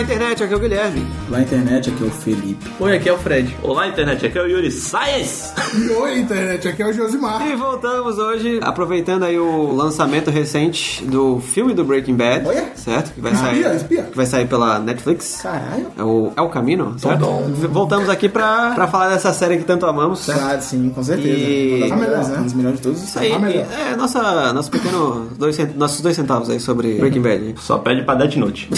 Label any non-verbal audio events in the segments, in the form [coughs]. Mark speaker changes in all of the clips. Speaker 1: internet, aqui é o Guilherme.
Speaker 2: Olá, internet, aqui é o Felipe.
Speaker 3: Oi, aqui é o Fred.
Speaker 4: Olá, internet, aqui é o Yuri Science.
Speaker 5: E oi, internet, aqui é o Josimar.
Speaker 1: E voltamos hoje, aproveitando aí o lançamento recente do filme do Breaking Bad.
Speaker 5: Olha. Ah,
Speaker 1: Certo? Que vai sair.
Speaker 5: Espia, espia.
Speaker 1: Que vai sair pela Netflix.
Speaker 2: Caralho.
Speaker 1: É o, é o caminho, certo? V- Voltamos aqui pra, pra falar dessa série que tanto amamos.
Speaker 2: Claro, sim, com certeza.
Speaker 1: E-
Speaker 2: Uma das melhores, né?
Speaker 5: Ah,
Speaker 2: Um dos melhores de todos.
Speaker 1: Isso aí,
Speaker 5: A melhor.
Speaker 1: é nossa, nosso pequeno dois, cent- nossos dois centavos aí sobre Breaking Bad.
Speaker 4: Só pede pra Death Note.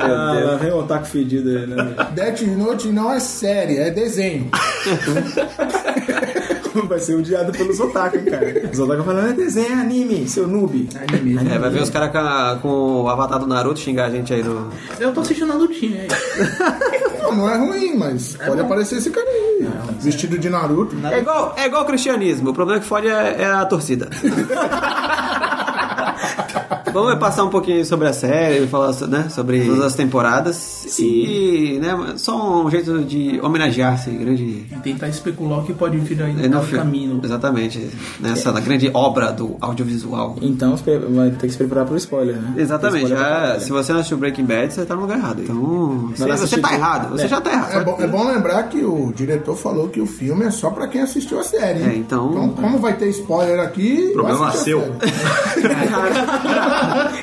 Speaker 2: Ah, lá vem o otaku fedido aí, né?
Speaker 5: [laughs] Death Note não é série, é desenho.
Speaker 2: [laughs] Vai ser odiado pelos otaku, hein, cara. Os otaku falando, é desenho, é anime, seu noob. Anime.
Speaker 1: É, vai ver os caras com, o avatar do Naruto xingar a gente aí no.
Speaker 3: Eu tô assistindo a lutinha aí.
Speaker 5: Não, não é ruim, mas pode aparecer esse cara aí. vestido de Naruto.
Speaker 1: É igual, é igual ao cristianismo, o problema é que fode é, é a torcida. Vamos passar um pouquinho sobre a série, falar so- né, sobre todas as temporadas. E né, só um jeito de homenagear esse grande.
Speaker 3: Tentar especular o que pode vir aí
Speaker 1: é,
Speaker 3: no
Speaker 1: no filme.
Speaker 3: caminho.
Speaker 1: Exatamente. Nessa grande obra do audiovisual.
Speaker 2: Então espe- vai ter que se preparar pro spoiler, né?
Speaker 1: Exatamente. é.
Speaker 2: Spoiler pra
Speaker 1: Já,
Speaker 2: caralho.
Speaker 1: se você não assistiu Breaking Bad, você tá no lugar errado. Então, você,
Speaker 2: lá
Speaker 1: você
Speaker 2: assistir
Speaker 1: tá
Speaker 2: de-
Speaker 1: errado. Você
Speaker 2: É.
Speaker 1: já tá errado.
Speaker 5: É bom, é bom lembrar que o diretor falou que o filme é só pra quem assistiu a série. hein?
Speaker 1: É, então-
Speaker 5: como vai ter spoiler aqui.
Speaker 4: Problema é
Speaker 5: vai assistir a
Speaker 4: seu.
Speaker 5: série.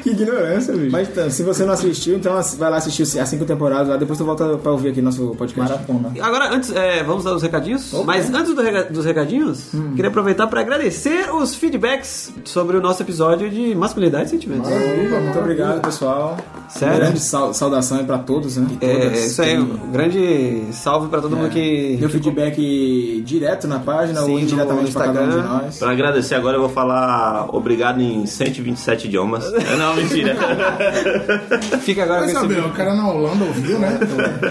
Speaker 2: Que ignorância, bicho. Mas então, se você não assistiu, então ass- vai lá assistir as cinco temporadas lá, depois tu volta pra ouvir aqui nosso podcast. Maratona.
Speaker 1: Agora, antes, é, vamos dar os recadinhos. Mas antes do rega- dos recadinhos,
Speaker 5: Hum.
Speaker 1: queria aproveitar para agradecer os feedbacks sobre o nosso episódio de masculinidade e sentimentos.
Speaker 2: Muito obrigado, pessoal.
Speaker 1: Sério?
Speaker 2: Grande sal- saudação aí pra todos, né?
Speaker 1: É,
Speaker 2: Todas.
Speaker 1: isso aí, um grande salve para todo
Speaker 5: É.
Speaker 1: mundo que.
Speaker 2: Deu feedback direto na página
Speaker 1: Sim,
Speaker 2: ou
Speaker 1: no
Speaker 2: diretamente pra cada um de
Speaker 1: Instagram.
Speaker 2: nós.
Speaker 4: Pra agradecer agora, eu vou falar obrigado em 127 idiomas. [laughs] Não, mentira.
Speaker 1: Fica agora
Speaker 5: Vai
Speaker 1: com
Speaker 5: saber, o
Speaker 1: esse.
Speaker 5: cara na
Speaker 1: [laughs]
Speaker 5: Holanda ouviu, né?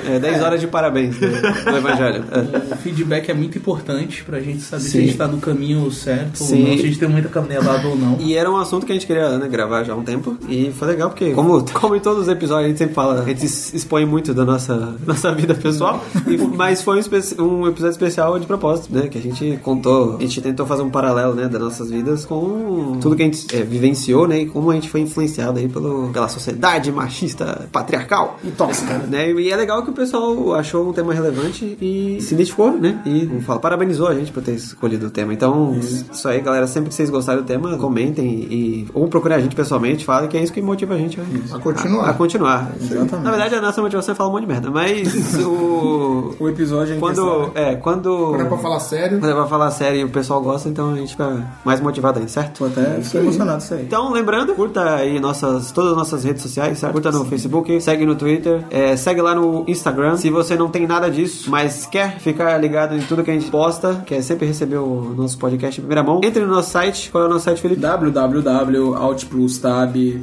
Speaker 1: É, 10 horas de parabéns né, do Evangelho. É.
Speaker 3: O feedback é muito importante pra gente saber se
Speaker 1: Sim.
Speaker 3: a gente tá no caminho certo
Speaker 1: Sim.
Speaker 3: ou não, se a gente tem muita canelada ou não.
Speaker 1: E era um assunto que a gente queria né, gravar já há um tempo. E foi legal, porque, como, como em todos os episódios, a gente sempre fala, a gente se expõe muito da nossa, [laughs] nossa vida pessoal. E- mas foi um, especi- um episódio especial de propósito, né? Que a gente contou, a gente tentou fazer um paralelo, né, das nossas vidas com tudo que a gente eh, vivenciou, né? E como a gente foi influenciado aí pelo, pela sociedade machista patriarcal.
Speaker 2: E tóxica.
Speaker 1: Né? E é legal que o pessoal achou um tema relevante e se identificou, né? E como fala, parabenizou a gente por ter escolhido o tema. Então, isso aí, galera. Sempre que vocês gostarem do tema, comentem e ou procurem a gente pessoalmente, falem que é isso que motiva a gente a,
Speaker 5: A continuar.
Speaker 1: A, a continuar.
Speaker 2: Exatamente.
Speaker 1: Na verdade, a nossa motivação é falar um monte de merda, [laughs] mas o.
Speaker 2: O episódio em
Speaker 1: quando.
Speaker 2: questão-
Speaker 1: É, quando.
Speaker 5: Não é pra falar sério.
Speaker 1: Quando é pra falar sério e o pessoal gosta, então a gente fica mais motivado ainda, certo?
Speaker 2: Tô até fiquei emocionado isso aí.
Speaker 1: Então, lembrando, curta aí nossas, todas as nossas redes sociais, certo? Curta no Facebook, segue no Twitter, é, segue lá no Instagram. Se você não tem nada disso, mas quer ficar ligado em tudo que a gente posta, quer sempre receber o nosso podcast em primeira mão, entre no nosso site. Qual é o nosso site, Felipe?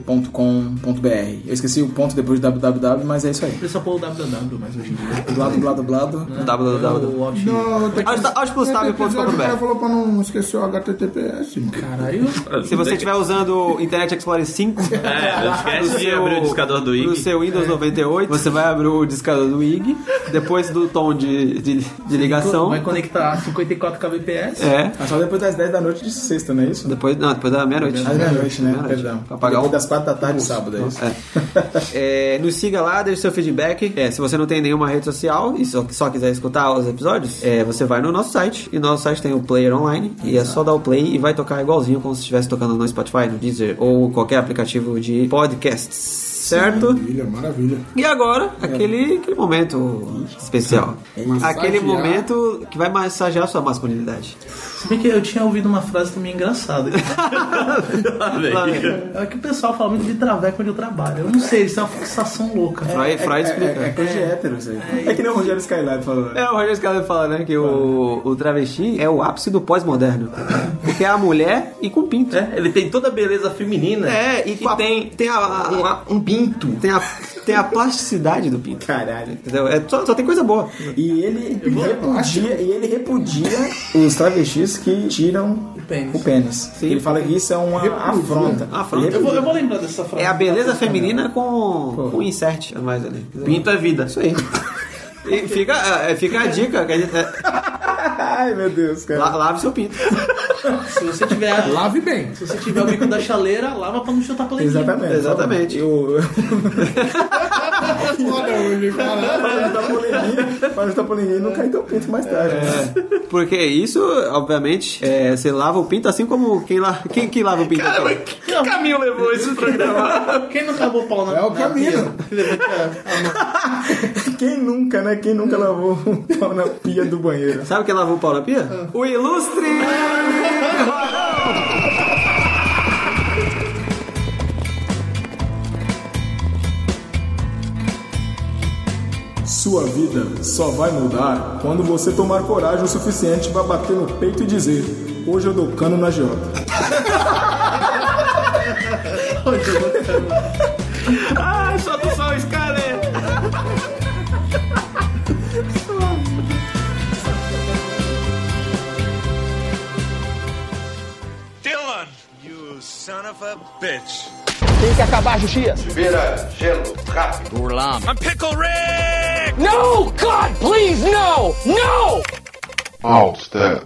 Speaker 2: www.altplustab.com.br Eu esqueci o ponto depois de www, mas é isso aí.
Speaker 3: O pessoal pôr o www, mas hoje em dia.
Speaker 2: Blado, blado, blado.
Speaker 1: Tá. www.
Speaker 3: O Alt-
Speaker 5: Não, tem que-
Speaker 1: Acho- tá- acho plus tab
Speaker 5: Tem episódio que O cara
Speaker 1: ponto é. com.br.
Speaker 5: falou pra não esquecer o HTTPS, mano.
Speaker 3: Caralho.
Speaker 1: Se você estiver usando Internet Explorer 5,
Speaker 4: É, não [laughs] esquece de abrir o discador do
Speaker 1: no
Speaker 4: IG.
Speaker 1: seu Windows 98, você vai abrir o discador do IG, depois do tom de, de, de ligação.
Speaker 3: Vai conectar a 54 kbps.
Speaker 1: É.
Speaker 2: Ah, só depois das 10 da noite de sexta, não é isso?
Speaker 1: Depois, não, depois da meia-noite.
Speaker 2: Ah, meia-noite, né?
Speaker 1: Meia-noite.
Speaker 2: Perdão.
Speaker 1: Pra pagar
Speaker 2: depois
Speaker 1: o
Speaker 2: das 4 da tarde de sábado, é isso.
Speaker 1: É. É, nos siga lá, deixe seu feedback. É, se você não tem nenhuma rede social e só, só quiser escutar os episódios, é, você vai no nosso site. E no nosso site tem o player online. E é só dar o play e vai tocar igualzinho como se estivesse tocando no Spotify, no Deezer ou qualquer aplicativo de podcasts. Certo?
Speaker 5: Maravilha, maravilha.
Speaker 1: E agora,
Speaker 2: É.
Speaker 1: aquele, aquele momento especial. Aquele
Speaker 5: Massagear.
Speaker 1: momento que vai massagear sua masculinidade.
Speaker 3: Se bem que eu tinha ouvido uma frase também engraçada.
Speaker 2: Tá
Speaker 4: Tá
Speaker 3: É que o pessoal fala muito de traveco onde eu trabalho. Eu não sei, isso é uma fixação louca.
Speaker 1: Freud, Freud
Speaker 2: É,
Speaker 1: explica.
Speaker 2: é coisa de hétero isso aí. É que nem o Rogério Skylab falou. né?
Speaker 1: É, o Roger Scalabrini fala, né, que o, o travesti é o ápice do pós-moderno. Porque é a mulher e com pinto.
Speaker 4: É, ele tem toda a beleza feminina.
Speaker 1: É, e, com a-
Speaker 4: tem-
Speaker 1: tem a, a-
Speaker 4: Um,
Speaker 1: a-
Speaker 4: um pinto.
Speaker 1: tem a tem a plasticidade do pinto.
Speaker 2: Caralho.
Speaker 1: Entendeu? É, só, só tem coisa boa.
Speaker 2: E ele, repudia, e ele repudia os travestis que tiram o
Speaker 3: pênis.
Speaker 2: Ele fala que isso é uma afronta.
Speaker 1: Afronta.
Speaker 2: Ele
Speaker 3: Eu vou,
Speaker 2: repudia.
Speaker 3: eu vou lembrar dessa frase.
Speaker 1: É a beleza feminina com, com insert a mais ali. Entendeu?
Speaker 4: Pinto é vida.
Speaker 1: Isso aí. E fica, é, fica a dica, que a gente, é,
Speaker 2: Ai, meu Deus, cara.
Speaker 1: la- lave seu pinto.
Speaker 3: Se você tiver.
Speaker 5: Lave bem.
Speaker 3: Se você tiver o bico da chaleira, lava pra não chutar polenguinha.
Speaker 2: Exatamente.
Speaker 1: Exatamente.
Speaker 2: Eu, [laughs] eu,
Speaker 5: Foda hoje, caralho.
Speaker 2: para ajudar polenguinho, para ajudar polenguinho não cair teu pinto mais tarde.
Speaker 1: É. Porque isso, obviamente, é, você lava o pinto assim como quem, la... quem que lava o pinto aqui?
Speaker 4: Que caminho levou esse programa?
Speaker 3: Quem não acabou o pau na
Speaker 5: É o
Speaker 3: na
Speaker 5: caminho.
Speaker 3: pia? Levante a- a mão.
Speaker 2: Quem nunca, né? Quem nunca lavou um pau na pia do banheiro?
Speaker 1: Sabe quem lava o pau na pia? O ilustre!
Speaker 2: Sua vida só vai mudar quando você tomar coragem o suficiente para bater no peito e dizer: Hoje eu dou cano na Jota.
Speaker 4: Ah, solta o sol, Skyler!
Speaker 6: Dylan, you son of a bitch.
Speaker 7: Vira gelo, rápido.
Speaker 6: I'm Pickle Rick!
Speaker 8: No! God, please, no! No!
Speaker 7: Monster.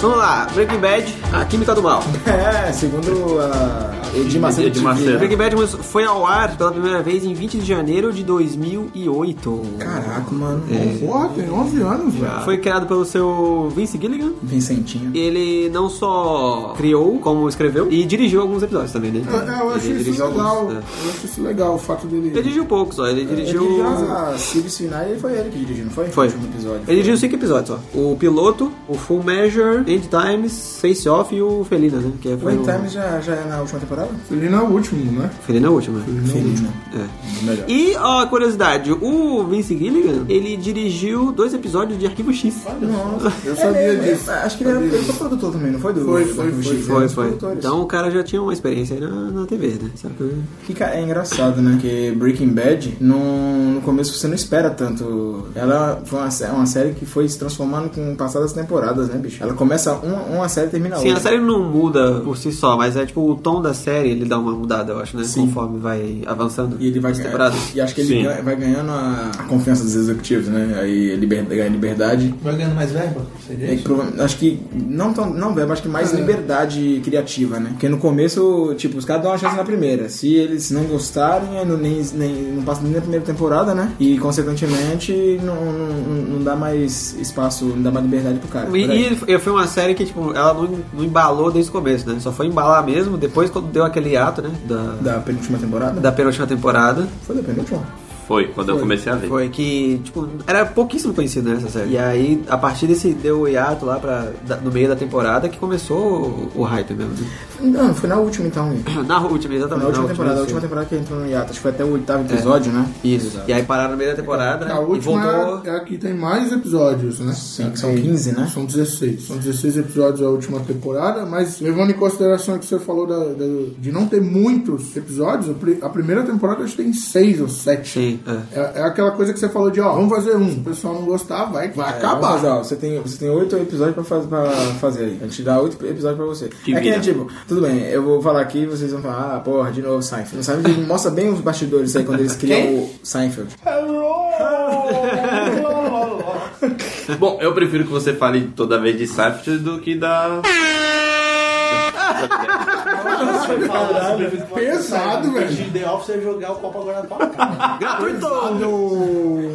Speaker 1: Vamos lá, Breaking Bad, a química [laughs] do mal.
Speaker 2: [laughs] É, segundo a Edir Macedo.
Speaker 4: Edir
Speaker 2: TV,
Speaker 4: Macedo.
Speaker 2: né?
Speaker 1: Breaking Bad mas foi ao ar pela primeira vez em 20 de janeiro de 2008.
Speaker 2: Caraca, mano.
Speaker 1: É.
Speaker 5: Porra, tem 11 anos, velho.
Speaker 1: Foi criado pelo seu Vince Gilligan.
Speaker 2: Vincentinho.
Speaker 1: Ele não só criou, como escreveu, e dirigiu alguns episódios também, né?
Speaker 5: É, eu acho
Speaker 1: Ele
Speaker 5: isso
Speaker 1: dirigiu
Speaker 5: legal.
Speaker 1: alguns, é.
Speaker 5: Eu acho isso legal, o fato dele...
Speaker 1: Ele dirigiu pouco só, ele
Speaker 2: Ele
Speaker 1: dirigiu...
Speaker 2: dirigiu as as filmes finais e foi ele que dirigiu, não foi?
Speaker 1: Foi.
Speaker 2: No episódio.
Speaker 1: Ele dirigiu cinco episódios só. O piloto, o Full Measure, End Times, Face Off e o Felina, né? Que
Speaker 2: O
Speaker 1: foi
Speaker 2: End
Speaker 1: o...
Speaker 2: Times já, já é na última temporada?
Speaker 5: Ele não é o último, né?
Speaker 1: Felina é o último. né?
Speaker 2: Feliz, né?
Speaker 1: É.
Speaker 2: Melhor.
Speaker 1: E, ó, curiosidade, o Vince Gilligan, ele dirigiu dois episódios de Arquivo X.
Speaker 2: Nossa,
Speaker 5: É Eu sabia
Speaker 2: ele-
Speaker 5: disso.
Speaker 2: Acho que ele, era,
Speaker 5: Sabia
Speaker 2: ele foi produtor também, não foi? Do,
Speaker 5: Foi,
Speaker 2: do
Speaker 5: foi,
Speaker 2: Arquivo
Speaker 5: foi,
Speaker 2: X,
Speaker 1: Foi,
Speaker 2: eles
Speaker 1: foi.
Speaker 2: produtores.
Speaker 1: Então o cara já tinha uma experiência aí na, na TV, né? Sabe?
Speaker 2: Que ca- é engraçado, né? Que Breaking Bad, no, no começo você não espera tanto. Ela foi uma, sé- é uma série que foi se transformando com o passar das temporadas, né, bicho? Ela começa uma, uma série e termina
Speaker 1: Sim, assim, a
Speaker 2: outra.
Speaker 1: série não muda por si só, mas é tipo o tom da série ele dá uma mudada, eu acho, né?
Speaker 2: Sim.
Speaker 1: Conforme vai avançando
Speaker 2: E ele vai
Speaker 1: é as
Speaker 2: ganhar-
Speaker 1: temporadas.
Speaker 2: E acho que ele
Speaker 4: Sim.
Speaker 2: ganha- vai ganhando a, a confiança dos executivos, né? Aí liber, ganha liberdade.
Speaker 8: Vai ganhando mais verba?
Speaker 2: É que prova- acho que não tão, não verbo, acho que mais liberdade criativa, né? Porque no começo, tipo, os caras dão uma chance na primeira. Se eles não gostarem, aí não, nem, nem, não passam nem na primeira temporada, né? E consequentemente não, não, não- não dá mais espaço, não dá mais liberdade pro cara.
Speaker 1: E,
Speaker 2: Por aí.
Speaker 1: e ele- foi uma série que, tipo, ela não, não embalou desde o começo, né? Só foi embalar mesmo depois quando deu aquele ato, né? Da,
Speaker 2: Da penúltima temporada?
Speaker 1: da penúltima temporada.
Speaker 2: Foi da penúltima?
Speaker 4: Foi, quando eu comecei a ver.
Speaker 1: Foi que, tipo, era pouquíssimo conhecido nessa série. E aí, a partir desse deu o hiato lá pra, da- no meio da temporada que começou o, o hype mesmo. né? [coughs]
Speaker 2: Não, foi na última então. hein?
Speaker 1: Na última, exatamente.
Speaker 2: Na última temporada, a
Speaker 1: sim.
Speaker 2: última temporada que entrou no hiato, acho que foi até o oitavo episódio, né?
Speaker 1: Isso. E aí pararam no meio da temporada né?
Speaker 5: A
Speaker 1: e
Speaker 5: última
Speaker 1: voltou.
Speaker 5: é a que tem mais episódios, né?
Speaker 2: Sim, que são 15, né?
Speaker 5: São 16. São 16 episódios da última temporada, mas levando em consideração que você falou da- da- de não ter muitos episódios, a, pri- a primeira temporada acho que tem 6 ou 7.
Speaker 1: Sim, é.
Speaker 5: É, é aquela coisa que você falou de, ó, vamos fazer um. Se o pessoal não gostar, vai, vai
Speaker 2: É, Vamos fazer,
Speaker 5: acabar.
Speaker 2: ó, você tem você tem oito episódios pra, faz- pra fazer aí. A gente dá oito episódios pra você.
Speaker 4: Que
Speaker 2: é que,
Speaker 4: vida.
Speaker 2: né, tipo, tudo bem, eu vou falar aqui e vocês vão falar, ah, porra, de novo Seinfeld. Não sabe? Ele mostra bem os bastidores aí quando eles criam o Seinfeld.
Speaker 4: Bom, eu prefiro que você fale toda vez de Seinfeld do que da...
Speaker 1: É
Speaker 3: Foi falar sobre isso.
Speaker 5: Pesado,
Speaker 3: O
Speaker 5: velho.
Speaker 3: de The Office é jogar o copo agora na tua cara.
Speaker 1: Gratuito!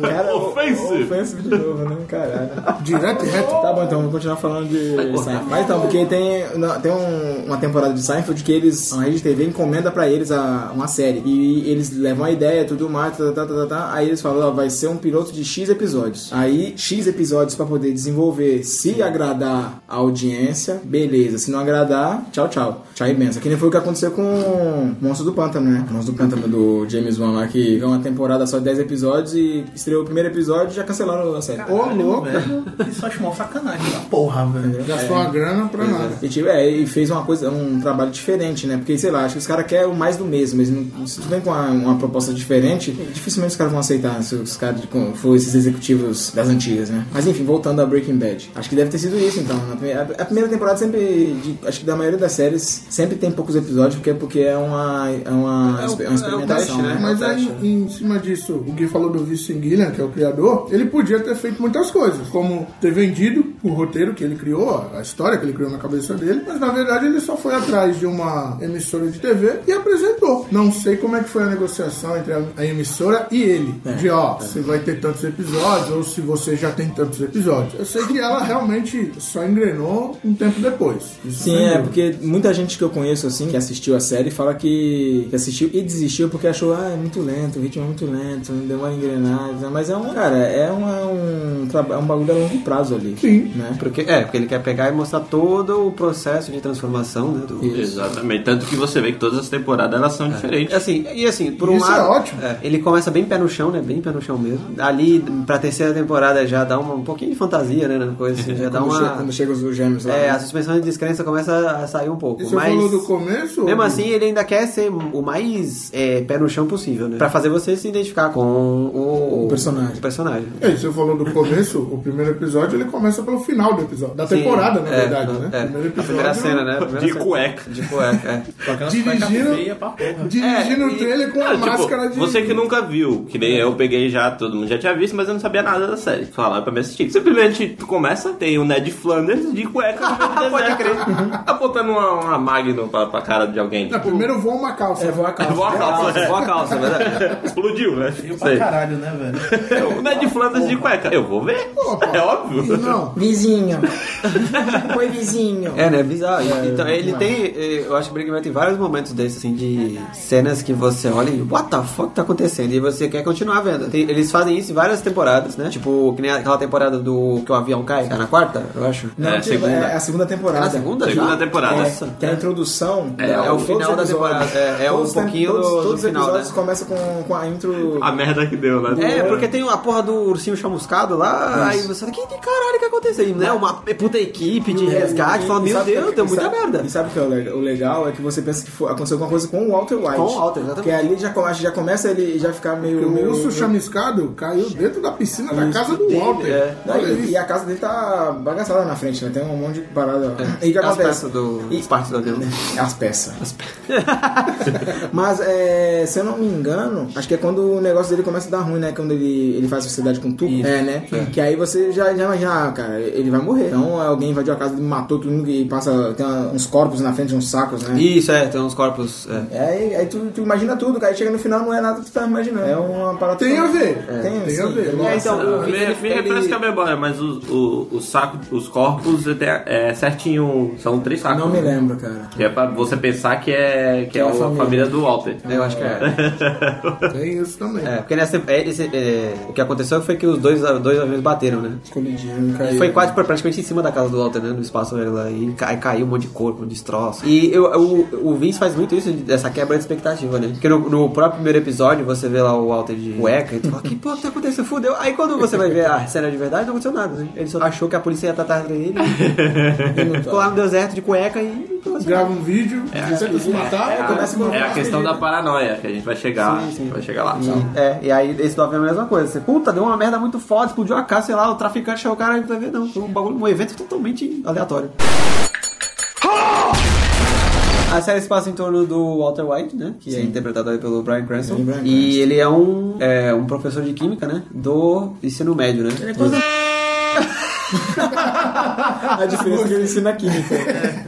Speaker 2: Cara, o-
Speaker 4: Offensive.
Speaker 2: Offensive de novo, né? Caralho.
Speaker 5: Direto e reto.
Speaker 2: Tá bom, então, vamos continuar falando de Seinfeld. Mas então, porque tem, na- tem um- uma temporada de Seinfeld que eles, a rede de TV encomenda pra eles a, uma série. E eles levam a ideia, tudo mais, tá, tá, tá, tá, tá. aí eles falam, ó, vai ser um piloto de X episódios. Aí, X episódios pra poder desenvolver. Se agradar a audiência, beleza. Se não agradar, tchau, tchau. Tchau imensa. Que nem foi o que aconteceu com Monstro do Pântano, né? Monstro do Pântano do James Wan lá, que é uma temporada só de 10 episódios e estreou o primeiro episódio e já cancelaram a série.
Speaker 5: Ô, louco.
Speaker 3: Velho, Isso eu acho mó sacanagem É, da porra, velho.
Speaker 5: Gastou
Speaker 2: é.
Speaker 5: uma grana pra nada.
Speaker 2: E, tipo, é, e fez uma coisa, um trabalho diferente, né? Porque, sei lá, acho que os caras querem o mais do mesmo. Eles não, se tu vem com uma, uma proposta diferente, dificilmente os caras vão aceitar se os caras com- for esses executivos das antigas, né? Mas enfim, voltando a Breaking Bad. Acho que deve ter sido isso, então. Na primeira- a primeira temporada sempre, de- acho que da maioria das séries, sempre tem poucos episódios, porque, porque é uma, é uma, é uma experimentação,
Speaker 1: teste, né?
Speaker 2: né?
Speaker 5: Mas aí, em cima disso, o Gui falou do Vice Guilherme, que é o criador, criou, ele podia ter feito muitas coisas, como ter vendido o roteiro que ele criou, a história que ele criou na cabeça dele, mas na verdade ele só foi atrás de uma emissora de TV e apresentou. Não sei como é que foi a negociação entre a, a emissora e ele,
Speaker 2: É,
Speaker 5: de
Speaker 2: tá
Speaker 5: ó, você vai ter tantos episódios ou se você já tem tantos episódios. Eu sei que ela realmente só engrenou um tempo depois. Isso
Speaker 2: Sim,
Speaker 5: sem
Speaker 2: é
Speaker 5: dúvida.
Speaker 2: porque muita gente que eu conheço, assim, que assistiu a série, fala que, que assistiu e desistiu porque achou, ah, é muito lento, o ritmo é muito lento, não demora a engrenar. Mas é um, cara, é um, é um, traba- é um bagulho a longo prazo ali.
Speaker 5: Sim.
Speaker 2: Né?
Speaker 1: Porque, é, porque ele quer pegar e mostrar todo o processo de transformação, né? Do...
Speaker 4: Exatamente. Tanto que você vê que todas as temporadas elas são diferentes.
Speaker 1: Assim, e assim, por um
Speaker 5: Isso é
Speaker 1: lado.
Speaker 5: ótimo.
Speaker 1: é, ele começa bem pé no chão, né? Bem pé no chão mesmo. Ali, pra terceira temporada, já dá uma- um pouquinho de fantasia, né? Na coisa, assim, já dá
Speaker 2: É, Quando, che-
Speaker 1: uma.
Speaker 2: quando chegam os gêmeos lá.
Speaker 1: É,
Speaker 2: né?
Speaker 1: a suspensão de descrença começa a sair um pouco.
Speaker 5: Você
Speaker 1: mas...
Speaker 5: falou do começo?
Speaker 1: Mesmo
Speaker 5: ou-
Speaker 1: assim, ele ainda quer ser o mais é, pé no chão possível, né? Pra fazer você se identificar com o,
Speaker 2: O personagem.
Speaker 1: o personagem.
Speaker 5: É, você falou do começo, o primeiro episódio ele começa pelo final do episódio, da temporada, na
Speaker 1: É,
Speaker 5: verdade, né?
Speaker 1: é.
Speaker 5: Primeiro
Speaker 1: a primeira cena, né? A primeira
Speaker 4: De
Speaker 1: cena.
Speaker 4: cueca.
Speaker 1: De cueca, é.
Speaker 3: Com aquela
Speaker 5: Dirigiram-
Speaker 3: feia pra porra.
Speaker 5: Dirigindo
Speaker 1: É,
Speaker 5: o
Speaker 1: e-
Speaker 5: trailer com a
Speaker 4: Não, tipo,
Speaker 5: máscara de.
Speaker 4: Você que nunca viu, que nem eu peguei já, todo mundo já tinha visto, mas eu não sabia nada da série. Tipo, Falaram pra me assistir. Simplesmente tu começa, tem o Ned Flanders de cueca no meio do Pode crer. Apontando uma, uma Magnum pra, pra cara de alguém.
Speaker 5: Não, primeiro voa uma calça.
Speaker 2: É, vou a calça.
Speaker 4: Boa calça, né?
Speaker 1: Boa calça, é verdade.
Speaker 4: é. Explodiu, né?
Speaker 3: Feio
Speaker 4: Sei.
Speaker 3: pra caralho, né, velho?
Speaker 4: O Ned Flanders de cueca. Eu vou ver.
Speaker 5: Pô, pô.
Speaker 4: É óbvio.
Speaker 5: Não,
Speaker 1: [laughs]
Speaker 2: Vizinho. Foi vizinho.
Speaker 1: É, né? Bizarro. então, ele tem. eh, Eu acho que Breaking Bad tem vários momentos desses, assim, de cenas que você olha e, what the fuck tá acontecendo? E você quer continuar vendo. Tem- eles fazem isso em várias temporadas, né? Tipo, que nem aquela temporada do que o avião cai, tá na quarta, eu acho.
Speaker 2: Não,
Speaker 4: É,
Speaker 2: tipo,
Speaker 4: segunda.
Speaker 2: é a segunda temporada.
Speaker 1: É na segunda?
Speaker 4: Segunda
Speaker 1: já?
Speaker 4: temporada.
Speaker 1: Nossa.
Speaker 2: Que é a introdução.
Speaker 1: É, é o
Speaker 2: todos os
Speaker 1: final da
Speaker 2: episódios.
Speaker 1: temporada. É, é
Speaker 2: Todos
Speaker 1: um
Speaker 2: tem-
Speaker 1: pouquinho
Speaker 2: todos,
Speaker 1: do, do
Speaker 2: todos
Speaker 1: final,
Speaker 2: os
Speaker 1: né?
Speaker 2: episódios começam com, com a intro.
Speaker 4: A merda que deu, né?
Speaker 1: É, porque tem a porra do ursinho chamuscado lá, aí você fala, que, que caralho que aconteceu? Né? Uma puta equipe de resgate, fala,
Speaker 2: E
Speaker 1: meu
Speaker 2: sabe
Speaker 1: Deus,
Speaker 2: que-
Speaker 1: deu
Speaker 2: e
Speaker 1: muita
Speaker 2: sabe-
Speaker 1: merda.
Speaker 2: E sabe o que é o legal? O legal é que você pensa que foi- aconteceu alguma coisa com o Walter White.
Speaker 1: Com o Walter, exatamente.
Speaker 2: Porque ali já, come- já começa ele já ficar meio.
Speaker 5: o
Speaker 2: meio
Speaker 5: urso chamiscado caiu dentro da piscina da casa do Walter.
Speaker 1: é.
Speaker 2: Não,
Speaker 5: Olha
Speaker 2: e,
Speaker 5: isso.
Speaker 2: e a casa dele tá bagaçada na frente, né? Tem um monte de parada. E é o que
Speaker 1: É. As
Speaker 2: acontece?
Speaker 1: peças do.
Speaker 2: E-
Speaker 1: As partes do avião.
Speaker 2: As peças. [laughs] Mas, é, se eu não me engano, acho que é quando o negócio dele começa a dar ruim, né? Quando ele, ele faz sociedade com tudo. É, né? Que aí você já, já imagina, ah, cara, ele vai morrer. Então alguém invadiu a casa dele, matou todo mundo e passa. Tem uma- uns corpos na frente, uns sacos, né?
Speaker 1: Isso, é, tem uns corpos. é.
Speaker 2: É, Aí, aí tu, tu imagina tudo, cara. Aí Chega no final, não é nada que tu tá imaginando. É uma parada.
Speaker 5: Tem a ver.
Speaker 2: Tem,
Speaker 5: tem a
Speaker 2: sim.
Speaker 5: ver.
Speaker 1: É,
Speaker 5: Nossa.
Speaker 1: então, o Vini,
Speaker 4: Me, me
Speaker 1: ele-
Speaker 4: refresca a memória, mas os, o, os sacos, os corpos é, é certinho, são três sacos.
Speaker 2: Não me
Speaker 4: né?
Speaker 2: lembro, cara.
Speaker 4: Que é pra você pensar que é, que é a
Speaker 2: a
Speaker 4: família.
Speaker 2: família.
Speaker 4: do Walter.
Speaker 1: Eu acho que é.
Speaker 5: Tem isso também.
Speaker 1: É, porque nessa, é, esse, é, o que aconteceu foi que os dois, dois aviões bateram, né?
Speaker 2: Escolhidinho,
Speaker 1: E [laughs] foi quase pra- praticamente em cima da casa do Walter, né? No espaço dele lá. E cai, caiu um monte de corpo, um destroço. E eu, o, o Vince faz muito isso, dessa quebra de expectativa, né? Porque no, no próprio primeiro episódio você vê lá o Walter de cueca e tu fala, que porra que tá acontecendo? Fudeu. Aí quando você vai ver a cena de verdade, não aconteceu nada, né? Ele só achou que a polícia ia estar atrás dele. Ele [laughs] ficou lá no deserto de cueca e.
Speaker 5: Grava um vídeo,
Speaker 1: É.
Speaker 5: tenta se matar, começa a
Speaker 4: É a questão da paranoia que a gente vai chegar, vai chegar lá. sabe?
Speaker 1: É, e aí esse do avião é a mesma coisa. Você, puta, deu uma merda muito foda, explodiu a casa, sei lá, o traficante chegou o cara e não vai ver, não. Foi um bagulho, um evento totalmente aleatório. Ah! A série se passa em torno do Walter White, né? Que é interpretado aí pelo Brian Cranston.
Speaker 2: Sim, Bryan
Speaker 1: E ele é um, é um professor de química, né? Do ensino médio, né?
Speaker 2: A diferença é que ele ensina química.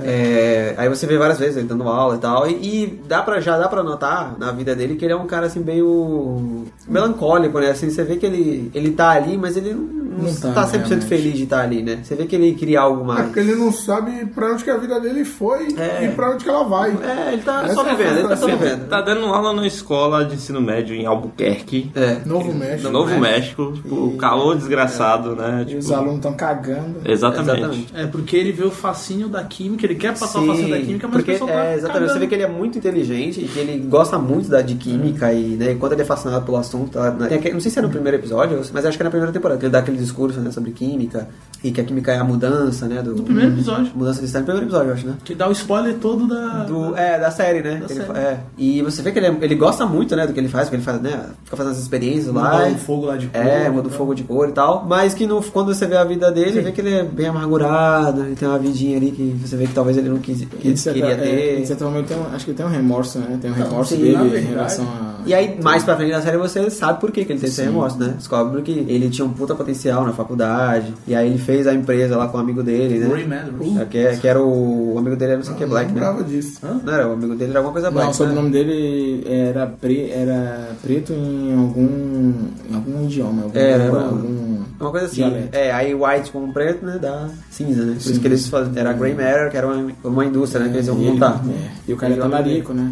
Speaker 1: É, aí você vê várias vezes ele dando aula e tal. E, e dá pra, já dá pra notar na vida dele que ele é um cara assim meio melancólico, né? Assim, você vê que ele, ele tá ali, mas ele não, não
Speaker 2: Não tá,
Speaker 1: tá 100%
Speaker 2: realmente.
Speaker 1: feliz de estar ali, né? Você vê que ele queria algo
Speaker 5: É
Speaker 1: mais.
Speaker 5: porque ele não sabe pra onde que a vida dele foi e pra onde que ela vai.
Speaker 1: É, ele tá só
Speaker 5: Essa é a
Speaker 1: vivendo, ele tá só
Speaker 5: frustração.
Speaker 1: vivendo.
Speaker 4: Tá dando aula na escola de ensino médio em Albuquerque,
Speaker 1: É.
Speaker 5: Novo México.
Speaker 4: Novo México, tipo, calor desgraçado, né?
Speaker 2: E
Speaker 4: Tipo,
Speaker 2: os alunos estão cagando.
Speaker 4: Exatamente.
Speaker 1: Exatamente.
Speaker 3: É porque ele vê o facinho da química, ele quer passar o facinho da química, mas
Speaker 1: porque,
Speaker 3: o pessoal tá
Speaker 1: é, exatamente. Você vê que ele é muito inteligente e que ele gosta muito da de química e, né, enquanto ele é fascinado pelo assunto, tá, né, tem aquele- não sei se é no primeiro episódio, mas acho que é na primeira temporada, que ele dá aquele discurso, né, sobre química e que a química é a mudança, né, do,
Speaker 3: No primeiro episódio,
Speaker 1: Mudança de estado no primeiro episódio, eu acho, né?
Speaker 3: que dá o spoiler todo da...
Speaker 1: Do, é, da série, né? Ele
Speaker 3: Da série.
Speaker 1: fa- é. E você vê que ele, é- ele gosta muito, né, do que ele faz, porque ele faz, né? Fica fazendo as experiências lá.
Speaker 3: Muda o um fogo lá de cor,
Speaker 1: É, muda o
Speaker 3: né?
Speaker 1: fogo de cor e tal. Mas que no, quando você vê a vida dele, você vê que ele é bem amargurado, ele tem uma vidinha ali que você vê que talvez ele não quis, que
Speaker 2: E
Speaker 1: ele
Speaker 2: de certa-
Speaker 1: queria
Speaker 2: é,
Speaker 1: ter.
Speaker 2: de certa forma, eu tenho- acho que tem um remorso, né? Tem um remorso
Speaker 1: sim,
Speaker 2: dele
Speaker 1: na
Speaker 2: em
Speaker 1: verdade.
Speaker 2: relação a.
Speaker 1: E aí, mais pra frente da série, você sabe por que, que ele teve esse remorso, né? Descobre que ele tinha um puta potencial na faculdade. E aí ele fez a empresa lá com um amigo dele, né?
Speaker 3: Ray Medrose.
Speaker 1: É, Que, que era o, o amigo dele, era não sei o que, Black,
Speaker 5: não
Speaker 1: né?
Speaker 5: lembrava disso.
Speaker 1: Não era, o amigo dele era alguma coisa Black.
Speaker 2: Não, o
Speaker 1: né?
Speaker 2: sobrenome dele era, pre- era preto em algum, em algum idioma. Algum,
Speaker 1: Era, era. um-
Speaker 2: algum...
Speaker 1: Uma coisa assim.
Speaker 2: É, Dialeto.
Speaker 1: É, aí white com preto, né? Dá cinza, né? Por isso que eles faziam. Era Grey Matter, que era uma, uma indústria, né? Que eles iam
Speaker 2: E ele-
Speaker 1: montar.
Speaker 2: é. E o cara é talarico, né?
Speaker 4: [laughs]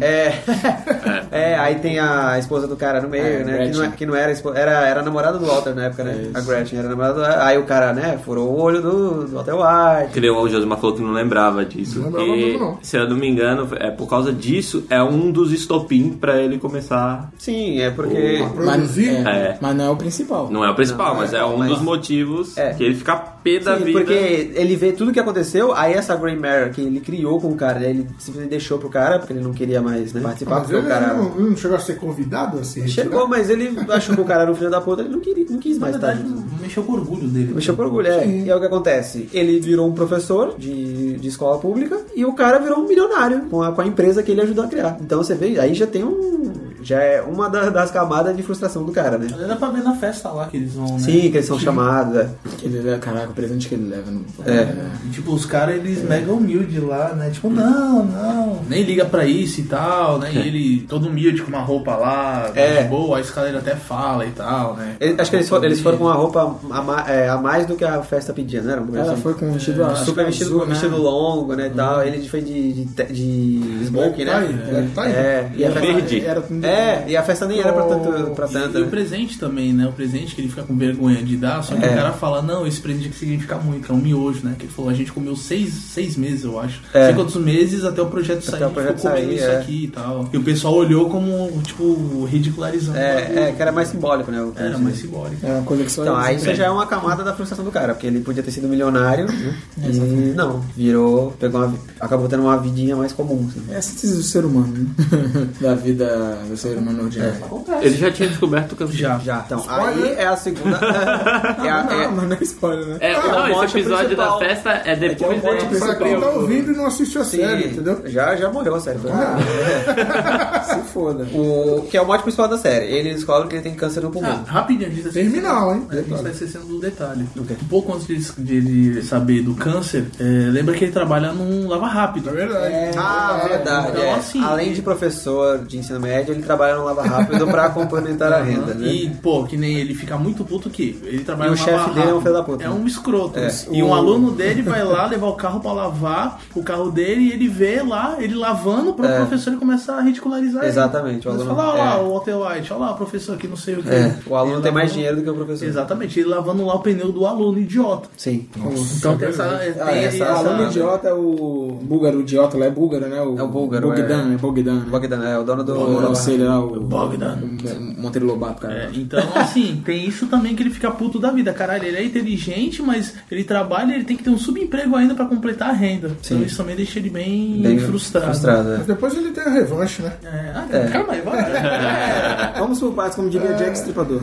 Speaker 1: É. é, aí tem a esposa do cara no meio, né?
Speaker 2: É,
Speaker 1: Que não, é-
Speaker 2: Gretchen. É
Speaker 1: que não era esposa, era, era a namorada do Walter na época, né? a Gretchen era a namorada do Aí o cara, né? Furou o olho do, do Walter White.
Speaker 4: Que nem o Josimar falou que não lembrava disso.
Speaker 5: Não lembrava
Speaker 4: E,
Speaker 5: muito, não.
Speaker 4: Se eu não me engano, é por causa disso, é um dos estopim pra ele começar.
Speaker 1: Sim, é porque.
Speaker 5: Pra Produzir?
Speaker 2: Mas, é,
Speaker 4: É.
Speaker 2: mas não é o principal.
Speaker 4: Não é o principal, mas é, um
Speaker 1: mas-
Speaker 4: dos motivos
Speaker 1: É.
Speaker 4: que ele fica pé da
Speaker 1: Sim,
Speaker 4: vida.
Speaker 1: porque ele vê tudo que aconteceu, aí essa Grey Mare que ele criou com o cara, né? Ele simplesmente deixou pro cara, porque ele não queria mais né, participar,
Speaker 5: Mas
Speaker 1: porque o
Speaker 5: ele
Speaker 1: cara.
Speaker 5: não, não chegou a ser convidado assim?
Speaker 1: Chegou, mas ele achou que o cara era um filho da puta, ele não, queria, não quis
Speaker 3: Na
Speaker 1: mais estar
Speaker 3: verdade,
Speaker 1: junto.
Speaker 3: mexeu com o orgulho dele.
Speaker 1: Mexeu por orgulho, é. E é o que acontece. Ele virou um professor de, de escola pública e o cara virou um milionário com a, com a empresa que ele ajudou a criar. Então você vê, aí já tem um. Já é uma da- das camadas de frustração do cara, né?
Speaker 3: Dá pra ver na festa lá que eles vão, né?
Speaker 1: Sim, que eles são chamados. é.
Speaker 2: Que ele leva- caraca, o presente que ele leva no.
Speaker 1: É.
Speaker 3: E, Tipo, os caras, eles mega humilde lá, né? Tipo, não, não. Nem liga pra isso e tal, né? E ele todo humilde com uma roupa lá, né,
Speaker 1: É.
Speaker 3: boa, a escaleira até fala e tal, né?
Speaker 1: Ele- acho que eles, fo- eles foram com uma roupa a, ma- é, a mais do que a festa pedia, não era? Uma coisa
Speaker 2: Ela
Speaker 1: assim?
Speaker 2: foi com um vestido azul,
Speaker 1: Super vestido,
Speaker 2: azul, né?
Speaker 1: vestido longo, né, e tal. Ele foi de, de, te- de smoke, né?
Speaker 5: Tá aí.
Speaker 1: É, e a
Speaker 4: Verde.
Speaker 1: festa, é, e a festa nem era pra tanto, pra tanto.
Speaker 3: E
Speaker 1: né?
Speaker 3: o presente também, né? O presente que ele fica com vergonha de dar, só que
Speaker 1: É.
Speaker 3: o cara fala, não, esse presente que significa muito, que é um miojo, né? Que ele falou, a gente comeu seis, seis meses, eu acho.
Speaker 1: É.
Speaker 3: Não Sei quantos meses até o projeto sair,
Speaker 1: o
Speaker 3: a gente
Speaker 1: projeto
Speaker 3: ficou comendo
Speaker 1: sair,
Speaker 3: isso
Speaker 1: é.
Speaker 3: aqui e tal. E o pessoal olhou como, tipo, ridicularizando. o bagulho.
Speaker 1: É, é, que era mais simbólico, né? o
Speaker 3: Era
Speaker 1: presente.
Speaker 3: mais simbólico.
Speaker 2: É uma coisa que só
Speaker 1: Então,
Speaker 2: eles
Speaker 1: aí
Speaker 2: entendem.
Speaker 1: isso já é uma camada da frustração do cara, porque ele podia ter sido milionário
Speaker 3: Uhum.
Speaker 1: né? e não, virou, pegou uma, acabou tendo uma vidinha mais comum. assim.
Speaker 2: É a síntese do ser humano, [laughs] né? da vida do ser humano ordinário.
Speaker 4: Ele já tinha descoberto que
Speaker 3: Já.
Speaker 1: Já, então, aí é a segunda. [laughs] é a- é-
Speaker 2: Ah, mas não é spoiler, né?
Speaker 4: É, não,
Speaker 1: o
Speaker 4: esse
Speaker 1: mote
Speaker 4: episódio
Speaker 1: principal.
Speaker 4: da festa é depois
Speaker 1: mote
Speaker 4: dele.
Speaker 5: Pra quem tá ouvindo e não assistiu a
Speaker 1: sim,
Speaker 5: série, entendeu?
Speaker 1: Já, já morreu a série.
Speaker 3: Ah.
Speaker 2: Se É um
Speaker 1: [laughs]
Speaker 2: foda. né?
Speaker 1: O, que é o mote principal da série. Ele descobre que ele tem câncer no
Speaker 3: Ah,
Speaker 1: pulmão.
Speaker 3: rapidinho, a gente tá
Speaker 5: Terminal, hein?
Speaker 3: A gente tá esquecendo do detalhe.
Speaker 1: quê?
Speaker 3: Um pouco antes de, de ele saber do câncer, é, lembra que ele trabalha num lava rápido.
Speaker 5: É verdade.
Speaker 1: Ah, verdade.
Speaker 3: Então,
Speaker 1: é.
Speaker 3: assim,
Speaker 1: Além de professor de ensino médio, ele trabalha no Lava Rápido pra complementar a renda, né?
Speaker 3: E, pô, que nem ele fica muito puto que ele trabalha
Speaker 1: E o
Speaker 3: numa
Speaker 1: chefe dele é um filho da puta.
Speaker 3: É um escroto.
Speaker 1: É.
Speaker 3: E um aluno dele vai lá [laughs] levar o carro pra lavar o carro dele e ele vê lá, ele lavando, pro
Speaker 1: É.
Speaker 3: professor ele começa a ridicularizar
Speaker 1: Exatamente, o
Speaker 3: ele. Ele
Speaker 1: aluno-
Speaker 3: fala, olha lá,
Speaker 1: é.
Speaker 3: o Walter White, olha lá o professor aqui, não sei o que.
Speaker 1: É, o aluno
Speaker 3: tá
Speaker 1: tem mais dinheiro do que o professor.
Speaker 3: Exatamente, ele lavando lá o pneu do aluno, idiota.
Speaker 1: Sim.
Speaker 3: Então tem essa. tem
Speaker 1: Ah, essa-
Speaker 3: essa-
Speaker 2: O aluno
Speaker 1: Sabe.
Speaker 2: idiota é o búlgaro idiota lá, é búlgaro, né?
Speaker 1: É o búlgaro,
Speaker 2: Bogdan,
Speaker 1: é.
Speaker 2: é Bogdan. né?
Speaker 1: Bogdan é o dono do.
Speaker 2: O não sei, ele lá, o
Speaker 3: Bogdan.
Speaker 2: o Monteiro Lobato, cara.
Speaker 3: É, então, assim, tem isso também que ele fica puto da vida. Caralho, ele é inteligente, mas ele trabalha ele tem que ter um subemprego ainda pra completar a renda.
Speaker 1: Sim.
Speaker 3: Então isso também deixa ele bem,
Speaker 1: Bem
Speaker 3: frustrado.
Speaker 1: frustrado, é.
Speaker 5: Mas depois ele tem a revanche, né?
Speaker 3: É, ah, calma aí, vai.
Speaker 1: [laughs] É.
Speaker 2: Vamos por partes, como diria Jack Stripador.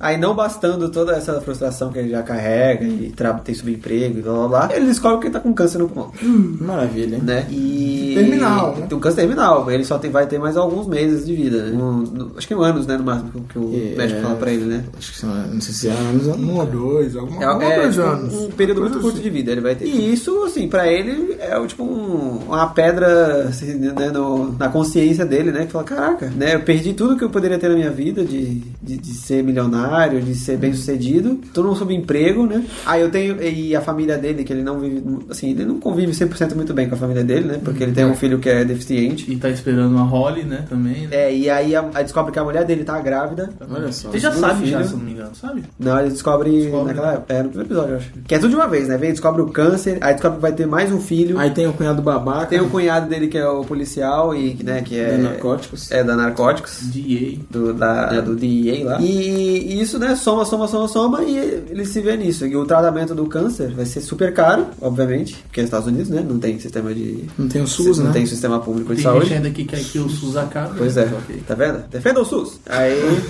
Speaker 1: Aí não bastando toda essa frustração que ele já carrega e tra- tem subemprego e blá blá blá, ele descobre que ele tá com câncer no pulmão,
Speaker 2: É. Maravilha, hein?
Speaker 1: né? E...
Speaker 5: Terminal, né?
Speaker 1: Tem um câncer terminal, ele só tem, vai ter mais alguns meses de vida, né? Um- no- acho que um anos, né, no máximo, que o
Speaker 2: É.
Speaker 1: médico fala pra ele, né?
Speaker 2: Acho que são, não sei se é anos ou
Speaker 5: Um ou dois, alguma,
Speaker 1: É,
Speaker 5: alguma
Speaker 1: é,
Speaker 5: dois
Speaker 1: tipo,
Speaker 5: anos.
Speaker 1: um período muito
Speaker 5: assim.
Speaker 1: curto de vida ele vai ter. E isso, assim, pra ele é o, tipo um- uma pedra assim, né, no- na consciência dele, né? Que fala, caraca, né? Eu perdi tudo que eu poderia ter na minha vida de, de, de ser milionário, de ser bem sucedido. Tô num subemprego, né? Aí eu tenho... E a família dele, que ele não vive... Assim, ele não convive 100% muito bem com a família dele, né? Porque ele tem um filho que é deficiente.
Speaker 3: E tá esperando a Holly, né, também. né?
Speaker 1: É, e aí a- aí descobre que a mulher dele tá grávida.
Speaker 2: Olha só.
Speaker 3: Você já
Speaker 1: segundo
Speaker 3: sabe, já,
Speaker 1: filho.
Speaker 3: se eu não me engano, sabe?
Speaker 1: Não, ele descobre, naquela época. É, no primeiro episódio, eu acho. Que é tudo de uma vez, né? Vem, descobre o câncer, aí descobre que vai ter mais um filho.
Speaker 2: Aí tem o cunhado babaca,
Speaker 1: tem o cunhado dele que é o policial e, né, que é...
Speaker 2: da narcóticos.
Speaker 1: É, da Narcóticos.
Speaker 3: DA.
Speaker 1: Do, da, do DEA lá. E, e isso, né, soma, soma, soma, soma e ele se vê nisso. E o tratamento do câncer vai ser super caro, obviamente, porque é Estados Unidos, né, não tem sistema de...
Speaker 2: Não tem o SUS,
Speaker 1: não
Speaker 2: né?
Speaker 1: tem sistema público de
Speaker 3: Tem gente
Speaker 1: saúde.
Speaker 3: ainda que quer que o né? SUS acabe.
Speaker 1: Pois é,
Speaker 3: Ok.
Speaker 1: tá vendo? Defenda o SUS! Aí
Speaker 5: [laughs]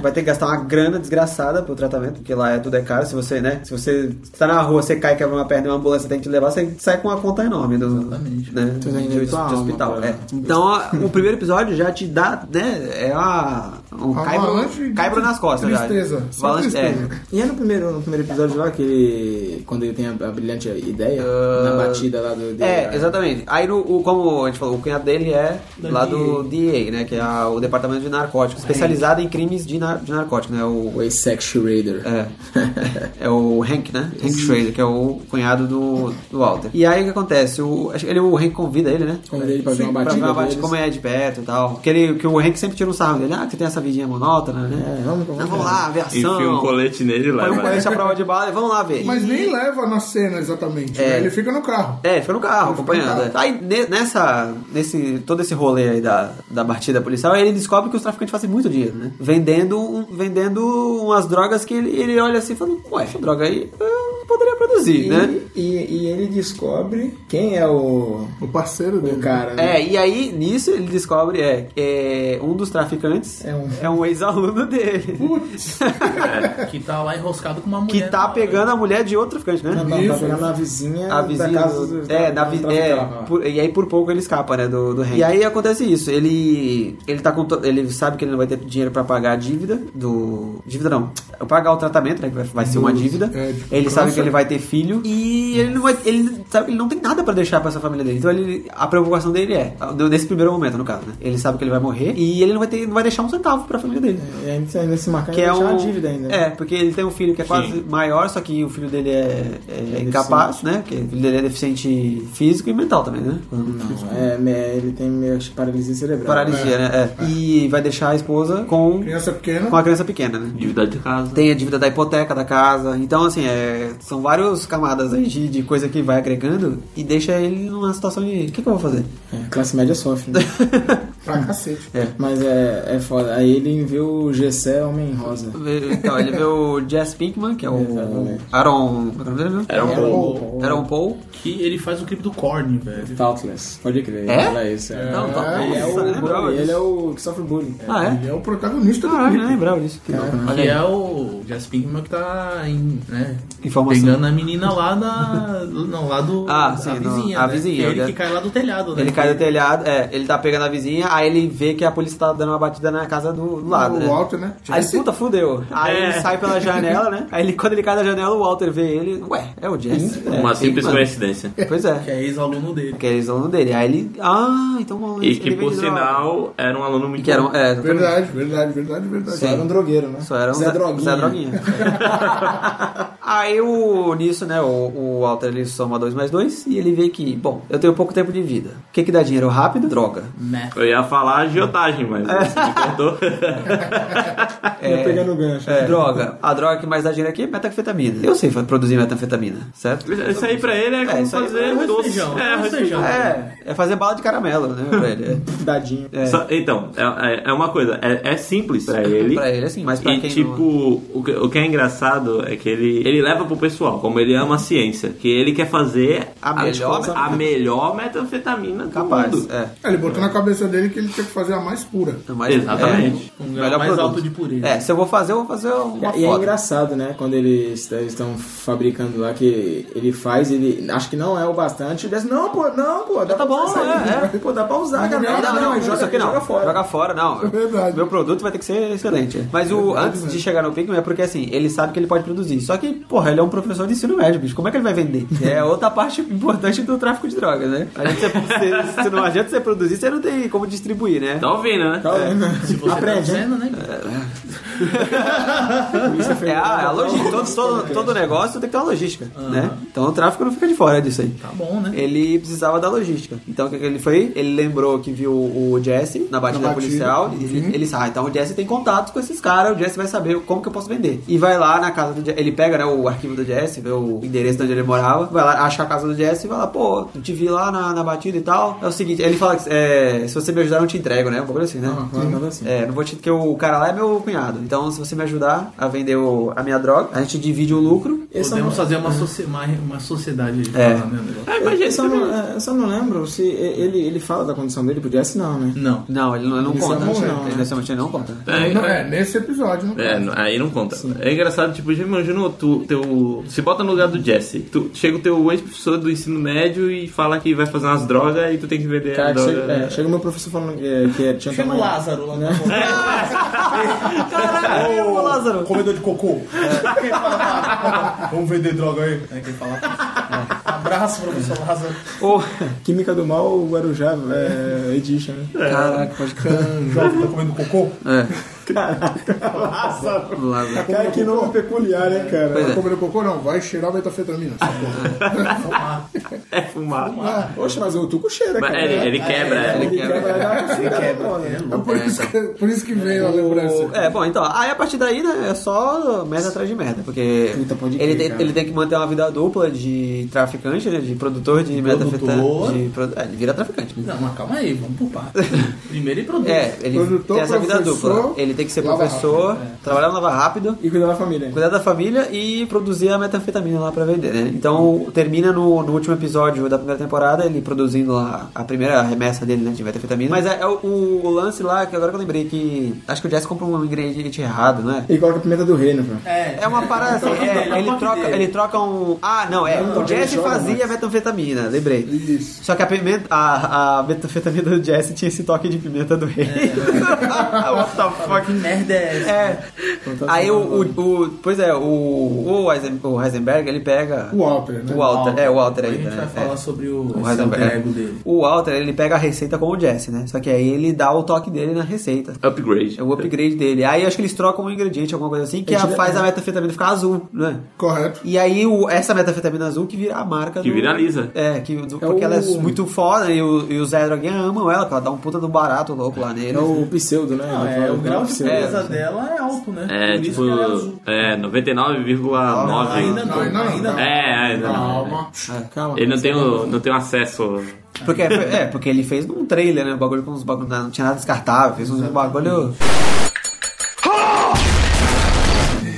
Speaker 1: vai ter que gastar uma grana desgraçada pro tratamento, porque lá é tudo é caro. Se você, né? Se você tá na rua, você cai, quebra uma perna e uma ambulância tem que te levar, você sai com uma conta enorme do,
Speaker 3: Exatamente.
Speaker 1: né,
Speaker 2: Tu vem
Speaker 1: de,
Speaker 2: da tua
Speaker 1: de
Speaker 2: alma
Speaker 1: hospital.
Speaker 2: pra-
Speaker 1: é. Então a- o primeiro episódio já te dá, né? É uma, Um
Speaker 5: Avalanche
Speaker 1: caibro,
Speaker 5: de
Speaker 1: caibro nas costas, já.
Speaker 5: tristeza, só
Speaker 1: Avalanche,
Speaker 5: tristeza.
Speaker 1: é.
Speaker 2: E é no primeiro, no primeiro episódio lá que ele. Quando ele tem a, a brilhante ideia, na batida lá do. do-
Speaker 1: É, exatamente. Aí, no, o- como a gente falou, o cunhado dele é lá do DEA, né? Que é a- o Departamento de Narcóticos, especializado em crimes de, nar, de narcótico, né? O,
Speaker 2: O Asex Raider.
Speaker 1: É. [laughs] é o Hank, né? Hank Schrader, que é o cunhado do, do Walter. E aí o que acontece? O, acho que ele, o Hank convida ele, né?
Speaker 2: Convida ele pra ver uma
Speaker 1: Pra ver
Speaker 2: batida
Speaker 1: uma batida
Speaker 2: deles.
Speaker 1: como é de perto e tal. Que, ele, que o Hank sempre tira um sarro dele. Ah, que tem essa vidinha monótona, né?
Speaker 2: É, vamos-
Speaker 1: Então, vamos lá, aviação.
Speaker 4: Enfia um colete nele
Speaker 1: Põe
Speaker 4: e
Speaker 1: um
Speaker 4: leva. né?
Speaker 1: colete à prova de bala e vamos lá ver.
Speaker 5: Mas nem leva na cena exatamente. né? Ele fica no carro.
Speaker 1: É, ele foi no carro,
Speaker 5: Ele foi no
Speaker 1: acompanhando. é. Aí, ne- nessa, nesse, todo esse rolê aí da, da batida policial, ele descobre que os traficantes fazem muito dinheiro, né? Vendendo, um- vendendo umas drogas que ele, ele olha assim e fala, ué, essa droga aí eu poderia produzir,
Speaker 2: E,
Speaker 1: né?
Speaker 2: e- e ele descobre quem é o.
Speaker 5: O parceiro dele.
Speaker 2: O cara. né?
Speaker 1: É, e aí, nisso, ele descobre, é, é um dos traficantes
Speaker 2: É um-
Speaker 1: ex-aluno dele.
Speaker 3: Que tá lá enroscado com uma mulher.
Speaker 1: [laughs] é. que tá pegando a mulher de outro traficante, né?
Speaker 2: Não, não, tá
Speaker 5: Isso.
Speaker 2: pegando a vizinha,
Speaker 1: A vizinha
Speaker 2: da
Speaker 1: do-
Speaker 2: casa do,
Speaker 1: é,
Speaker 2: da-
Speaker 1: da
Speaker 2: do
Speaker 1: vi-
Speaker 2: traficante
Speaker 1: é,
Speaker 2: lá.
Speaker 1: por- e aí por pouco ele escapa, né, do, do Hank. E aí acontece isso, ele ele tá com to- ele sabe que ele não vai ter dinheiro pra pagar a dívida do dívida não, pagar o tratamento, né, que vai, vai ser uma dívida.
Speaker 5: é, de
Speaker 1: ele sabe
Speaker 5: câncer.
Speaker 1: que ele vai ter filho e ele não vai ele sabe que ele não tem nada pra deixar pra essa família dele. Então ele a preocupação dele é, nesse primeiro momento no caso, né? Ele sabe que ele vai morrer e ele não vai ter não vai deixar um centavo pra família dele.
Speaker 2: E ainda, ainda se marcar
Speaker 1: Que
Speaker 2: e
Speaker 1: é
Speaker 2: deixar
Speaker 1: um...
Speaker 2: a dívida ainda. né?
Speaker 1: É, porque ele tem um filho que é quase maior, só que o filho dele é, é incapaz, né? Porque o filho dele é deficiente físico e mental também, né?
Speaker 2: Não, é, né, ele tem meio que paralisia cerebral.
Speaker 1: Paralisia, né? É. E vai deixar a esposa com,
Speaker 5: Criança pequena.
Speaker 1: com a criança pequena, né?
Speaker 4: Dívida de
Speaker 2: Uhum.
Speaker 4: casa.
Speaker 1: Tem a dívida da hipoteca da casa. Então, assim, é, são várias camadas aí de, de coisa que vai agregando e deixa ele numa situação de: o que, que eu vou fazer?
Speaker 2: É, classe média sofre, né?
Speaker 5: Pra cacete.
Speaker 2: Mas é, é foda. Aí ele vê o Gessé Homem Rosa.
Speaker 1: Então, ele vê o Jess Pinkman, que é o
Speaker 2: Exatamente.
Speaker 1: Aaron. Como é que é o nome dele mesmo?
Speaker 4: Era um pouco.
Speaker 1: Aaron Paul.
Speaker 3: Que ele faz o clipe do Korn, velho.
Speaker 2: Thoughtless. Pode crer.
Speaker 1: É?
Speaker 2: Ela é isso. É.
Speaker 1: Não, tá.
Speaker 2: Ele é,
Speaker 1: Nossa, eu
Speaker 2: o,
Speaker 1: lembrava
Speaker 2: bully,
Speaker 1: disso.
Speaker 2: ele é o que sofre bullying.
Speaker 1: Ah, é?
Speaker 5: Ele é o protagonista do
Speaker 1: Caralho,
Speaker 5: clipe.
Speaker 1: não lembrava disso. Que louco, Ah, né?
Speaker 3: Que
Speaker 1: Olha aí.
Speaker 3: é o Jess Pinkman que tá em, né,
Speaker 1: Informação.
Speaker 3: pegando a menina lá da. Não, lá do.
Speaker 1: Tá Ah,
Speaker 3: da
Speaker 1: sim, no-
Speaker 3: vizinha.
Speaker 1: a
Speaker 3: né?
Speaker 1: vizinha,
Speaker 3: Que é ele
Speaker 1: eu-
Speaker 3: que cai lá do telhado, né?
Speaker 1: Ele cai do telhado, é, ele tá pegando a vizinha, aí ele vê que a polícia tá dando uma batida na casa do, do lado,
Speaker 5: O
Speaker 1: né?
Speaker 5: Walter, né?
Speaker 1: Aí ele, puta, fudeu. Aí
Speaker 4: É.
Speaker 1: ele sai pela janela, né? Aí ele, quando ele cai da janela, o Walter vê ele, ué, é o Jess. É,
Speaker 4: Uma
Speaker 1: é,
Speaker 4: simples
Speaker 1: mano.
Speaker 4: coincidência.
Speaker 1: Pois
Speaker 3: Que
Speaker 1: é.
Speaker 3: é ex-aluno dele.
Speaker 1: Que é eles vão dele. Aí ele, ah, então
Speaker 4: E
Speaker 1: ele
Speaker 4: que,
Speaker 1: vem
Speaker 4: por
Speaker 1: de droga.
Speaker 4: sinal, era um aluno muito
Speaker 1: Que era, um- é, exatamente.
Speaker 5: Verdade, verdade, verdade, verdade.
Speaker 2: Só era um drogueiro, né?
Speaker 1: Só era um
Speaker 2: Zé Droguinha.
Speaker 1: Zé Droguinha. [laughs] Aí o, nisso, né, o, o Walter ele soma dois mais dois e ele vê que, bom, eu tenho pouco tempo de vida. O que que dá dinheiro rápido? Droga.
Speaker 3: Né?
Speaker 4: Eu ia falar agiotagem, mas você me cortou.
Speaker 2: Tá pegando o gancho.
Speaker 1: É. Droga. A droga que mais dá dinheiro aqui é metanfetamina. Eu sei fa- produzir metanfetamina, certo?
Speaker 4: Isso aí pra ele é como
Speaker 1: isso aí é
Speaker 4: fazer
Speaker 1: arroz
Speaker 4: doce.
Speaker 3: feijão,
Speaker 4: É, arroz
Speaker 3: arroz
Speaker 4: feijão.
Speaker 1: É, é fazer bala de caramelo, né, pra ele.
Speaker 2: Dadinho.
Speaker 1: É.
Speaker 4: Só- então, é, é- é uma coisa, é, é simples pra ele.
Speaker 1: Pra ele, assim, mas pra
Speaker 4: e,
Speaker 1: quem
Speaker 4: tipo, o, que, o que é engraçado é que ele, ele leva pro pessoal, como ele ama a ciência, que ele quer fazer
Speaker 1: A melhor
Speaker 4: tipo, a
Speaker 1: metanfetamina.
Speaker 4: melhor metanfetamina do
Speaker 1: não... Capaz,
Speaker 4: mundo.
Speaker 1: é.
Speaker 5: É, Ele botou na cabeça dele que ele tinha que fazer a mais pura.
Speaker 1: Mas,
Speaker 4: Exatamente.
Speaker 1: é,
Speaker 3: Um grau mais alto de pureza.
Speaker 1: É, se eu vou fazer, eu vou fazer
Speaker 2: E
Speaker 1: uma
Speaker 2: e é
Speaker 1: foto.
Speaker 2: engraçado, né? Quando eles eles estão fabricando lá, que ele faz, ele acho que não é o bastante. Ele diz, não, pô, não, pô, dá
Speaker 1: Tá
Speaker 2: pra
Speaker 1: bom,
Speaker 2: usar isso
Speaker 1: é,
Speaker 2: aí. Pô, dá pra usar, galera.
Speaker 1: Não, não, não,
Speaker 2: joga,
Speaker 1: isso aqui não.
Speaker 2: joga fora.
Speaker 1: Joga fora, não.
Speaker 5: Verdade.
Speaker 1: Meu produto vai ter que ser excelente. Mas o, antes de chegar no Pikmin é porque assim, ele sabe que ele pode produzir. Só que, porra, ele é um professor de ensino médio, bicho. Como é que ele vai vender? É outra parte importante do tráfico de drogas, né? A gente, se, se não adianta você produzir, você não tem como distribuir, né?
Speaker 4: Tá ouvindo, né?
Speaker 2: Calma aí, né?
Speaker 1: [laughs]
Speaker 3: Você tá
Speaker 2: Aprende, hein?
Speaker 3: dizendo, né?
Speaker 1: É a, é a logística. Todo, todo, todo negócio tem que ter uma logística, né? Então o tráfico não fica de fora disso aí.
Speaker 3: Tá bom, né?
Speaker 1: Ele precisava da logística. Então o que que ele foi? Ele lembrou que viu o Jesse na batida,
Speaker 5: Na batida.
Speaker 1: policial. E ele, ele disse, ah, então o Jesse tem contato com esses caras, o Jesse vai saber como que eu posso vender. E vai lá na casa do Jesse. Ele pega né, o arquivo do Jesse, vê o endereço de onde ele morava, vai lá, acha a casa do Jesse e vai lá, pô, eu te vi lá na, na batida e tal. É o seguinte, ele fala que é, se você me ajudar, eu não te entrego, né? Um bagulho assim, né?
Speaker 2: Nada assim.
Speaker 1: É, não vou te. Porque o cara lá é meu cunhado. Então, se você me ajudar a vender o- a minha droga, a gente divide o lucro.
Speaker 2: Esse
Speaker 3: Podemos
Speaker 2: é um-
Speaker 3: fazer uma, socie- uma, uma sociedade de
Speaker 1: É.
Speaker 3: falar, né, o negócio.
Speaker 4: Ah,
Speaker 2: Eu
Speaker 4: imagina,
Speaker 2: só, não, é, eu só não lembro se e- ele, ele fala da condição dele pro Jesse, não, né?
Speaker 3: Não.
Speaker 1: Não, ele não, ele não
Speaker 2: Isso é
Speaker 1: conta.
Speaker 2: bom, não,
Speaker 1: Ele
Speaker 2: né?
Speaker 1: necessariamente não conta.
Speaker 4: É,
Speaker 5: Não, é, nesse episódio, não
Speaker 4: É, não- aí não conta. É engraçado, tipo, já imaginou tu, teu. Se bota no lugar do Jesse. Tu chega o teu ex-professor do ensino médio e fala que vai fazer umas drogas e tu tem que vender
Speaker 2: Cara,
Speaker 4: a
Speaker 2: que
Speaker 4: droga.
Speaker 2: chega, é, chega o meu professor falando que, que tinha
Speaker 9: Chega o
Speaker 2: tamanho.
Speaker 9: Lázaro lá, né?
Speaker 1: Caralho, ô, Lázaro!
Speaker 9: Comedor de cocô. Quem fala, Vamos vender droga aí. É, quem fala. Abraço, professor Lázaro.
Speaker 2: Química do Mal, o Guarujá é, Edition, né?
Speaker 1: Caraca, pode
Speaker 9: Jovem tá comendo cocô.
Speaker 1: Lázaro.
Speaker 2: Cara, que nome peculiar, né,
Speaker 1: É,
Speaker 2: cara?
Speaker 5: Não comeu cocô, não. Vai cheirar metanfetamina. essa porra.
Speaker 4: [laughs] É fumar.
Speaker 2: Poxa, mas o Tuco cheira,
Speaker 4: Mas
Speaker 2: cara. É,
Speaker 4: ele, ele quebra.
Speaker 1: Ele
Speaker 2: Ele quebra,
Speaker 1: quebra.
Speaker 2: ele quebra.
Speaker 5: É por, isso que, por isso que veio a lembrança.
Speaker 1: É, bom, então, aí a partir daí, né, é só merda atrás de merda, porque
Speaker 2: Puta, pode
Speaker 1: ele,
Speaker 2: crer,
Speaker 1: tem,
Speaker 2: cara.
Speaker 1: ele tem que manter uma vida dupla de traficante, né, de produtor de metanfetamina. De, produ- é, ele vira traficante, né?
Speaker 3: Não, mas calma aí, vamos por
Speaker 1: [laughs]
Speaker 3: partes. Primeiro ele produz.
Speaker 1: É, ele
Speaker 5: Produtor,
Speaker 1: tem essa vida
Speaker 5: professor,
Speaker 1: dupla. Ele tem que ser
Speaker 5: lava
Speaker 1: professor, trabalhar no Lava Rápido,
Speaker 2: E cuidar da família.
Speaker 1: cuidar da família e produzir a metanfetamina lá pra vender, né? Então termina no, no último episódio da primeira temporada, ele produzindo lá a primeira remessa dele, né, de metanfetamina. Mas é, é o, o- o lance lá, que agora que eu lembrei, que acho que o Jesse compra um ingrediente errado, não é?
Speaker 2: Ele coloca pimenta do reino, cara.
Speaker 1: É uma parada assim,
Speaker 2: Então,
Speaker 3: troca-
Speaker 1: é,
Speaker 3: ele é
Speaker 1: ele,
Speaker 3: um
Speaker 1: troca,
Speaker 3: papineiro.
Speaker 1: ele troca um. Ah, não, é.
Speaker 2: Não,
Speaker 1: o Jesse
Speaker 2: Então, ele joga
Speaker 1: fazia
Speaker 2: mais.
Speaker 1: metanfetamina, lembrei.
Speaker 5: Isso.
Speaker 1: Só que a pimenta. A, a metanfetamina do Jesse tinha esse toque de pimenta do rei. [laughs]
Speaker 2: É. [laughs]
Speaker 1: What the fuck?
Speaker 3: Que merda é essa?
Speaker 1: É.
Speaker 2: tá
Speaker 1: Aí o, o, o- Pois é, o. O, Eisen- o Heisenberg, ele pega.
Speaker 5: O Walter, né?
Speaker 1: O Walter, é, o Walter
Speaker 3: A
Speaker 1: ainda.
Speaker 3: gente vai
Speaker 1: né?
Speaker 3: falar
Speaker 1: É.
Speaker 3: sobre o,
Speaker 1: O é-
Speaker 3: esse alter
Speaker 1: Heisenberg.
Speaker 3: ego dele.
Speaker 1: O Walter, ele pega a receita com o Jesse, né? Só que aí ele dá o toque dele na receita.
Speaker 4: Upgrade.
Speaker 1: É o upgrade dele. Aí acho que eles trocam um ingrediente, alguma coisa assim, que
Speaker 2: Ele tira-
Speaker 1: faz
Speaker 3: é.
Speaker 1: a metanfetamina ficar azul, né?
Speaker 5: Correto.
Speaker 1: E aí o- essa metanfetamina azul que vira a marca
Speaker 4: Que
Speaker 1: do-
Speaker 4: viraliza.
Speaker 1: É, que, do- porque ela é
Speaker 2: o-
Speaker 1: muito foda e, o, e os Edrogan amam ela, que ela dá um puta do barato louco lá nele.
Speaker 2: É o pseudo, né?
Speaker 9: Não, é, o grau de
Speaker 2: pseudo.
Speaker 9: pureza dela é alto, né?
Speaker 4: É,
Speaker 9: Por
Speaker 4: tipo.
Speaker 9: isso que ela é azul.
Speaker 4: É,
Speaker 2: Não, não, ainda
Speaker 4: 99,9.
Speaker 5: Não, ainda não.
Speaker 9: Ainda não.
Speaker 4: É, é, não.
Speaker 5: Calma.
Speaker 2: Ah, Calma.
Speaker 4: Ele não tem, o, não tem o acesso.
Speaker 1: Porque, é, porque ele fez um trailer, né? Um bagulho com uns bagulho. Não tinha nada descartável, fez uns bagulho.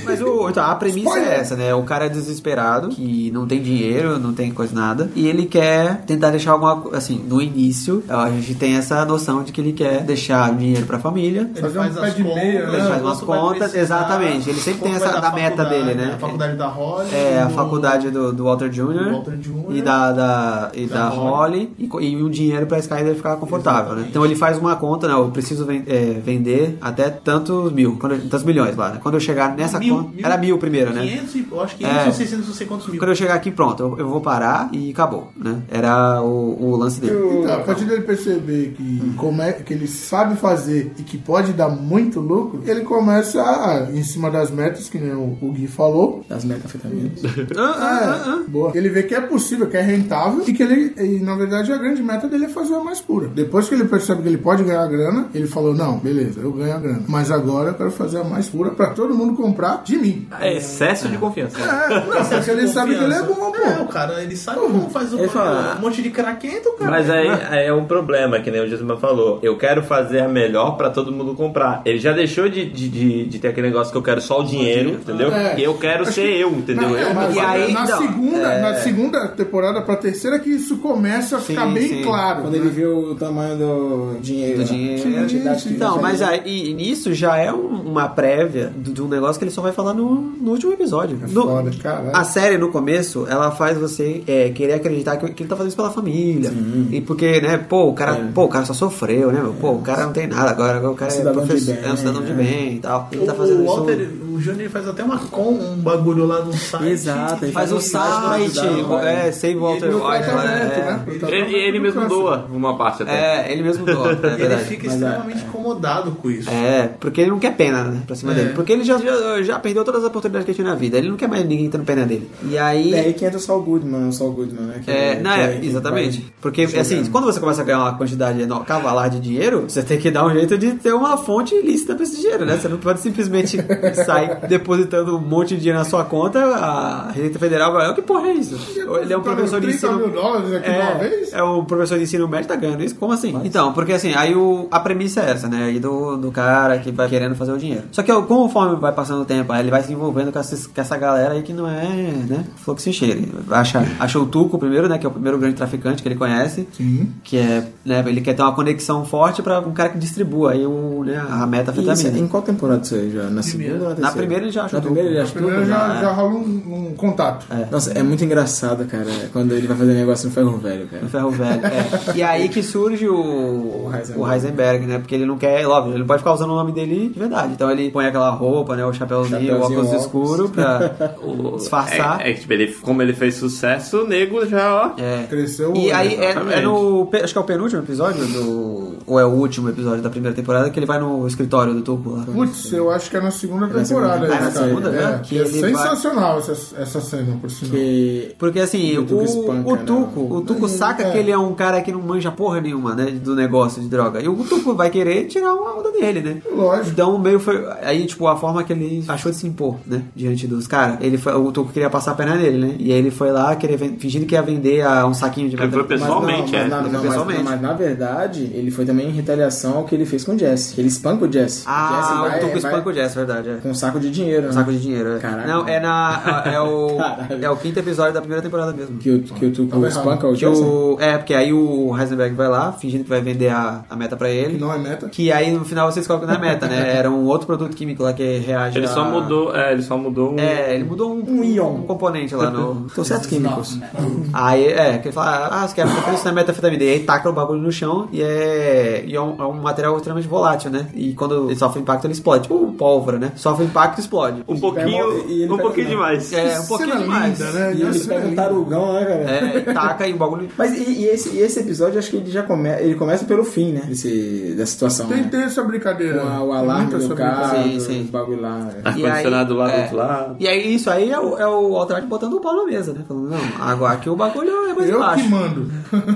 Speaker 1: Mas o, então, a premissa é essa, né? O cara é desesperado, que não tem dinheiro, não tem coisa nada, e ele quer tentar deixar alguma coisa. Assim, no início, a gente tem essa noção de que ele quer deixar dinheiro pra família.
Speaker 9: Ele
Speaker 5: Fazer um
Speaker 9: faz
Speaker 5: pé
Speaker 9: as
Speaker 5: de meia,
Speaker 9: contas,
Speaker 5: né?
Speaker 1: Ele faz
Speaker 9: quanto
Speaker 1: umas
Speaker 9: vai
Speaker 1: contas,
Speaker 9: precisar,
Speaker 1: exatamente. Ele sempre
Speaker 9: quanto
Speaker 1: tem essa-
Speaker 9: vai dar
Speaker 1: da meta
Speaker 9: faculdade,
Speaker 1: dele, né?
Speaker 9: A faculdade da Holly.
Speaker 1: É, a
Speaker 9: do-
Speaker 1: faculdade do, do Walter Jr.
Speaker 9: Walter Jr.
Speaker 1: e da, da, e da, Holly, e, co- e um dinheiro pra Skyler ficar confortável, né? Então ele faz uma conta, né? Eu preciso ven- é, vender até tantos mil, quando eu- tantos milhões lá, né? Quando eu chegar nessa
Speaker 3: Mil-
Speaker 1: conta.
Speaker 3: mil-
Speaker 1: era mil primeiro, né?
Speaker 3: 500, e- eu acho que
Speaker 1: É.
Speaker 3: 500 ou 600, não sei quantos mil.
Speaker 1: Quando eu chegar aqui, pronto, eu, eu vou parar e acabou, né? Era o, o lance dele.
Speaker 5: Então, a partir dele perceber que, como é, que ele sabe fazer e que pode dar muito lucro, ele começa a, em cima das metas, que nem o, o Gui falou.
Speaker 2: Das metanfetaminas.
Speaker 5: É, boa. Ele vê que é possível, que é rentável e que ele, e, na verdade, a grande meta dele é fazer a mais pura. Depois que ele percebe que ele pode ganhar grana, ele falou: Não, beleza, eu ganho a grana, mas agora eu quero fazer a mais pura pra todo mundo comprar de mim.
Speaker 4: É excesso de confiança.
Speaker 5: É, não, porque ele sabe que ele é bom, pô.
Speaker 3: É, o cara, ele sabe como faz o
Speaker 2: Ele fala,
Speaker 3: um monte de craquento, cara.
Speaker 4: Mas aí, aí é um problema, que nem o Gisman falou. Eu quero fazer a melhor pra todo mundo comprar. Ele já deixou de, de, de, de ter aquele negócio que eu quero só o dinheiro, entendeu?
Speaker 5: É.
Speaker 4: E eu quero ser eu, entendeu?
Speaker 5: Na,
Speaker 4: Eu-
Speaker 5: é, mas
Speaker 1: E aí,
Speaker 5: na
Speaker 1: então,
Speaker 5: segunda, na segunda temporada pra terceira que isso começa a ficar
Speaker 1: Sim,
Speaker 5: bem
Speaker 1: sim.
Speaker 5: claro.
Speaker 2: Ah,
Speaker 5: né?
Speaker 2: Quando ele viu o tamanho do dinheiro.
Speaker 1: do
Speaker 2: né?
Speaker 1: dinheiro.
Speaker 2: A quantidade que
Speaker 1: Então,
Speaker 2: ele
Speaker 1: mas
Speaker 2: fazia.
Speaker 1: aí e nisso já é um- uma prévia do- de um negócio que ele só vai falar no, no último episódio.
Speaker 2: É
Speaker 1: No-
Speaker 5: foda, caralho.
Speaker 1: a série, no começo, ela faz você é, querer acreditar que, que ele tá fazendo isso pela família. E porque, né, pô, o cara, pô, o cara só sofreu, né? meu? Pô, o cara não tem nada agora, agora o cara é,
Speaker 2: Cidadão de
Speaker 1: professor,
Speaker 2: bem,
Speaker 1: é um cidadão de
Speaker 2: é.
Speaker 1: bem e tal. Ele
Speaker 3: o,
Speaker 1: tá fazendo
Speaker 3: o Walter,
Speaker 1: isso.
Speaker 3: o Júnior ele faz até uma com, um bagulho lá no site.
Speaker 2: Exato, ele
Speaker 1: Faz um
Speaker 2: pra
Speaker 1: site,
Speaker 2: ajudar,
Speaker 1: é, Save Walter
Speaker 5: No
Speaker 1: White.
Speaker 5: tratamento,
Speaker 1: é.
Speaker 5: né? No tratamento
Speaker 4: Ele, ele
Speaker 5: do
Speaker 4: mesmo
Speaker 5: câncer.
Speaker 4: doa uma parte até.
Speaker 1: É, ele mesmo doa, é
Speaker 3: E [laughs] ele
Speaker 1: verdade.
Speaker 3: fica extremamente incomodado com isso.
Speaker 1: É, porque ele não quer pena, né, pra cima
Speaker 3: É.
Speaker 1: dele. Porque ele já, já, já perdeu todas as oportunidades que ele tinha na vida. Ele não quer mais ninguém tendo pena dele. E aí.
Speaker 2: E aí que entra o Saul Goodman, o Saul Goodman, né? Que
Speaker 1: É, não, é,
Speaker 2: que-
Speaker 1: exatamente.
Speaker 2: que-
Speaker 1: Porque, assim, quando você começa a ganhar uma quantidade eno- cavalar né?
Speaker 2: [laughs]
Speaker 1: de dinheiro, você tem que dar um jeito de ter uma fonte ilícita pra esse dinheiro, né? Você não pode simplesmente vai depositando um monte de dinheiro na sua conta, a Receita Federal vai, "Ah, que porra é isso? Ele é um professor de
Speaker 5: 30 tá mil
Speaker 1: ensino...
Speaker 5: dólares aqui de uma vez?
Speaker 1: É, é um professor de ensino médio tá ganhando isso? Como assim? Então, porque assim, aí o- a premissa é essa, né? Aí do, do cara que vai querendo fazer o dinheiro. Só que ó, conforme vai passando o tempo, aí ele vai se envolvendo com, esses- com essa galera aí que não é, né? Falou que se encheire. Acha, acha o Tuco primeiro, né? Que é o primeiro grande traficante que ele conhece. Que é, né? Ele quer ter uma conexão forte pra um cara que distribua aí o, né, a
Speaker 2: E isso, em
Speaker 1: metafetamina.
Speaker 2: qual temporada isso aí já? Na segunda ou na terceira?
Speaker 1: Na primeira ele já acha
Speaker 2: Na
Speaker 1: o
Speaker 2: primeira
Speaker 1: Tuco.
Speaker 2: ele acha
Speaker 5: Primeiro
Speaker 2: tudo,
Speaker 5: já,
Speaker 2: né?
Speaker 5: já rola um, um contato.
Speaker 2: Nossa, é muito engraçado, cara, quando ele vai fazer um negócio no ferro velho, cara.
Speaker 1: No ferro velho. é. E aí que surge o, o, Heisenberg.
Speaker 2: Heisenberg.
Speaker 1: né? Porque ele não quer, óbvio, ele não pode ficar usando o nome dele de verdade. Então ele põe aquela roupa, né? O chapéuzinho, o
Speaker 2: Chapéuzinho,
Speaker 1: óculos
Speaker 2: óculos.
Speaker 1: escuro
Speaker 2: [laughs]
Speaker 1: pra
Speaker 4: O-
Speaker 1: disfarçar.
Speaker 4: É, é que, tipo, ele, como ele fez sucesso, o nego já, ó.
Speaker 1: É.
Speaker 5: Cresceu
Speaker 1: E aí é,
Speaker 4: exatamente.
Speaker 1: é no. pe- Acho que é o penúltimo episódio do. Ou é o último episódio da primeira temporada que ele vai no escritório do Turco lá.
Speaker 5: Putz, eu acho que é na segunda
Speaker 2: na segunda.
Speaker 5: temporada.
Speaker 1: Ah, na
Speaker 5: esse cara.
Speaker 1: segunda,
Speaker 5: é,
Speaker 1: né?
Speaker 5: que
Speaker 1: Que
Speaker 5: é
Speaker 1: ele vai-
Speaker 5: sensacional essa, essa cena, por sinal.
Speaker 2: Porque
Speaker 1: Porque assim, o,
Speaker 2: O Tuco
Speaker 1: o,
Speaker 2: espanca, né?
Speaker 1: Tuco, o Tuco saca
Speaker 5: é.
Speaker 1: que ele é um cara que não manja porra nenhuma, né? Do negócio de droga. E o Tuco vai querer tirar uma onda dele, né?
Speaker 5: Lógico.
Speaker 1: Então meio foi. Aí, tipo, a forma que ele achou de se impor, né? Diante dos caras. Ele foi. O Tuco queria passar a perna nele, né? E aí ele foi lá querer ven- fingindo que ia vender a- um saquinho de
Speaker 4: Ele foi
Speaker 1: meta-
Speaker 2: Mas
Speaker 4: pessoalmente,
Speaker 2: não,
Speaker 4: é.
Speaker 2: mas na-
Speaker 1: Ele foi
Speaker 2: não, mas-
Speaker 1: pessoalmente.
Speaker 2: mas na verdade, ele foi também em retaliação ao que ele fez com o Jesse. Ele espanca o Jesse.
Speaker 1: Ah,
Speaker 2: o Jesse
Speaker 1: o Tuco
Speaker 2: vai- vai
Speaker 1: espanca o Jess, verdade. É.
Speaker 2: Com um saco de dinheiro,
Speaker 1: Um
Speaker 2: né?
Speaker 1: saco de dinheiro. É.
Speaker 2: Caraca.
Speaker 1: Não, é na. É o,
Speaker 2: Caralho.
Speaker 1: é o quinto episódio da primeira temporada mesmo.
Speaker 2: Que o, que o Tuco espanca o
Speaker 1: Que
Speaker 2: Jesse.
Speaker 1: o, é, porque aí o Heisenberg vai lá, fingindo que vai vender a, a meta pra ele.
Speaker 5: Que não é meta.
Speaker 1: Que aí no final vocês colocam na meta, né? Era um outro produto químico lá que reage.
Speaker 4: Ele
Speaker 1: a-
Speaker 4: só mudou, é, ele só mudou um-
Speaker 1: É, ele mudou um,
Speaker 2: Um íon.
Speaker 1: um componente lá
Speaker 2: [laughs]
Speaker 1: no.
Speaker 2: São certos químicos.
Speaker 1: né? Aí é, que ele fala, ah, você quer fazer isso na metafetamina. E aí taca o bagulho no chão e é. E é um, é um material extremamente volátil, né? E quando ele sofre impacto, ele explode. Tipo pólvora, né? Sofre impacto e explode.
Speaker 4: Um pouquinho,
Speaker 2: E ele
Speaker 4: um
Speaker 2: pega-
Speaker 4: pouquinho
Speaker 2: não.
Speaker 4: demais. [laughs]
Speaker 1: É, um pouquinho
Speaker 5: Cena
Speaker 1: demais.
Speaker 5: linda, né?
Speaker 2: E eles
Speaker 5: Cena
Speaker 2: pegam um
Speaker 5: linda.
Speaker 2: tarugão, né, cara?
Speaker 1: É, e taca e o bagulho
Speaker 2: Mas e, e esse, e esse episódio, acho que ele já come, ele começa pelo fim, né? Desse, dessa situação,
Speaker 5: Tem,
Speaker 2: né?
Speaker 5: tem essa brincadeira.
Speaker 2: Com a- o
Speaker 5: Tem
Speaker 2: alarme
Speaker 5: muita
Speaker 2: do
Speaker 5: essa brincadeira.
Speaker 2: carro,
Speaker 1: Sim, sim.
Speaker 2: os bagulho lá. né?
Speaker 1: E aí-
Speaker 4: Ar-condicionado lá do
Speaker 1: é.
Speaker 4: outro lado.
Speaker 1: E aí, isso aí é o, é o Alterati botando o pau na mesa, né? Falando, não, agora aqui o bagulho é mais
Speaker 5: Eu
Speaker 1: baixo.
Speaker 5: que mando.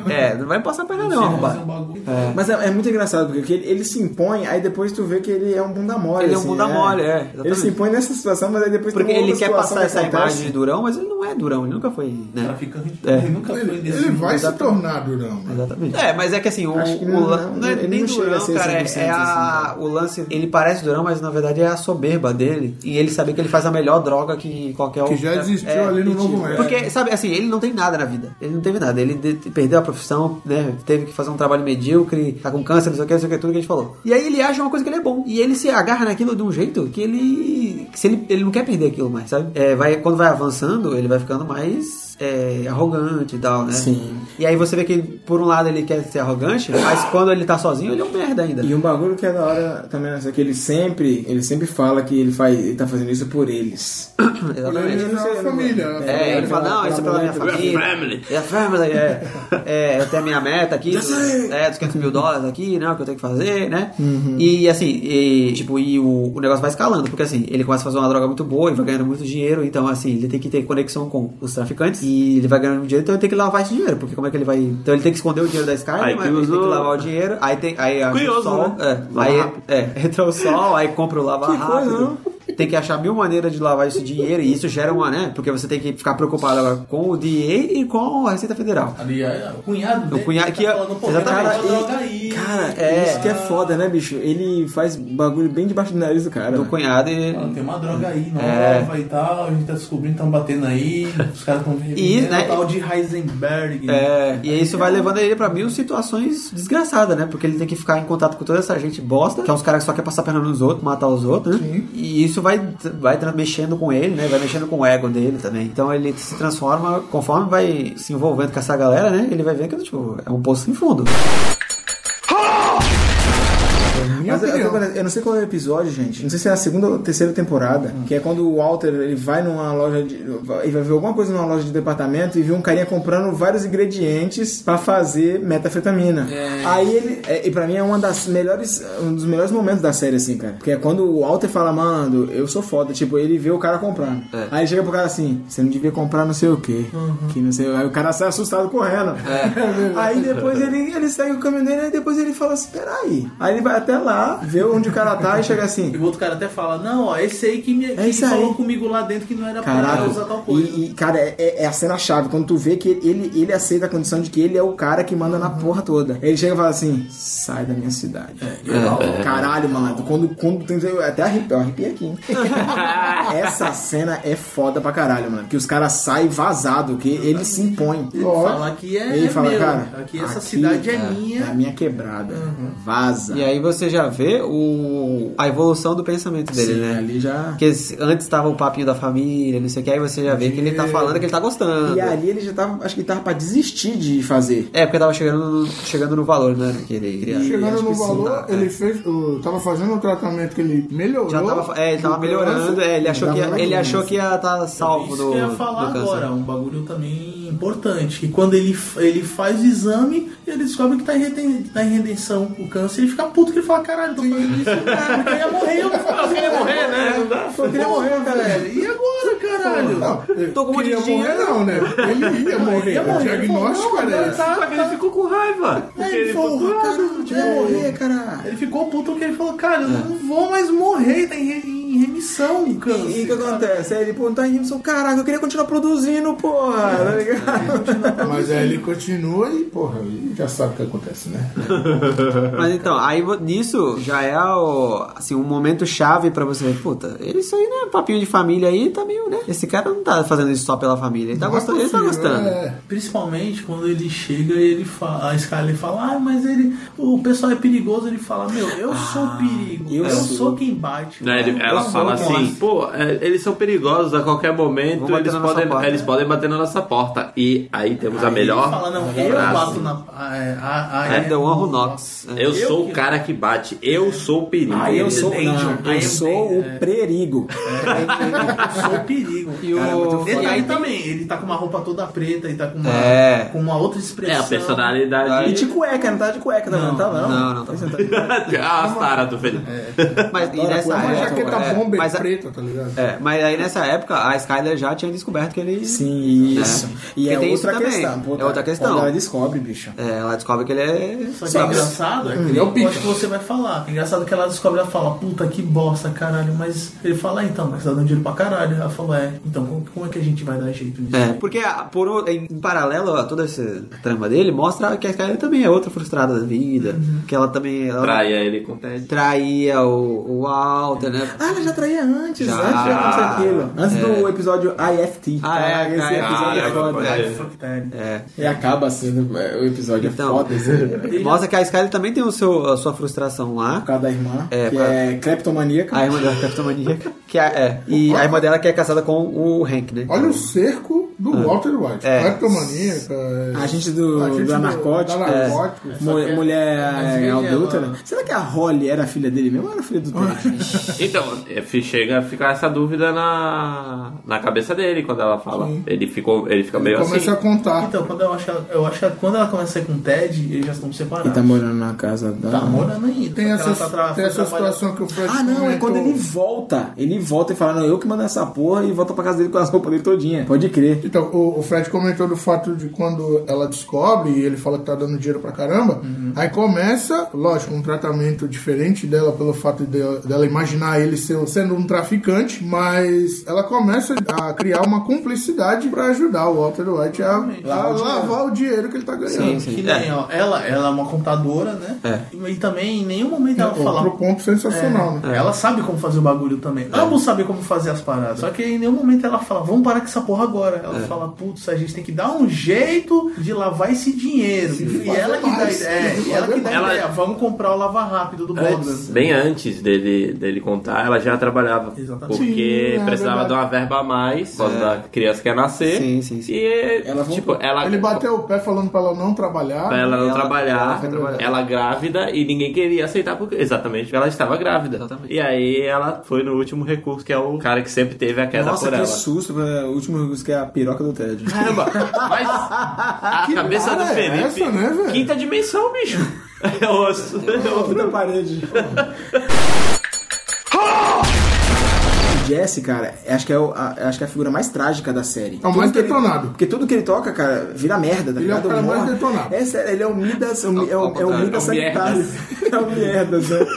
Speaker 1: É, não vai passar perna não,
Speaker 9: Fazer
Speaker 1: rapaz.
Speaker 9: um bagulho.
Speaker 2: Mas é, é muito engraçado, porque ele, ele se impõe, aí depois tu vê que ele é um bunda mole.
Speaker 1: Ele é um
Speaker 2: assim,
Speaker 1: bunda mole, é, exatamente.
Speaker 2: Ele se impõe nessa situação, mas aí depois
Speaker 1: Porque
Speaker 2: tem uma
Speaker 1: ele
Speaker 2: outra
Speaker 1: quer
Speaker 2: situação
Speaker 1: passar
Speaker 2: que
Speaker 1: essa
Speaker 2: acontece.
Speaker 1: imagem de durão, mas ele não é durão, ele nunca foi, né?
Speaker 9: Traficante.
Speaker 1: É.
Speaker 9: Ele nunca foi
Speaker 5: Ele,
Speaker 9: desse
Speaker 5: ele
Speaker 9: mundo.
Speaker 5: vai se tornar durão. né?
Speaker 1: Exatamente. É, mas é que assim, o,
Speaker 2: Acho que
Speaker 1: o
Speaker 2: não-
Speaker 1: lan-
Speaker 2: não,
Speaker 1: não é
Speaker 2: ele
Speaker 1: nem
Speaker 2: não chega a
Speaker 1: durão,
Speaker 2: ser
Speaker 1: cara, é a,
Speaker 2: 100% assim, cara.
Speaker 1: o lance. Ele parece durão, mas na verdade é a soberba dele. E ele saber que ele faz a melhor droga que qualquer
Speaker 5: Que já
Speaker 1: é-
Speaker 5: existiu
Speaker 1: é,
Speaker 5: ali no Novo
Speaker 1: É.
Speaker 5: México.
Speaker 1: Porque, sabe, assim, ele não tem nada na vida. Ele não teve nada. Ele de- perdeu a profissão, né? Teve que fazer um trabalho medíocre, tá com câncer, não sei o que, não sei o que, tudo que a gente falou. E aí ele acha uma coisa que ele é bom. E ele se agarra naquilo de um jeito que ele. que se ele, ele não quer perder aquilo mais, sabe? É, vai, quando vai avançando, ele vai ficando mais. é, arrogante e tal, né?
Speaker 2: Sim.
Speaker 1: E aí você vê que, por um lado, ele quer ser arrogante, mas quando ele tá sozinho, ele é um merda ainda.
Speaker 2: E um bagulho que é da hora também nessa, que ele sempre, ele sempre fala que ele, faz, ele tá fazendo isso por eles.
Speaker 1: Exatamente.
Speaker 5: Ele é a família. né?
Speaker 1: É, ele fala, não, isso é pela minha família.
Speaker 4: Family.
Speaker 1: É a family, é. É, eu tenho a minha meta aqui, dos, é, dos 500 mil dólares aqui, né, o que eu tenho que fazer, né? E assim, e, tipo, e o, o negócio vai escalando, porque assim, ele começa a fazer uma droga muito boa e vai ganhando muito dinheiro, então assim, ele tem que ter conexão com os traficantes e ele vai ganhando dinheiro, então ele tem que lavar esse dinheiro, porque como é que ele vai... Então ele tem que esconder o dinheiro da Sky, né,
Speaker 4: Aí
Speaker 1: mas
Speaker 4: que
Speaker 1: ele tem que
Speaker 4: usou-
Speaker 1: lavar o dinheiro, aí tem... Aí acha
Speaker 4: Curioso,
Speaker 1: o sol,
Speaker 4: né?
Speaker 1: é, aí, é, entra o sol, aí compra o lava rápido.
Speaker 2: coisa, não?
Speaker 1: Tem que achar mil maneiras de lavar esse dinheiro e isso gera uma, né? Porque você tem que ficar preocupado agora com o DEA e com a Receita Federal.
Speaker 9: Ali, é, o cunhado dele.
Speaker 1: cunhado que é-
Speaker 9: tá falando, pô,
Speaker 1: exatamente.
Speaker 9: cara,
Speaker 2: Ele-
Speaker 9: droga aí.
Speaker 2: Cara,
Speaker 1: É.
Speaker 2: isso que é foda, né, bicho? Ele faz bagulho bem debaixo do nariz do cara.
Speaker 1: Do
Speaker 2: né?
Speaker 1: cunhado e.
Speaker 9: Mano, tem uma droga aí nova
Speaker 1: É.
Speaker 9: e tal, a gente tá descobrindo, estão batendo aí, os caras estão
Speaker 1: E,
Speaker 9: revivendo
Speaker 1: né,
Speaker 9: o tal de Heisenberg.
Speaker 1: É, e isso vai levando ele pra mil situações desgraçadas, né? Porque ele tem que ficar em contato com toda essa gente bosta, que é uns caras que só quer passar perna nos outros, matar os outros, né? E isso vai, vai tra- mexendo com ele, né? Vai mexendo com o ego dele também. Então ele se transforma, conforme vai se envolvendo com essa galera, né? Ele vai ver que, tipo, é um poço sem fundo.
Speaker 5: Minha
Speaker 2: Mas eu- eu,
Speaker 5: opinião.
Speaker 2: tô- eu não sei qual é o episódio, gente. Não sei se é a segunda ou terceira temporada,
Speaker 5: Hum.
Speaker 2: que é quando o Walter ele vai numa loja de. Ele vai ver alguma coisa numa loja de departamento e viu um carinha comprando vários ingredientes pra fazer metafetamina. Aí ele. é- e pra mim é uma das melhores. Um dos melhores momentos da série, assim, cara. Porque é quando o Walter fala, mano, eu sou foda. Tipo, ele vê o cara comprando. Aí ele chega pro cara assim, você não devia comprar não sei o quê. Que não sei. Aí o cara sai assustado É correndo. [laughs] Aí depois ele, ele segue o caminho dele e depois ele fala assim, peraí. Aí ele vai até lá, vê o Brasil, onde o cara tá e chega assim.
Speaker 3: E o outro cara até fala, não, ó, esse aí que,
Speaker 1: É
Speaker 3: me, que
Speaker 2: esse
Speaker 3: falou
Speaker 2: aí.
Speaker 3: comigo lá dentro que não era pra
Speaker 2: Caraca,
Speaker 3: eu usar tal coisa.
Speaker 2: e, e, cara, é- é, é a cena chave. Quando tu vê que ele, ele aceita a condição de que ele é o cara que manda
Speaker 3: Uhum.
Speaker 2: na porra toda. Ele chega e fala assim: sai da minha cidade.
Speaker 3: É,
Speaker 2: É. Caralho, malandro. Quando, quando tem. eu Até arrepio, eu arrepiei aqui,
Speaker 3: [laughs]
Speaker 2: hein? Essa cena é foda pra caralho, mano. Que os caras saem vazado, que ele se impõe.
Speaker 3: Ele fala que é,
Speaker 2: Ele fala,
Speaker 3: meu,
Speaker 2: cara.
Speaker 3: aqui essa cidade é, minha. Uhum.
Speaker 2: É a minha quebrada. Vaza.
Speaker 1: E aí você já vê o, a evolução do pensamento dele,
Speaker 2: Sim,
Speaker 1: né?
Speaker 2: ali já.
Speaker 1: Porque se- antes tava o papinho da família, não sei o que, aí você já vê que ele tá falando que ele tá gostando.
Speaker 2: E ali ele já tava. Acho que ele tava pra desistir de fazer.
Speaker 1: É, porque tava chegando, no- chegando no valor, né? Que ele queria.
Speaker 5: Chegando
Speaker 1: Acho que
Speaker 5: no
Speaker 1: sim,
Speaker 5: valor,
Speaker 1: tá, é.
Speaker 5: ele fez. o- tava fazendo um tratamento que ele melhorou.
Speaker 1: Já tava, é, ele tava
Speaker 5: do
Speaker 1: melhorando,
Speaker 5: câncer.
Speaker 1: é, ele achou,
Speaker 2: Tava
Speaker 1: que ia, ele
Speaker 2: melhorando.
Speaker 1: achou que ia estar salvo
Speaker 3: Isso
Speaker 1: do,
Speaker 3: que eu ia falar
Speaker 1: do câncer.
Speaker 3: agora, um bagulho também importante, que quando ele, ele faz o exame, ele descobre que tá em, reten- tá em redenção o câncer, ele fica puto, que ele fala, caralho, tô fazendo isso, cara, porque eu ia morrer, eu, eu queria morrer, né? Eu queria morrer, velho, e agora, caralho?
Speaker 5: Não, ele
Speaker 1: Tô com um monte
Speaker 5: queria
Speaker 1: de
Speaker 5: morrer,
Speaker 1: dinheiro.
Speaker 5: não, né? Ele ia morrer.
Speaker 3: ia
Speaker 5: o
Speaker 3: morrer,
Speaker 5: diagnóstico
Speaker 3: ele falou,
Speaker 5: era
Speaker 3: não,
Speaker 5: esse.
Speaker 3: tá,
Speaker 4: É, Só que ele ficou com raiva. Porque
Speaker 3: É,
Speaker 4: ele ficou com raiva.
Speaker 1: né? É,
Speaker 2: Vai morrer, cara.
Speaker 3: Ele ficou puto porque ele falou, cara, eu não vou mais morrer, tá em, re- em remissão o câncer.
Speaker 2: E o que acontece? Aí ele, pô, não tá em Gibson, caraca, eu queria continuar produzindo, porra,
Speaker 1: É.
Speaker 2: tá ligado?
Speaker 5: Mas aí ele continua e, porra, e já sabe o que acontece, né?
Speaker 1: [laughs] Mas então, aí vo- nisso já é o, assim, um momento chave pra você ver, puta, ele- isso aí, né, papinho de família aí tá meio, né? Esse cara não tá fazendo isso só pela família, ele tá gostando, ele tá gostando.
Speaker 5: É.
Speaker 3: Principalmente quando ele chega e ele fala, a Skyler fala, ah, mas ele, o pessoal é perigoso, ele fala, meu, eu sou perigo, eu, sou quem bate.
Speaker 4: Né, ele- ela fala assim, pô, é, eles são perigosos a qualquer momento,
Speaker 1: Vão bater
Speaker 4: eles
Speaker 1: na nossa
Speaker 4: podem,
Speaker 1: porta. né?"
Speaker 4: eles podem bater na nossa porta. E aí temos a
Speaker 3: Aí ele
Speaker 4: melhor.
Speaker 3: fala, não, eu
Speaker 4: frase.
Speaker 3: bato na. a- a- a-
Speaker 1: I'm the one who knocks. É.
Speaker 4: Eu sou o cara que bate, eu sou o perigo.
Speaker 3: Ah, eu sou-
Speaker 2: Não, eu sou
Speaker 3: é.
Speaker 2: o perigo.
Speaker 3: Eu sou perigo.
Speaker 1: E o- Cara, é muito
Speaker 3: ele
Speaker 1: foda.
Speaker 3: aí também, ele tá com uma roupa toda preta e tá com uma,
Speaker 1: É.
Speaker 3: com uma outra
Speaker 4: É
Speaker 3: expressão.
Speaker 4: a personalidade.
Speaker 2: E
Speaker 1: tipo,
Speaker 4: [laughs]
Speaker 2: de cueca, não tá de cueca, não, não tava, não?
Speaker 1: Não, tá não tava.
Speaker 4: é a Sara do Felipe.
Speaker 1: Mas, e nessa
Speaker 5: Uma
Speaker 1: época,
Speaker 5: jaqueta
Speaker 1: é,
Speaker 5: bomber
Speaker 1: mas, a-
Speaker 5: preta, tá ligado?
Speaker 1: é, mas aí nessa época a Skyler já tinha descoberto que ele.
Speaker 2: Sim, isso. E
Speaker 1: Porque
Speaker 2: é
Speaker 1: tem isso
Speaker 2: outra
Speaker 1: também.
Speaker 2: questão. pô,
Speaker 1: É outra questão.
Speaker 2: Quando ela descobre, bicho.
Speaker 1: É, ela descobre que ele é.
Speaker 3: Só que é engraçado, é que ele,
Speaker 5: é o
Speaker 3: eu acho que você vai falar. É engraçado que ela descobre, ela fala, puta que bosta, caralho. Mas ele fala, ah, então, mas tá dando dinheiro pra caralho. Ela fala, é, então como, como é que a gente vai dar jeito nisso?
Speaker 1: É, porque a- por, o- em, em paralelo a toda essa trama dele, mostra que a Skyler também é outra frustrada da vida.
Speaker 2: Uhum.
Speaker 1: Que ela também. Ela
Speaker 4: Traia ele com Ted.
Speaker 1: Traía o, o Walter, né?
Speaker 2: Ah, ela já traía antes,
Speaker 1: Já. É.
Speaker 2: antes de acontecer aquilo. Antes do episódio IFT.
Speaker 1: Ah, é,
Speaker 2: Caraca, esse
Speaker 1: cara,
Speaker 2: episódio é
Speaker 4: cara,
Speaker 2: foda.
Speaker 4: é.
Speaker 3: Fuck that.
Speaker 2: E acaba sendo é, o episódio
Speaker 1: Então.
Speaker 2: é foda esse. Por
Speaker 1: Mostra que a Skyler também tem o seu, a sua frustração lá.
Speaker 2: causa da irmã,
Speaker 1: É,
Speaker 2: que
Speaker 1: pra-
Speaker 2: é cleptomaníaca.
Speaker 1: A irmã dela é capitomaníaca. Que é, é, e a irmã dela que é casada com o Hank, né?
Speaker 5: Olha o cerco do Walter White.
Speaker 1: É.
Speaker 5: Cleptomaníaca.
Speaker 2: A gente do,
Speaker 5: A gente
Speaker 2: da
Speaker 5: do-
Speaker 2: narcótica,
Speaker 5: da narcótica,
Speaker 2: é.
Speaker 5: só
Speaker 2: Mu-
Speaker 5: que-
Speaker 2: mulher é,
Speaker 3: veja,
Speaker 2: adulta, né?
Speaker 3: mano.
Speaker 2: Será que a Holly era filha dele mesmo ou era filha do Ted?
Speaker 4: Então, é, fi- chega a ficar essa dúvida na, na cabeça dele quando ela fala. Ele, ficou, ele fica meio
Speaker 5: Começa
Speaker 4: assim.
Speaker 5: a contar.
Speaker 3: Então, quando eu acho, que ela- eu acho que quando ela começa a ir com o Ted, eles já estão separados.
Speaker 2: e tá morando na casa da...
Speaker 3: Tá morando ainda.
Speaker 5: Tem
Speaker 3: só que
Speaker 5: essa,
Speaker 3: ela tá tra-
Speaker 5: tem essa
Speaker 3: trabalhando-
Speaker 5: situação que o Fred
Speaker 2: Ah, não, é
Speaker 5: comentou.
Speaker 2: quando ele volta. Ele volta e fala, não, eu que mando essa porra e volta pra casa dele com as roupas dele todinha. Pode crer.
Speaker 5: Então, o, o Fred comentou do fato de quando ela descobre e ele fala que tá dando dinheiro pra caramba,
Speaker 3: Uhum.
Speaker 5: aí começa, lógico, um tratamento diferente dela pelo fato de- dela imaginar ele ser- sendo um traficante, mas ela começa a criar uma cumplicidade pra ajudar o Walter White a, a lavar o dinheiro que ele tá ganhando.
Speaker 3: Que nem, ó, ela, ela é uma contadora, né?
Speaker 1: É.
Speaker 3: E, e também em nenhum momento ela fala. É.
Speaker 5: Outro ponto sensacional, né?
Speaker 3: Ela sabe como fazer o bagulho também.
Speaker 1: É.
Speaker 3: Ambos sabem como fazer as paradas. Só que em nenhum momento ela fala, vamos parar com essa porra agora.
Speaker 1: É.
Speaker 3: Ela fala, putz, a gente tem que dar um jeito de lavar esse dinheiro. e ela que dá
Speaker 5: mais.
Speaker 3: ideia. É, e ela que dá
Speaker 4: Ela-
Speaker 3: ideia. Vamos comprar o lava rápido do
Speaker 1: É,
Speaker 3: né?"
Speaker 4: Antes,
Speaker 3: Bogdan.
Speaker 4: bem antes dele, dele contar, ela já trabalhava.
Speaker 3: Exatamente.
Speaker 4: Porque
Speaker 5: Sim, é
Speaker 4: precisava
Speaker 5: verdade.
Speaker 4: de uma verba a mais por causa da criança que ia nascer.
Speaker 1: Sim, sim, sim.
Speaker 4: E,
Speaker 2: Ela
Speaker 4: tipo, ela.
Speaker 5: Ele bateu o pé falando pra ela não trabalhar.
Speaker 3: É.
Speaker 4: Pra ela não
Speaker 1: Ela- ela
Speaker 4: trabalhar,
Speaker 1: foi
Speaker 4: ela,
Speaker 1: trabalhar.
Speaker 4: grávida e ninguém queria aceitar porque exatamente porque ela estava grávida.
Speaker 1: Exatamente.
Speaker 4: E aí ela foi no último recurso que é o cara que sempre teve a queda
Speaker 2: Nossa,
Speaker 4: por
Speaker 2: que
Speaker 4: ela.
Speaker 2: susto. é, O último recurso que é a piroca do
Speaker 5: [laughs]
Speaker 2: Ted.
Speaker 4: Caramba, mas a cabeça do
Speaker 5: cara é
Speaker 4: Felipe.
Speaker 5: essa, né, velho?
Speaker 4: quinta dimensão, bicho. [laughs] É osso. É osso.
Speaker 2: da parede. [laughs] Jesse, cara, acho que, é o- a, acho que é a figura mais trágica da série.
Speaker 5: É o
Speaker 2: Tudo
Speaker 5: mais
Speaker 2: que ele-
Speaker 5: detonado.
Speaker 2: porque tudo que ele toca, cara, vira merda, tá
Speaker 5: Ele é o
Speaker 2: ligado?
Speaker 5: cara mais
Speaker 2: Morre.
Speaker 5: detonado.
Speaker 2: um É sério, ele é o Midas, o, mi- é o,
Speaker 1: Ao
Speaker 2: é o [laughs]
Speaker 1: contrário,
Speaker 2: Midas
Speaker 4: é o
Speaker 2: sanitário. É o Mierdas, um né?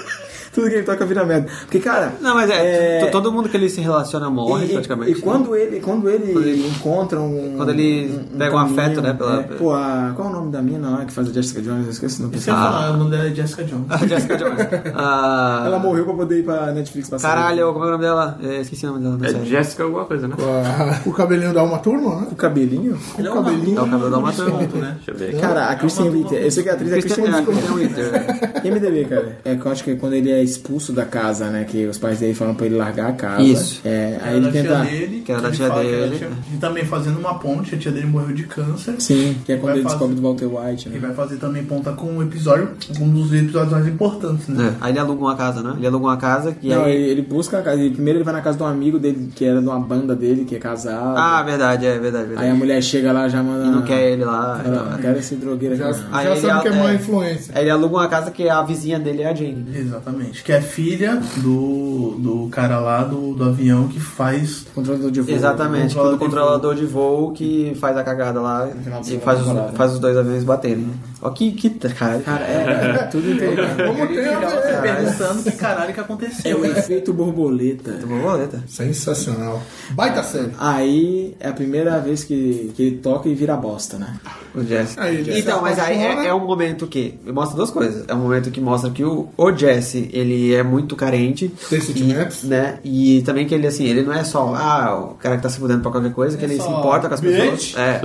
Speaker 2: Tudo que ele toca vira merda. Porque, cara.
Speaker 1: Não, mas é, t- todo mundo que ele se relaciona morre
Speaker 2: e,
Speaker 1: praticamente. né?
Speaker 2: E quando ele, quando ele, encontra um.
Speaker 1: Quando ele pega um afeto, né, pela-
Speaker 2: é, pô, a- qual é o nome da mina lá que faz a Jessica Jones? Eu esqueci o nome.
Speaker 3: Você ia
Speaker 1: Ah.
Speaker 3: falar, o nome dela é Jessica Jones.
Speaker 1: A [laughs] Jessica Jones. Ah,
Speaker 2: Ela morreu pra poder ir pra Netflix passar.
Speaker 1: Caralho, como é o nome dela? É, esqueci o nome dela. na
Speaker 4: É
Speaker 1: série.
Speaker 4: Jéssica alguma coisa, né?
Speaker 5: Ah, O cabelinho da uma turma, né?
Speaker 2: O cabelinho?
Speaker 3: Ele é o cabelinho.
Speaker 1: É o cabelo da
Speaker 3: do
Speaker 1: Matheus.
Speaker 3: desconto, né?
Speaker 4: Deixa eu ver aqui.
Speaker 2: Cara, a Kristen
Speaker 3: uma-
Speaker 2: Ritter. Eu sei que a atriz é a
Speaker 1: Kristen-
Speaker 2: Kristen
Speaker 1: é,
Speaker 2: Ritter.
Speaker 1: Kristen Wiig.
Speaker 2: MDB, cara. É que eu acho que é quando ele é expulso da casa, né? Que os pais dele falam pra ele largar a casa.
Speaker 1: Isso.
Speaker 2: É, aí
Speaker 3: Era
Speaker 2: ele
Speaker 3: da tia
Speaker 2: tenta.
Speaker 3: dele,
Speaker 1: que era da
Speaker 3: ele
Speaker 1: tia
Speaker 3: fala que era
Speaker 1: dele.
Speaker 3: tia- E também fazendo uma ponte, a tia dele morreu de câncer.
Speaker 2: Sim, que é quando
Speaker 3: Vai
Speaker 2: ele
Speaker 3: fazer-
Speaker 2: descobre do Walter White,
Speaker 3: E
Speaker 2: né?
Speaker 3: vai fazer também ponta com um episódio, um dos episódios mais importantes, né?
Speaker 1: É, Aí ele aluga uma casa, né? Ele aluga uma casa que
Speaker 2: Não,
Speaker 1: aí...
Speaker 2: ele, ele busca a casa. Ele, primeiro ele vai na casa de um amigo dele, que era de uma banda dele, que é casado.
Speaker 1: Ah, verdade, é verdade,
Speaker 2: aí
Speaker 1: verdade.
Speaker 2: a mulher chega lá já manda.
Speaker 1: E não quer ele lá.
Speaker 2: Ela, quero esse drogueiro aqui.
Speaker 5: Já,
Speaker 2: não."
Speaker 1: Aí
Speaker 5: já
Speaker 1: ele
Speaker 5: sabe que é
Speaker 1: é-
Speaker 5: má
Speaker 1: é.
Speaker 5: influência.
Speaker 1: Aí ele aluga uma casa que a vizinha dele é a Jane.
Speaker 3: Exatamente. Que é filha do, do cara lá do, do avião que faz.
Speaker 2: Controlador de voo.
Speaker 1: Exatamente,
Speaker 3: controlador
Speaker 1: do
Speaker 3: de
Speaker 1: controlador de voo que faz a cagada lá
Speaker 2: final da
Speaker 1: e faz
Speaker 2: temporada.
Speaker 1: os, faz os dois aviões baterem. Ó, que, que tra- cara.
Speaker 2: Cara, é, é [laughs] tudo inteligente.
Speaker 5: Como tem a
Speaker 3: Ela fica
Speaker 5: ver?
Speaker 3: perguntando que caralho que
Speaker 2: É
Speaker 3: aconteceu.
Speaker 2: o
Speaker 3: né?
Speaker 2: efeito borboleta.
Speaker 1: Borboleta.
Speaker 5: Sensacional. Baita série.
Speaker 2: Aí é a primeira vez que, que ele toca e vira bosta, né?
Speaker 1: O Jesse.
Speaker 5: Aí ele
Speaker 1: Então,
Speaker 5: se
Speaker 1: mas aí
Speaker 5: apaixona.
Speaker 1: é, é um momento que mostra duas coisas. É um momento que mostra que o, o Jesse, ele é muito carente.
Speaker 5: Tem sentimentos.
Speaker 1: E, né? E também que ele, assim, ele não é só ah, o cara que tá se mudando pra qualquer coisa, que ele se importa com as pessoas. É.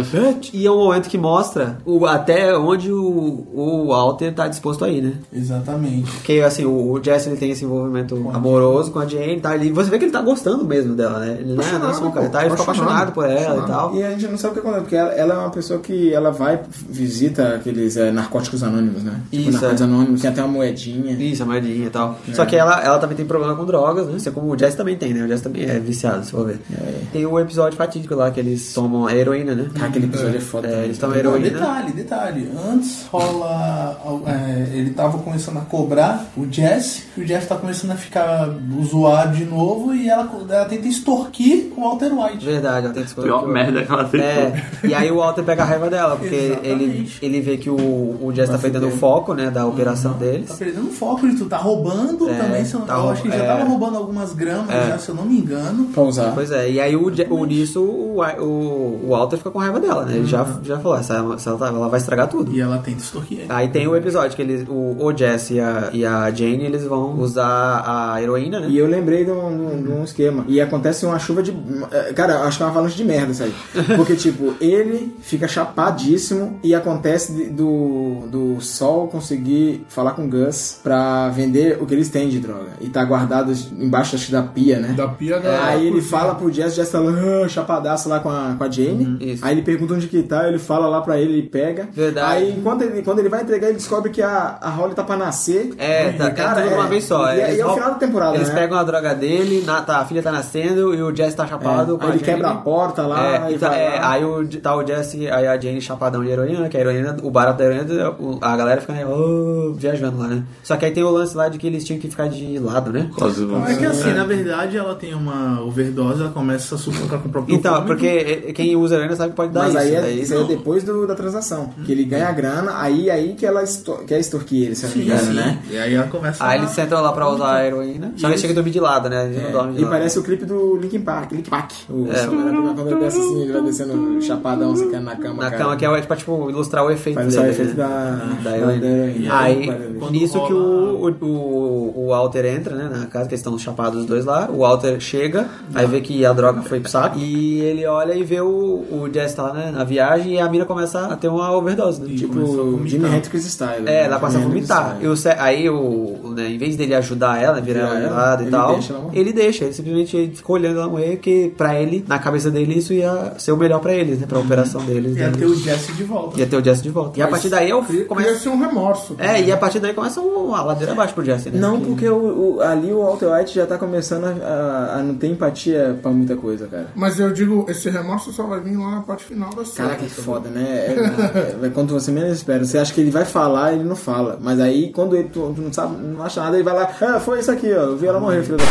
Speaker 1: E é um momento que mostra o, até onde o, o Walter tá disposto a ir, né?
Speaker 3: Exatamente.
Speaker 1: Porque, assim, o, o Jesse, ele tem esse envolvimento amoroso com a Jane e tal. E você vê que ele tá gostando mesmo dela, né? Ele não é, não é só um cara, tá? Ele fica apaixonado
Speaker 5: Apaixonado,
Speaker 1: por ela e tal.
Speaker 2: E a gente não sabe o que acontece, porque ela, ela é uma pessoa que ela vai, visita aqueles eh, narcóticos anônimos, né?
Speaker 1: Isso,
Speaker 2: narcóticos
Speaker 1: é.
Speaker 2: anônimos, tem até uma moedinha.
Speaker 1: Isso, a moedinha e tal.
Speaker 4: É.
Speaker 1: Só que ela, ela também tem problema com drogas, né? Assim como o Jess também tem, né? O Jess também é viciado, se for ver.
Speaker 4: É.
Speaker 1: Tem o episódio fatídico lá que eles tomam heroína, né?
Speaker 2: Cara, aquele episódio é
Speaker 4: tá
Speaker 2: foda.
Speaker 1: É,
Speaker 2: né?
Speaker 1: eles tomam
Speaker 3: Não,
Speaker 1: heroína.
Speaker 3: detalhe, detalhe. Antes rola. é, ele tava começando a cobrar o Jesse, e o Jesse tá começando a ficar zoado de novo e ela, ela tenta extorquir o Walter White.
Speaker 1: Verdade, ela tem que escolher.
Speaker 4: Pior merda que ela fez.
Speaker 1: É, e aí o Walter pega a raiva dela, porque ele,
Speaker 3: Exatamente.
Speaker 1: ele vê que o, o Jess tá perdendo o foco, né, da operação
Speaker 4: Uhum.
Speaker 3: Tá
Speaker 1: deles.
Speaker 3: perdendo o foco de tu, tá roubando
Speaker 1: É,
Speaker 3: também, se eu, não-
Speaker 1: tá
Speaker 3: eu acho que ele já
Speaker 1: rou-
Speaker 3: tava
Speaker 1: é.
Speaker 3: roubando algumas gramas, já, se eu não me engano.
Speaker 2: Pra usar.
Speaker 1: Pois é, e aí o, Je- o nisso o, Wa- o, o Walter fica com raiva dela, né? Ele já,
Speaker 4: Uhum.
Speaker 1: já falou, essa, essa- ela, tá- ela vai estragar tudo.
Speaker 3: E ela tenta extorquir ele.
Speaker 1: Aí
Speaker 2: Uhum.
Speaker 1: tem o episódio que eles, o, o Jess e a, e a Jane, eles vão usar a heroína, né?
Speaker 2: E eu lembrei de um, de um- de um esquema. E acontece uma chuva de. eh, Cara, eu acho que é uma avalanche de merda isso aí. Porque, tipo, ele fica chapadíssimo e acontece de- do, do Sol conseguir falar com o Gus pra vender o que eles têm de droga. E tá guardado embaixo acho que da pia, né?
Speaker 5: Da pia
Speaker 2: É,
Speaker 5: da.
Speaker 2: aí ele fala pro Jess, Jess tá lá, ah, chapadaço lá com a, com a Jane.
Speaker 1: Uhum. isso.
Speaker 2: Aí ele pergunta onde que tá, ele fala lá pra ele, ele pega.
Speaker 1: Verdade.
Speaker 2: Aí enquanto ele, quando ele vai entregar, ele descobre que a, a Holly tá pra nascer.
Speaker 1: É, tá, é tudo de uma vez só.
Speaker 2: E, aí
Speaker 1: Eles
Speaker 2: é o
Speaker 1: roubam-
Speaker 2: final da temporada,
Speaker 1: Eles
Speaker 2: né?
Speaker 1: pegam a droga dele, na- tá, a filha tá nascendo e o Jess tá chapado.
Speaker 2: É,
Speaker 1: com
Speaker 2: aí ele
Speaker 1: Jane.
Speaker 2: quebra a porta lá
Speaker 1: É,
Speaker 2: e
Speaker 1: então,
Speaker 2: vai
Speaker 1: é,
Speaker 2: lá.
Speaker 1: aí o, tá o Jess e aí a Jane chapadão de heroína, que a heroína, o barato da heroína, o- a galera fica né, ô, viajando lá, né? Só que aí tem o lance lá de que eles tinham que ficar de lado, né?
Speaker 3: Não, é que assim, na verdade, ela tem uma overdose, ela começa a sufocar com o próprio
Speaker 1: Então,
Speaker 3: vômito.
Speaker 1: porque é, é, quem usa heroína sabe que pode dar
Speaker 2: Mas
Speaker 1: isso.
Speaker 2: aí Uhum. é,
Speaker 1: daí-
Speaker 2: isso aí é depois do- da transação. Que ele ganha a grana, aí aí que ela esto- quer extorquir ele, se eu não me
Speaker 3: Sim,
Speaker 2: engano,
Speaker 3: sim.
Speaker 2: né?
Speaker 3: E aí ela começa
Speaker 1: Aí
Speaker 3: a-
Speaker 1: eles sentam lá pra usar a heroína. Só que eles chegam a dormir de lado, né? Eles não dormem de
Speaker 2: É, E
Speaker 1: lado.
Speaker 2: parece o clipe do Linkin Park, Linkin Park. É, O quando ele desce assim, ele vai descendo chapadão, secando na cama. é
Speaker 1: Na
Speaker 2: cara.
Speaker 1: cama que é pra, tipo, ilustrar o efeito dele.
Speaker 2: Faz só o
Speaker 1: né?
Speaker 2: efeito Ah, da,
Speaker 1: Da heroína. Aí, nisso
Speaker 3: rola-
Speaker 1: que o, o, o Walter entra, né, na casa, que eles estão chapados os dois lá. O Walter chega, aí vê que a droga foi pro saco. E ele olha e vê o, o Jess tá lá, né, na viagem e a mina começa a ter uma overdose, né?
Speaker 2: Tipo, o Jimi Hendrix Style.
Speaker 1: É,
Speaker 2: né?
Speaker 1: ela passa a
Speaker 2: Jimi Hendrix
Speaker 1: vomitar.
Speaker 2: Style.
Speaker 1: E o Ce- aí, o, né, em vez dele ajudar ela, virar
Speaker 2: Virar
Speaker 1: ela de
Speaker 2: ela,
Speaker 1: lado e
Speaker 2: ele
Speaker 1: tal,
Speaker 2: deixa ela morrer.
Speaker 1: ele deixa. Ele simplesmente ele fica olhando ela morrer, porque pra ele, na cabeça dele, isso ia ser o melhor pra eles, né? Pra operação deles.
Speaker 3: ia
Speaker 1: né?
Speaker 3: ter É, o Jesse de volta.
Speaker 1: Ia ter o Jesse de volta. E a partir daí eu
Speaker 5: Cria
Speaker 1: começo.
Speaker 5: se um remorso.
Speaker 1: É, e a partir daí começa uma ladeira abaixo pro Jesse, né?
Speaker 2: Não, porque o- o- ali o Walter White já tá começando a, a- a não ter empatia pra muita coisa, cara.
Speaker 5: Mas eu digo, esse remorso só vai vir lá na parte final da série.
Speaker 2: Caraca, que foda, né? É- é- é quando você menos espera. Você acha que ele vai falar, ele não fala. Mas aí, quando ele tu, tu não sabe, não acha nada, ele vai lá, ah, foi isso aqui, ó. Eu vi ela morrer, filho da.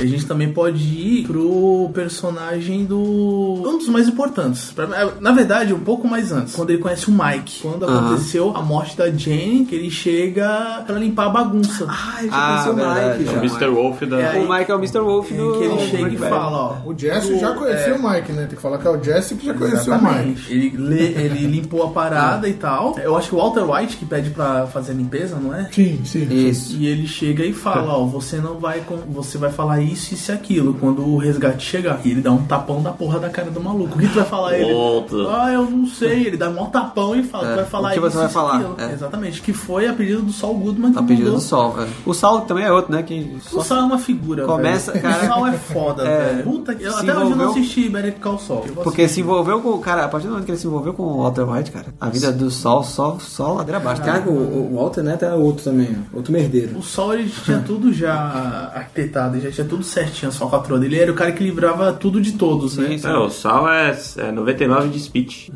Speaker 3: A gente também pode ir pro personagem do. Um dos mais importantes. Pra- Na verdade, um pouco mais antes. Quando ele conhece o Mike. Quando aconteceu a morte da Jane, que ele chega pra limpar a bagunça. Ah, ele
Speaker 1: Ah, verdade.
Speaker 4: O Mr. Wolf da.
Speaker 3: É,
Speaker 1: O Mike é o Mr. Wolf do...
Speaker 3: que ele chega
Speaker 1: Breaking
Speaker 3: e
Speaker 1: Bad.
Speaker 3: fala, ó.
Speaker 5: O Jesse já conhecia o Mike, né? Tem que falar que é o Jesse que já conheceu o Mike.
Speaker 3: Exatamente. Ele, lê- ele limpou a parada e tal. Eu acho que o Walter White que pede pra fazer a limpeza, não é?
Speaker 5: Sim, sim.
Speaker 1: Isso.
Speaker 3: E ele chega e fala, ó, você não vai com... você vai falar isso, isso e aquilo quando o resgate chegar. E ele dá um tapão da porra da cara do maluco. O que tu vai falar a ele?
Speaker 4: Outro.
Speaker 3: Ah, eu não sei. Ele dá um maior tapão e fala,
Speaker 1: É,
Speaker 3: tu vai falar
Speaker 1: o que
Speaker 3: isso,
Speaker 1: você vai
Speaker 3: isso e
Speaker 1: falar,
Speaker 3: aquilo.
Speaker 1: é.
Speaker 3: Exatamente, que foi a pedido do Saul Goodman que
Speaker 1: A pedido
Speaker 3: mandou.
Speaker 1: do Tá Sol. é. O Sal também é outro, né? Que
Speaker 3: O Saul é uma figura,
Speaker 1: Começa,
Speaker 3: velho.
Speaker 1: cara-
Speaker 3: O Saul é foda,
Speaker 1: É.
Speaker 3: velho. Puta que... eu-
Speaker 1: Se
Speaker 3: Até hoje eu não
Speaker 1: envolveu-
Speaker 3: assisti Better Call Saul. Eu vou
Speaker 1: Porque
Speaker 3: assistir.
Speaker 1: se envolveu com. Cara, a partir do momento que ele se envolveu com o Walter White, cara, a vida do Sol só, só ladeira abaixo. Cara,
Speaker 2: Caraca, o, o Walter Neto é outro também, ó. outro merdeiro.
Speaker 3: O Sol ele tinha tudo já arquitetado, ele já tinha tudo certinho, a sua patroa dele. Ele era o cara que livrava tudo de todos, né?
Speaker 1: sim.
Speaker 4: É, o Sal é, é 99
Speaker 1: [laughs]
Speaker 4: de speech.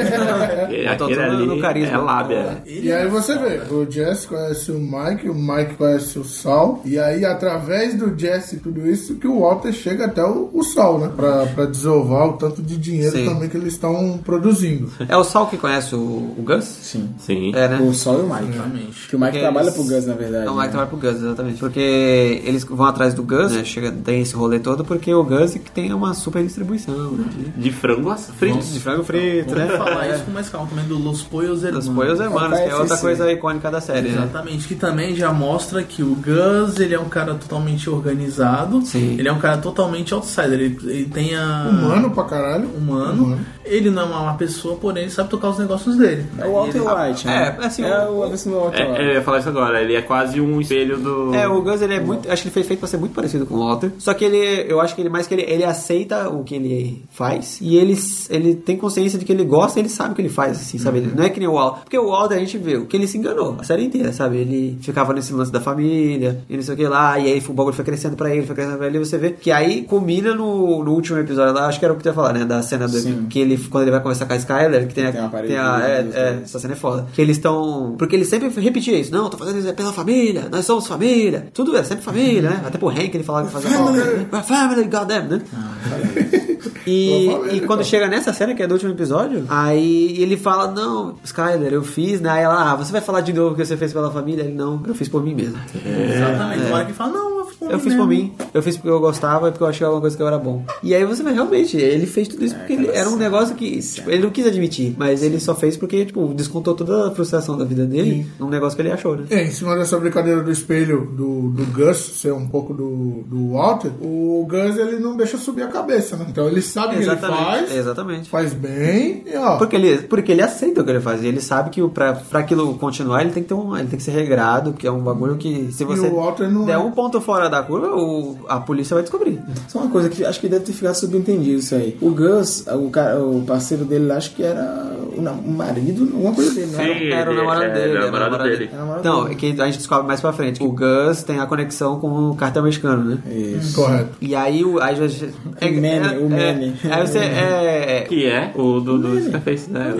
Speaker 4: Aquele
Speaker 1: Botou tudo
Speaker 4: ali
Speaker 1: no carisma.
Speaker 4: é lábia.
Speaker 5: E
Speaker 2: é
Speaker 5: aí você vê, o Jesse conhece o Mike, o Mike conhece o Sal, e aí através do Jesse e tudo isso que o Walter chega até o, o Sal, né? Pra, pra desovar o tanto de dinheiro
Speaker 1: Sim.
Speaker 5: também que eles estão produzindo.
Speaker 1: é o Sol que conhece o, o Gus?
Speaker 2: Sim.
Speaker 4: Sim.
Speaker 1: É, né?
Speaker 2: O Sol e o Mike. Que o Mike trabalha pro Gus, na verdade.
Speaker 1: É o Mike
Speaker 2: né?
Speaker 1: trabalha pro Gus, exatamente. Porque eles vão atrás do Gus, né? Chega, tem esse rolê todo, porque o Gus é que tem uma super distribuição né, de
Speaker 4: De frango a frito.
Speaker 1: de frango frito,
Speaker 3: Vamos
Speaker 1: né?
Speaker 3: falar isso com mais calma também do Los Poyos
Speaker 1: Os
Speaker 3: Hermanos.
Speaker 1: Poios Hermanos, que é outra
Speaker 2: Parece
Speaker 1: coisa icônica da série, né?
Speaker 3: Exatamente, que também já mostra que o Gus ele é um cara totalmente organizado,
Speaker 1: Sim.
Speaker 3: ele é um cara totalmente outsider, ele, ele tem a.
Speaker 5: Humano pra caralho.
Speaker 3: humano. Ele não é uma má pessoa, porém ele sabe tocar os negócios dele.
Speaker 2: É o Walter White, né?
Speaker 1: é, assim,
Speaker 2: É
Speaker 1: o-
Speaker 2: o avesso do Walter
Speaker 4: É,
Speaker 2: White.
Speaker 4: eu ia falar isso agora, ele é quase um espelho do.
Speaker 1: É, o Gus ele é muito. Acho que ele foi feito pra ser muito parecido com o Walter. Só que ele. Eu acho que ele mais que ele. Ele aceita o que ele faz. E ele, ele tem consciência de que ele gosta ele sabe o que ele faz, assim, sabe? Ele não é que nem o Walter. Porque o Walter a gente viu que ele se enganou a série inteira, sabe? Ele ficava nesse lance da família e não sei o que lá. E aí o bagulho foi crescendo pra ele, foi crescendo pra ele. E você vê que aí combina no, no último episódio lá. Acho que era o que tu ia falar, né? Da cena do.
Speaker 2: Sim.
Speaker 1: Que ele. Quando ele vai conversar com a Skyler, que tem a.
Speaker 2: Tem uma parede
Speaker 1: tem a- é,
Speaker 2: dos
Speaker 1: é,
Speaker 2: dois.
Speaker 1: essa cena é foda. Que eles estão. Porque ele sempre repetia isso. Não, eu tô fazendo isso é pela família, nós somos família. Tudo é sempre família, né? Até pro Hank ele falava que fazia mal. Né? We're family, goddamn, né? [laughs] E, e quando chega nessa cena, que é do último episódio, aí ele fala: Não, Skyler, eu fiz, né? Aí ela, ah, você vai falar de novo o que você fez pela família? Ele, não, eu fiz por mim mesmo.
Speaker 3: Exatamente. Agora que fala, não, eu fiz por
Speaker 1: é. Eu
Speaker 3: mim
Speaker 1: fiz
Speaker 3: mesmo.
Speaker 1: por mim, eu fiz porque eu gostava e porque eu achei alguma coisa que eu era bom. E aí você vê, realmente, ele fez tudo isso porque ele era um negócio que tipo, ele não quis admitir, mas ele só fez porque, tipo, descontou toda a frustração da vida dele num negócio que ele achou, né?
Speaker 5: É, em cima dessa brincadeira do espelho do, do Gus ser um pouco do, do Walter, o Gus ele não deixa subir a cabeça, né? Então ele sabe o que ele faz,
Speaker 1: exatamente.
Speaker 5: faz bem e ó.
Speaker 1: Porque ele, porque ele aceita o que ele faz, e ele sabe que o- pra, pra aquilo continuar ele tem que ter um, ele tem que ser regrado, porque é um bagulho que se você
Speaker 5: o Walter não
Speaker 1: der
Speaker 5: é.
Speaker 1: um ponto fora da curva, o- a polícia vai descobrir.
Speaker 2: Só uma coisa que acho que deve ter ficado subentendido isso aí. O Gus, o, cara, o parceiro dele lá, acho que era o nam- o marido, alguma coisa dele, não era?
Speaker 4: Sim,
Speaker 1: Era o
Speaker 4: ele-
Speaker 1: namorado
Speaker 4: é,
Speaker 1: dele.
Speaker 4: era o
Speaker 1: era o
Speaker 4: namorado dele.
Speaker 2: Era o namorado
Speaker 1: Não,
Speaker 2: dele.
Speaker 1: é que a gente descobre mais pra frente. O Gus tem a conexão com o cartel mexicano, né?
Speaker 2: Isso.
Speaker 5: Correto.
Speaker 1: E aí, o, aí já- é,
Speaker 2: O meme,
Speaker 1: é-
Speaker 2: o
Speaker 1: é-
Speaker 2: meme.
Speaker 1: aí você é.
Speaker 4: Que é o do, do Scarface, né?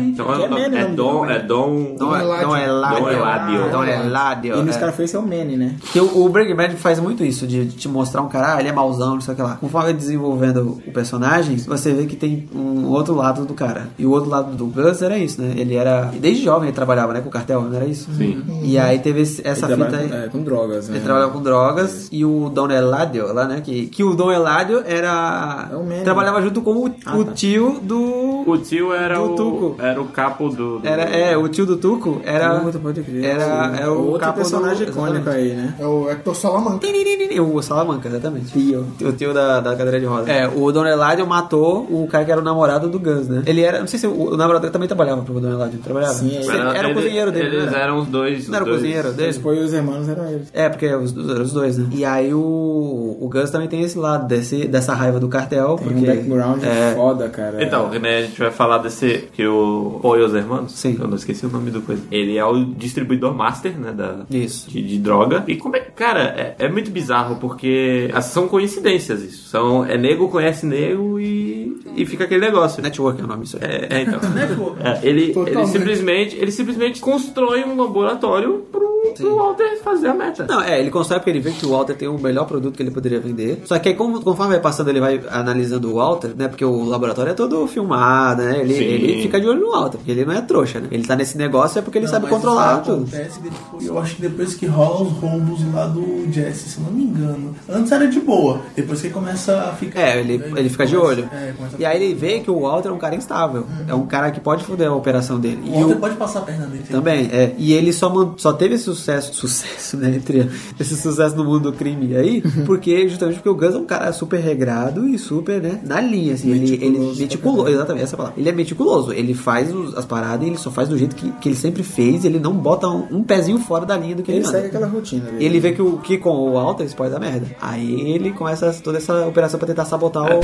Speaker 4: Então
Speaker 2: Que
Speaker 4: é,
Speaker 2: é meme,
Speaker 4: é
Speaker 2: não,
Speaker 4: Dom.
Speaker 2: não,
Speaker 4: É Dom.
Speaker 1: Não é, não é
Speaker 4: Não é
Speaker 1: Ládio.
Speaker 4: Ládio.
Speaker 1: Não é Ládio.
Speaker 2: E no
Speaker 1: é.
Speaker 2: Scarface é o Manny, né?
Speaker 1: Porque o, o Breaking Bad faz muito isso, de te mostrar um cara, ah, ele é mauzão, não sei o que lá. Conforme vai desenvolvendo o personagem, você vê que tem um outro lado do cara. E o outro lado do Gus era isso, né? Ele era. Desde jovem ele trabalhava, né? Com o cartel, não era isso?
Speaker 4: Sim.
Speaker 1: E aí teve esse- essa
Speaker 2: ele
Speaker 1: fita
Speaker 2: trabalha
Speaker 1: aí.
Speaker 2: com, é, com drogas, né?
Speaker 1: Ele trabalhava com drogas e o Don Eladio lá, né? Que, que o Don Eladio era.
Speaker 2: É o mesmo.
Speaker 1: trabalhava junto com o,
Speaker 2: Ah,
Speaker 1: o
Speaker 2: tá.
Speaker 1: tio do.
Speaker 4: O tio era
Speaker 1: Do
Speaker 4: o.
Speaker 1: Tuco.
Speaker 4: Era o capo do. do-
Speaker 1: Era, é, o tio do Tuco era.
Speaker 2: Puta, pode crer.
Speaker 1: Era. É o
Speaker 2: outro
Speaker 1: capo
Speaker 2: personagem
Speaker 1: do,
Speaker 2: icônico
Speaker 1: exatamente.
Speaker 2: aí, né?
Speaker 5: É o Hector Salamanca.
Speaker 1: O Salamanca, exatamente.
Speaker 2: Tio.
Speaker 1: O tio da, da cadeira de roda. É, o Don Eladio matou o cara que era o namorado do Guns, né? Ele era. Não sei se o, o namorado dele também trabalhava pro Don Eladio. Trabalhava?
Speaker 2: Sim, ele-
Speaker 1: Ele era, o
Speaker 4: eles-
Speaker 1: cozinheiro dele.
Speaker 4: Eles
Speaker 1: não era?
Speaker 4: eram os dois.
Speaker 1: Não era o
Speaker 4: os dois.
Speaker 1: cozinheiro
Speaker 2: Eles
Speaker 1: dele?
Speaker 2: põem os irmãos, eram eles.
Speaker 1: É, porque os, os- eram os dois, né? E aí o, o Gus também tem esse lado, desse, dessa raiva do cartel.
Speaker 2: Tem um
Speaker 1: porque,
Speaker 2: background
Speaker 1: é,
Speaker 2: foda, cara.
Speaker 4: Então, né, a gente vai falar desse que o Poyos Hermanos,
Speaker 1: Sim.
Speaker 4: eu não esqueci o nome do coisa. Ele é o distribuidor master, né, da
Speaker 1: Isso.
Speaker 4: De, de droga. E como é, cara, é, é muito bizarro porque ah, são coincidências isso. São é nego conhece nego e e fica aquele negócio.
Speaker 1: Network é o nome disso aí.
Speaker 4: É, é, então. É, ele, ele
Speaker 5: Totalmente.
Speaker 4: simplesmente ele simplesmente constrói um laboratório pro pro Walter fazer a meta.
Speaker 1: Não, é, ele constrói porque ele vê que o Walter tem o melhor produto que ele poderia vender. Só que aí, como- conforme vai passando, ele vai analisando o Walter, né? Porque o laboratório é todo filmado, né? Ele,
Speaker 4: Sim.
Speaker 1: ele fica de olho no Walter, porque ele não é trouxa, né? Ele tá nesse negócio é porque ele
Speaker 3: Não,
Speaker 1: sabe
Speaker 3: mas É, isso
Speaker 1: controlar tudo.
Speaker 3: acontece depois- Eu acho que depois que rola os roubos lá do Jesse, se eu não me engano. Antes era de boa, depois que ele começa a ficar.
Speaker 1: É, ele, ele fica de
Speaker 3: começa-
Speaker 1: olho.
Speaker 3: é, começa a
Speaker 1: E aí ele vê que o Walter é um cara instável. É um cara que pode foder a operação dele.
Speaker 3: O
Speaker 1: E
Speaker 3: Walter
Speaker 1: o-
Speaker 3: pode passar a perna dele.
Speaker 1: Também, é. E ele só, man- só teve esse sucesso, [laughs] sucesso, né? Entre esse sucesso no mundo do crime aí, porque justamente porque o Gus é um cara super regrado e super, né? Na linha, assim. Ele, ele meticuloso, exatamente, essa é a palavra. Ele é meticuloso. Ele faz os- as paradas e ele só faz do jeito que, que ele sempre fez. Ele não bota um, um pezinho fora da linha do que ele,
Speaker 2: Ele
Speaker 1: manda.
Speaker 2: segue aquela rotina ali.
Speaker 1: Ele vê que, o, que com o Walter isso pode dar merda. Aí ele começa essa- toda essa operação pra tentar sabotar o.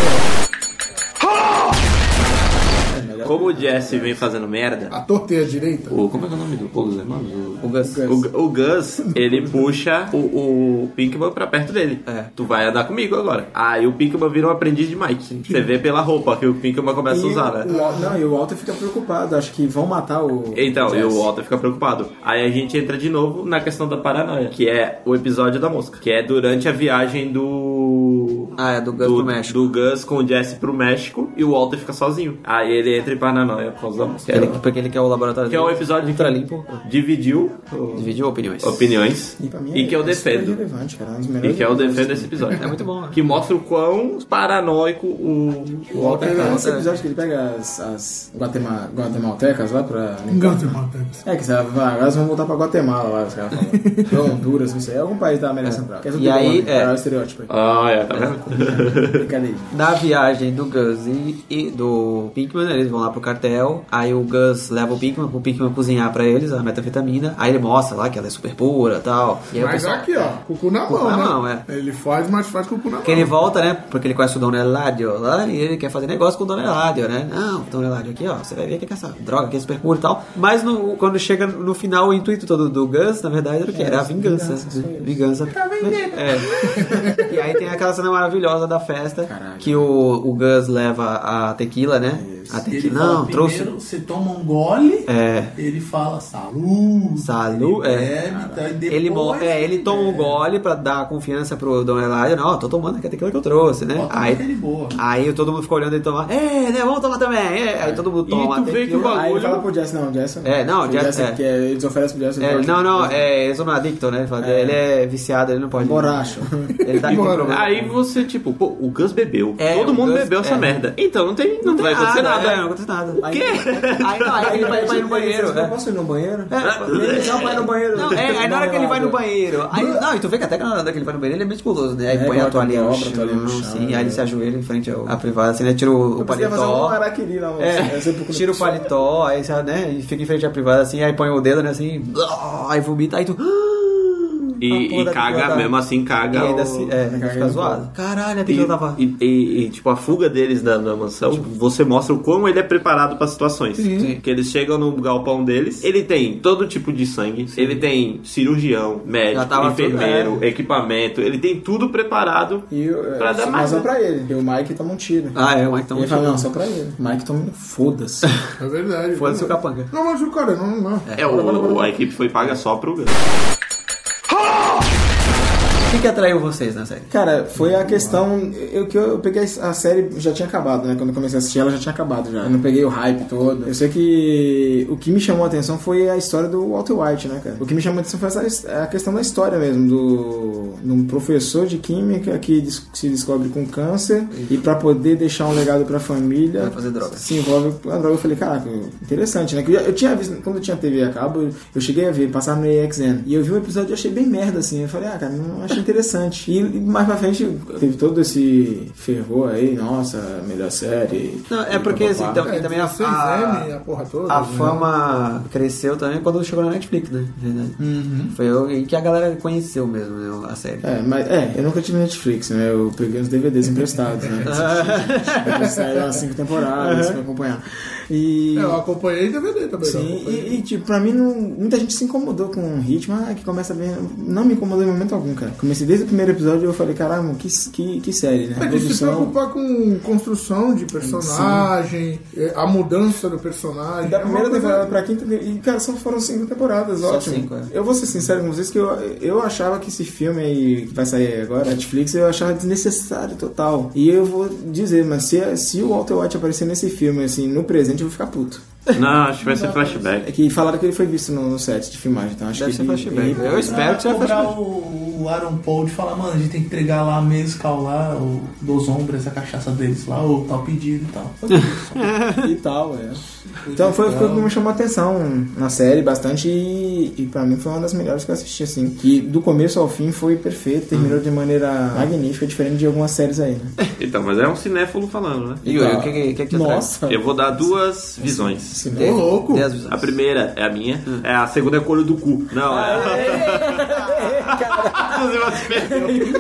Speaker 4: Como o Jesse vem fazendo merda,
Speaker 5: A torteira direita.
Speaker 4: o. Como é que é o nome do povo dos irmãos? O-
Speaker 1: o Gus.
Speaker 4: O, Gu- o Gus, ele puxa o, o Pinkman pra perto dele.
Speaker 1: É.
Speaker 4: Tu vai andar comigo agora. Aí o Pinkman vira um aprendiz de Mike. Você vê pela roupa que o Pinkman começa
Speaker 2: E
Speaker 4: a usar,
Speaker 2: o
Speaker 4: né?
Speaker 2: Wal- não, e o Walter fica preocupado, acho que vão matar o.
Speaker 4: Então, e
Speaker 2: Jesse.
Speaker 4: o Walter fica preocupado. Aí a gente entra de novo na questão da paranoia, que é o episódio da mosca. Que é durante a viagem do.
Speaker 1: Ah, é do Gus pro México.
Speaker 4: do Gus com o Jesse pro México e o Walter fica sozinho. Aí ele entra em paranoia por causa da mosca.
Speaker 1: Ele, porque ele quer o laboratório
Speaker 4: Que é o
Speaker 1: dele.
Speaker 4: episódio
Speaker 1: é Ultra
Speaker 4: que
Speaker 1: limpo.
Speaker 4: dividiu
Speaker 1: Dividiu opiniões.
Speaker 4: opiniões
Speaker 2: E pra mim
Speaker 4: e, que eu
Speaker 2: é super
Speaker 4: defendo.
Speaker 2: relevante, cara, é um dos
Speaker 4: E
Speaker 2: melhores
Speaker 4: que eu
Speaker 2: episódios.
Speaker 4: defendo esse episódio.
Speaker 1: É muito bom.
Speaker 4: Que mostra o quão paranoico o o Walter
Speaker 2: É
Speaker 4: é.
Speaker 2: esse episódio que ele pega as, as Guatema- guatemaltecas lá pra.
Speaker 5: Guatemaltecas.
Speaker 2: É que você vai falar, elas vão voltar pra Guatemala lá, os caras
Speaker 1: [laughs]
Speaker 2: falam. Honduras, não sei, é algum país da América Central. Que é tudo
Speaker 1: E aí,
Speaker 2: igual, né?
Speaker 1: é.
Speaker 2: o
Speaker 1: [laughs]
Speaker 2: estereótipo aí.
Speaker 4: Ah, é, tá vendo?
Speaker 2: Cadê?
Speaker 1: Na viagem do Gus e, e do Pinkman, eles vão lá pro cartel. Aí o Gus leva o Pinkman pro Pinkman cozinhar pra eles a metafetamina. Aí ele mostra lá que ela é super pura e tal. E aí é o
Speaker 5: Mas
Speaker 1: pessoal.
Speaker 5: aqui, ó, com o cu na
Speaker 1: Com o cu
Speaker 5: mão,
Speaker 1: na
Speaker 5: né?
Speaker 1: mão, é.
Speaker 5: Ele faz, mas faz com o cu na
Speaker 1: Que
Speaker 5: mão.
Speaker 1: ele volta, né? Porque ele conhece o Dom Eladio lá e ele quer fazer negócio com o Dom Eladio, né? Não, Dom Eladio aqui, ó, você vai ver que é essa droga aqui é super pura e tal. Mas no- quando chega no final, o intuito todo do Gus, na verdade, era o que? Era a vingança. Vingança. Tá vendendo. É. e aí tem aquela cena maravilhosa da festa que o, o Gus leva a tequila, né? A
Speaker 3: E ele
Speaker 1: tequila.
Speaker 3: fala,
Speaker 1: Não, trouxe.
Speaker 3: primeiro você toma um gole,
Speaker 1: É.
Speaker 3: ele fala salud.
Speaker 1: Salud,
Speaker 3: ele
Speaker 1: é.
Speaker 3: bebe, tá, e depois,
Speaker 1: Ele, mo- é, ele toma um gole pra dar confiança pro Dom Eladio. Não, ó, tô tomando aqui a tequila que eu trouxe, né?
Speaker 3: Bota uma
Speaker 1: Aí,
Speaker 3: cara de boa.
Speaker 1: Aí todo mundo fica olhando ele tomar. É, né? Vamos tomar também. é. Aí todo mundo
Speaker 4: E
Speaker 1: toma.
Speaker 4: tu
Speaker 1: tem
Speaker 4: vê que o bagulho-
Speaker 2: Aí ele fala pro Jess, não, Jess.
Speaker 1: É, não,
Speaker 2: o
Speaker 1: Jess,
Speaker 2: Jess
Speaker 1: é.
Speaker 2: que é- eles oferecem pro Jess.
Speaker 1: É,
Speaker 2: ele
Speaker 1: não,
Speaker 2: fala,
Speaker 1: não, é zonadicto, né? Ele fala, Ele é viciado, ele não pode.
Speaker 2: Borracho.
Speaker 1: [laughs] Ele tá com
Speaker 5: Bora.
Speaker 1: problema.
Speaker 4: Aí você, tipo, pô, o Gus bebeu.
Speaker 1: É,
Speaker 4: Todo
Speaker 1: o
Speaker 4: mundo
Speaker 1: Gus-
Speaker 4: bebeu essa
Speaker 1: é.
Speaker 4: merda. Então não tem. Não, vai acontecer nada.
Speaker 1: É, não acontece nada. O
Speaker 4: quê?
Speaker 1: Aí, não, aí ele vai, vai no banheiro.
Speaker 2: Eu
Speaker 1: É.
Speaker 2: posso ir no banheiro?
Speaker 1: É,
Speaker 2: Não, vai no banheiro.
Speaker 1: Não, é, aí na hora que ele vai no
Speaker 2: Não,
Speaker 1: banheiro. Aí, não, e tu vê que até que na hora que ele vai no banheiro ele é meticuloso, né? Aí
Speaker 2: É,
Speaker 1: põe a
Speaker 2: coloca
Speaker 1: toalha
Speaker 2: a
Speaker 1: no
Speaker 2: obra, a toalhinha
Speaker 1: chão,
Speaker 2: no chão,
Speaker 1: sim.
Speaker 2: né?
Speaker 1: Aí ele se ajoelha em frente ao, à privada, assim, né? Tira o, o
Speaker 2: Você ia fazer um assim,
Speaker 1: paletó.
Speaker 2: araquiri lá, moço. Aí você
Speaker 1: É,
Speaker 2: procura-
Speaker 1: tira o paletó, aí você, né, e fica em frente à privada assim, aí põe o dedo, né, assim, blá, aí vomita, aí tu.
Speaker 4: E,
Speaker 1: Ah, porra
Speaker 4: e
Speaker 1: da
Speaker 4: caga,
Speaker 1: tequila tá-
Speaker 4: mesmo assim
Speaker 1: E
Speaker 4: caga.
Speaker 1: ainda
Speaker 4: o-
Speaker 1: se, é, ainda fica zoado. Caralho, a
Speaker 4: E,
Speaker 1: tequila tava.
Speaker 4: e- e- e, tipo, a fuga deles da, da mansão, tipo, você mostra o como ele é preparado pra situações.
Speaker 1: Sim.
Speaker 4: Que eles chegam no galpão deles, ele tem todo tipo de sangue, ele tem cirurgião, médico,
Speaker 1: Já tava tudo,
Speaker 4: enfermeiro, equipamento, ele tem tudo preparado
Speaker 2: E o-
Speaker 4: pra dar
Speaker 2: mas
Speaker 4: mais.
Speaker 2: só
Speaker 4: né?
Speaker 2: pra ele. E o Mike toma um tiro.
Speaker 1: Ah, é, o
Speaker 4: então
Speaker 1: Mike tá
Speaker 2: ele fala,
Speaker 1: muito-
Speaker 2: não, só pra ele. Mike toma
Speaker 1: [laughs]
Speaker 2: um foda-se.
Speaker 5: É verdade.
Speaker 1: Foda-se o capanga.
Speaker 5: Não, mas o cara, não, não.
Speaker 4: É, o, a equipe foi paga só pro Gus.
Speaker 1: O que, que atraiu vocês na série?
Speaker 2: Cara, foi a questão. Eu que eu, eu peguei a série já tinha acabado, né? Quando eu comecei a assistir, ela já tinha acabado já. Eu não peguei o hype todo. Eu sei que o que me chamou a atenção foi a história do Walter White, né, cara? O que me chamou a atenção foi essa, his- a questão da história mesmo do de um professor de química que des- se descobre com câncer e pra poder deixar um legado pra família,
Speaker 1: Vai fazer drogas.
Speaker 2: se envolve com a droga. Eu falei, caraca, interessante, né? Que eu, já- eu tinha visto, quando eu tinha TV a cabo, eu- eu cheguei a ver, passar no AXN. E eu vi um episódio e achei bem merda, assim. Eu falei, ah, cara, não achei interessante. E mais pra frente teve todo esse fervor aí, nossa, melhor série.
Speaker 1: Não, é
Speaker 2: E
Speaker 1: porque
Speaker 2: papapá.
Speaker 1: assim, então, e também a,
Speaker 5: 6M,
Speaker 1: a,
Speaker 5: a porra toda. né?
Speaker 1: a fama cresceu também quando chegou na Netflix, né? Na verdade. Foi o- em que a galera conheceu mesmo né, a série.
Speaker 2: É, mas é, eu nunca tive Netflix, né? Eu peguei uns DVDs emprestados,
Speaker 1: [laughs]
Speaker 2: né? Saíram as é cinco temporadas pra acompanhar. E.
Speaker 5: É, eu acompanhei DVD também. eu
Speaker 2: Sim,
Speaker 5: acompanhei.
Speaker 2: é e, e, tipo, pra mim não- muita gente se incomodou com o ritmo, ah, que começa bem. Não me incomodou em momento algum, cara. Comecei desde o primeiro episódio e eu falei, caramba, que, que, que série, né?
Speaker 5: É de se
Speaker 2: Produção.
Speaker 5: preocupar com construção de personagem, é, a mudança do personagem.
Speaker 2: Da
Speaker 5: é uma
Speaker 2: primeira
Speaker 5: coisa-
Speaker 2: temporada pra quinta, e cara, só foram cinco temporadas, ótimo.
Speaker 1: cinco, é.
Speaker 2: Eu vou ser sincero com vocês que eu, eu achava que esse filme aí que vai sair agora, Netflix, eu achava desnecessário total. E eu vou dizer, mas se, se o Walter White aparecer nesse filme, assim, no presente, eu vou ficar puto.
Speaker 4: Não, acho que vai ser flashback.
Speaker 2: É que falaram que ele foi visto no, no set de filmagem, então acho
Speaker 1: Deve
Speaker 2: que
Speaker 1: ser
Speaker 2: ele-
Speaker 1: flashback.
Speaker 2: ele-
Speaker 1: Eu espero que seja
Speaker 3: cobrar
Speaker 1: flashback.
Speaker 3: o, o Aaron Paul de falar, mano, a gente tem que entregar lá a mezcal lá, o dos ombres, a cachaça deles lá, o tal pedido e tal.
Speaker 1: [laughs]
Speaker 2: [laughs] e tal, é. Então foi, foi o que me chamou a atenção na série bastante e, e pra mim foi uma das melhores que eu assisti, assim. Que do começo ao fim foi perfeito, terminou de maneira magnífica, diferente de algumas séries aí, né?
Speaker 4: Então, mas é um cinéfilo falando, né?
Speaker 1: Yuri, o que, que, que, que te traz?
Speaker 2: [laughs] Nossa!
Speaker 4: Eu vou dar duas visões.
Speaker 2: Esse
Speaker 1: Dê-
Speaker 2: mesmo.
Speaker 5: louco.
Speaker 1: dê as visões.
Speaker 4: A primeira é a minha, é a segunda é couro do cu. Não, é. Você vai se perder.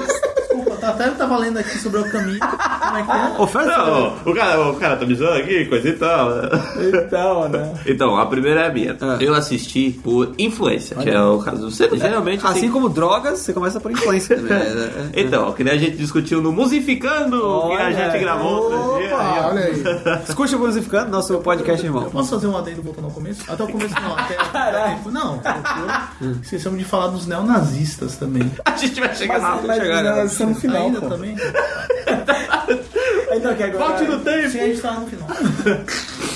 Speaker 3: Desculpa, tá, até eu tava lendo aqui sobre o caminho. Como é que
Speaker 1: [laughs]
Speaker 3: é?
Speaker 1: Oferta?
Speaker 4: Não, o cara, o cara tá me zoando aqui, coisa e tal.
Speaker 2: E tal, né?
Speaker 4: Então, a primeira é a minha.
Speaker 1: Ah.
Speaker 4: Eu assisti por influência, que é o caso do você. Geralmente
Speaker 1: Assim
Speaker 4: tem-
Speaker 1: como drogas, você começa por influência. também, [laughs] né? É, é.
Speaker 4: Então, que nem a gente discutiu no Musificando, que a
Speaker 1: Olha.
Speaker 4: gente gravou outro dia. aí, ó.
Speaker 5: Opa, olha aí.
Speaker 1: Escute o Musificando, nosso podcast, irmão.
Speaker 3: Eu posso fazer um adendo voltando ao começo? Até o começo
Speaker 1: [laughs]
Speaker 3: não, até, até tempo. Não,
Speaker 1: Hum.
Speaker 3: procura. esquecemos de falar dos neonazistas também.
Speaker 1: Tá
Speaker 4: A gente vai chegar lá.
Speaker 2: Mas nós estamos no final,
Speaker 3: Ainda
Speaker 2: pô.
Speaker 3: também?
Speaker 2: Então, que agora...
Speaker 4: Volte no tempo.
Speaker 3: Sim, a gente tá no final.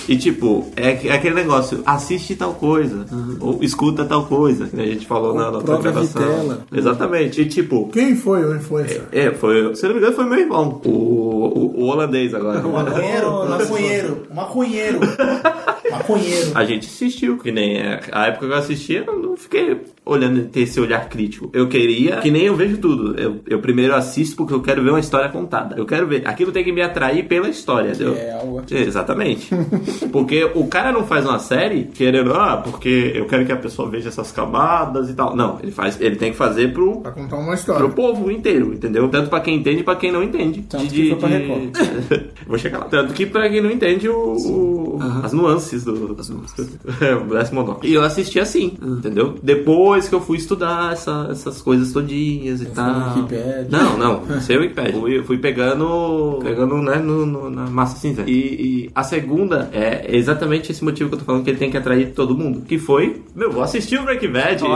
Speaker 4: E tipo, é, que- é aquele negócio, assiste tal coisa, ou escuta tal coisa, que a gente falou na na outra
Speaker 2: prova
Speaker 4: gravação.
Speaker 2: vitela.
Speaker 4: Exatamente. E tipo,
Speaker 5: Quem foi o influencer?
Speaker 4: é, foi, se eu não me engano, foi meu irmão, o, o- o holandês agora. né?
Speaker 3: Maconheiro, maconheiro, maconheiro, maconheiro.
Speaker 4: A gente assistiu, que nem é, a época que eu assistia, eu não fiquei olhando, ter esse olhar crítico. Eu queria, que nem eu vejo tudo. Eu, eu primeiro assisto porque eu quero ver uma história contada. Eu quero ver. Aquilo tem que me atrair pela história, entendeu?
Speaker 2: É, algo- [laughs]
Speaker 4: Exatamente. porque o cara não faz uma série querendo, ah, porque eu quero que a pessoa veja essas camadas e tal. Não, ele faz, ele tem que fazer pro.
Speaker 5: Pra contar uma
Speaker 4: Pro
Speaker 5: história.
Speaker 4: povo inteiro, entendeu? Tanto pra quem entende, pra quem não entende.
Speaker 2: Tanto que foi pra Record.
Speaker 4: [laughs] Vou chegar lá. Tanto que pra quem não entende o, o- as nuances do. As nuances. [laughs] é, o décimo nono. E eu assisti assim, entendeu? Depois que eu fui estudar essa- essas coisas todinhas e tal.
Speaker 2: no Wikipedia.
Speaker 4: Não, [laughs] não. Seu impede. Fui, fui pegando. Pegando, né, no, no- na massa cinza. E, e a segunda é exatamente esse motivo que eu tô falando que ele tem que atrair todo mundo. Que foi. Meu, vou assistir o Breaking Bad.
Speaker 2: [laughs]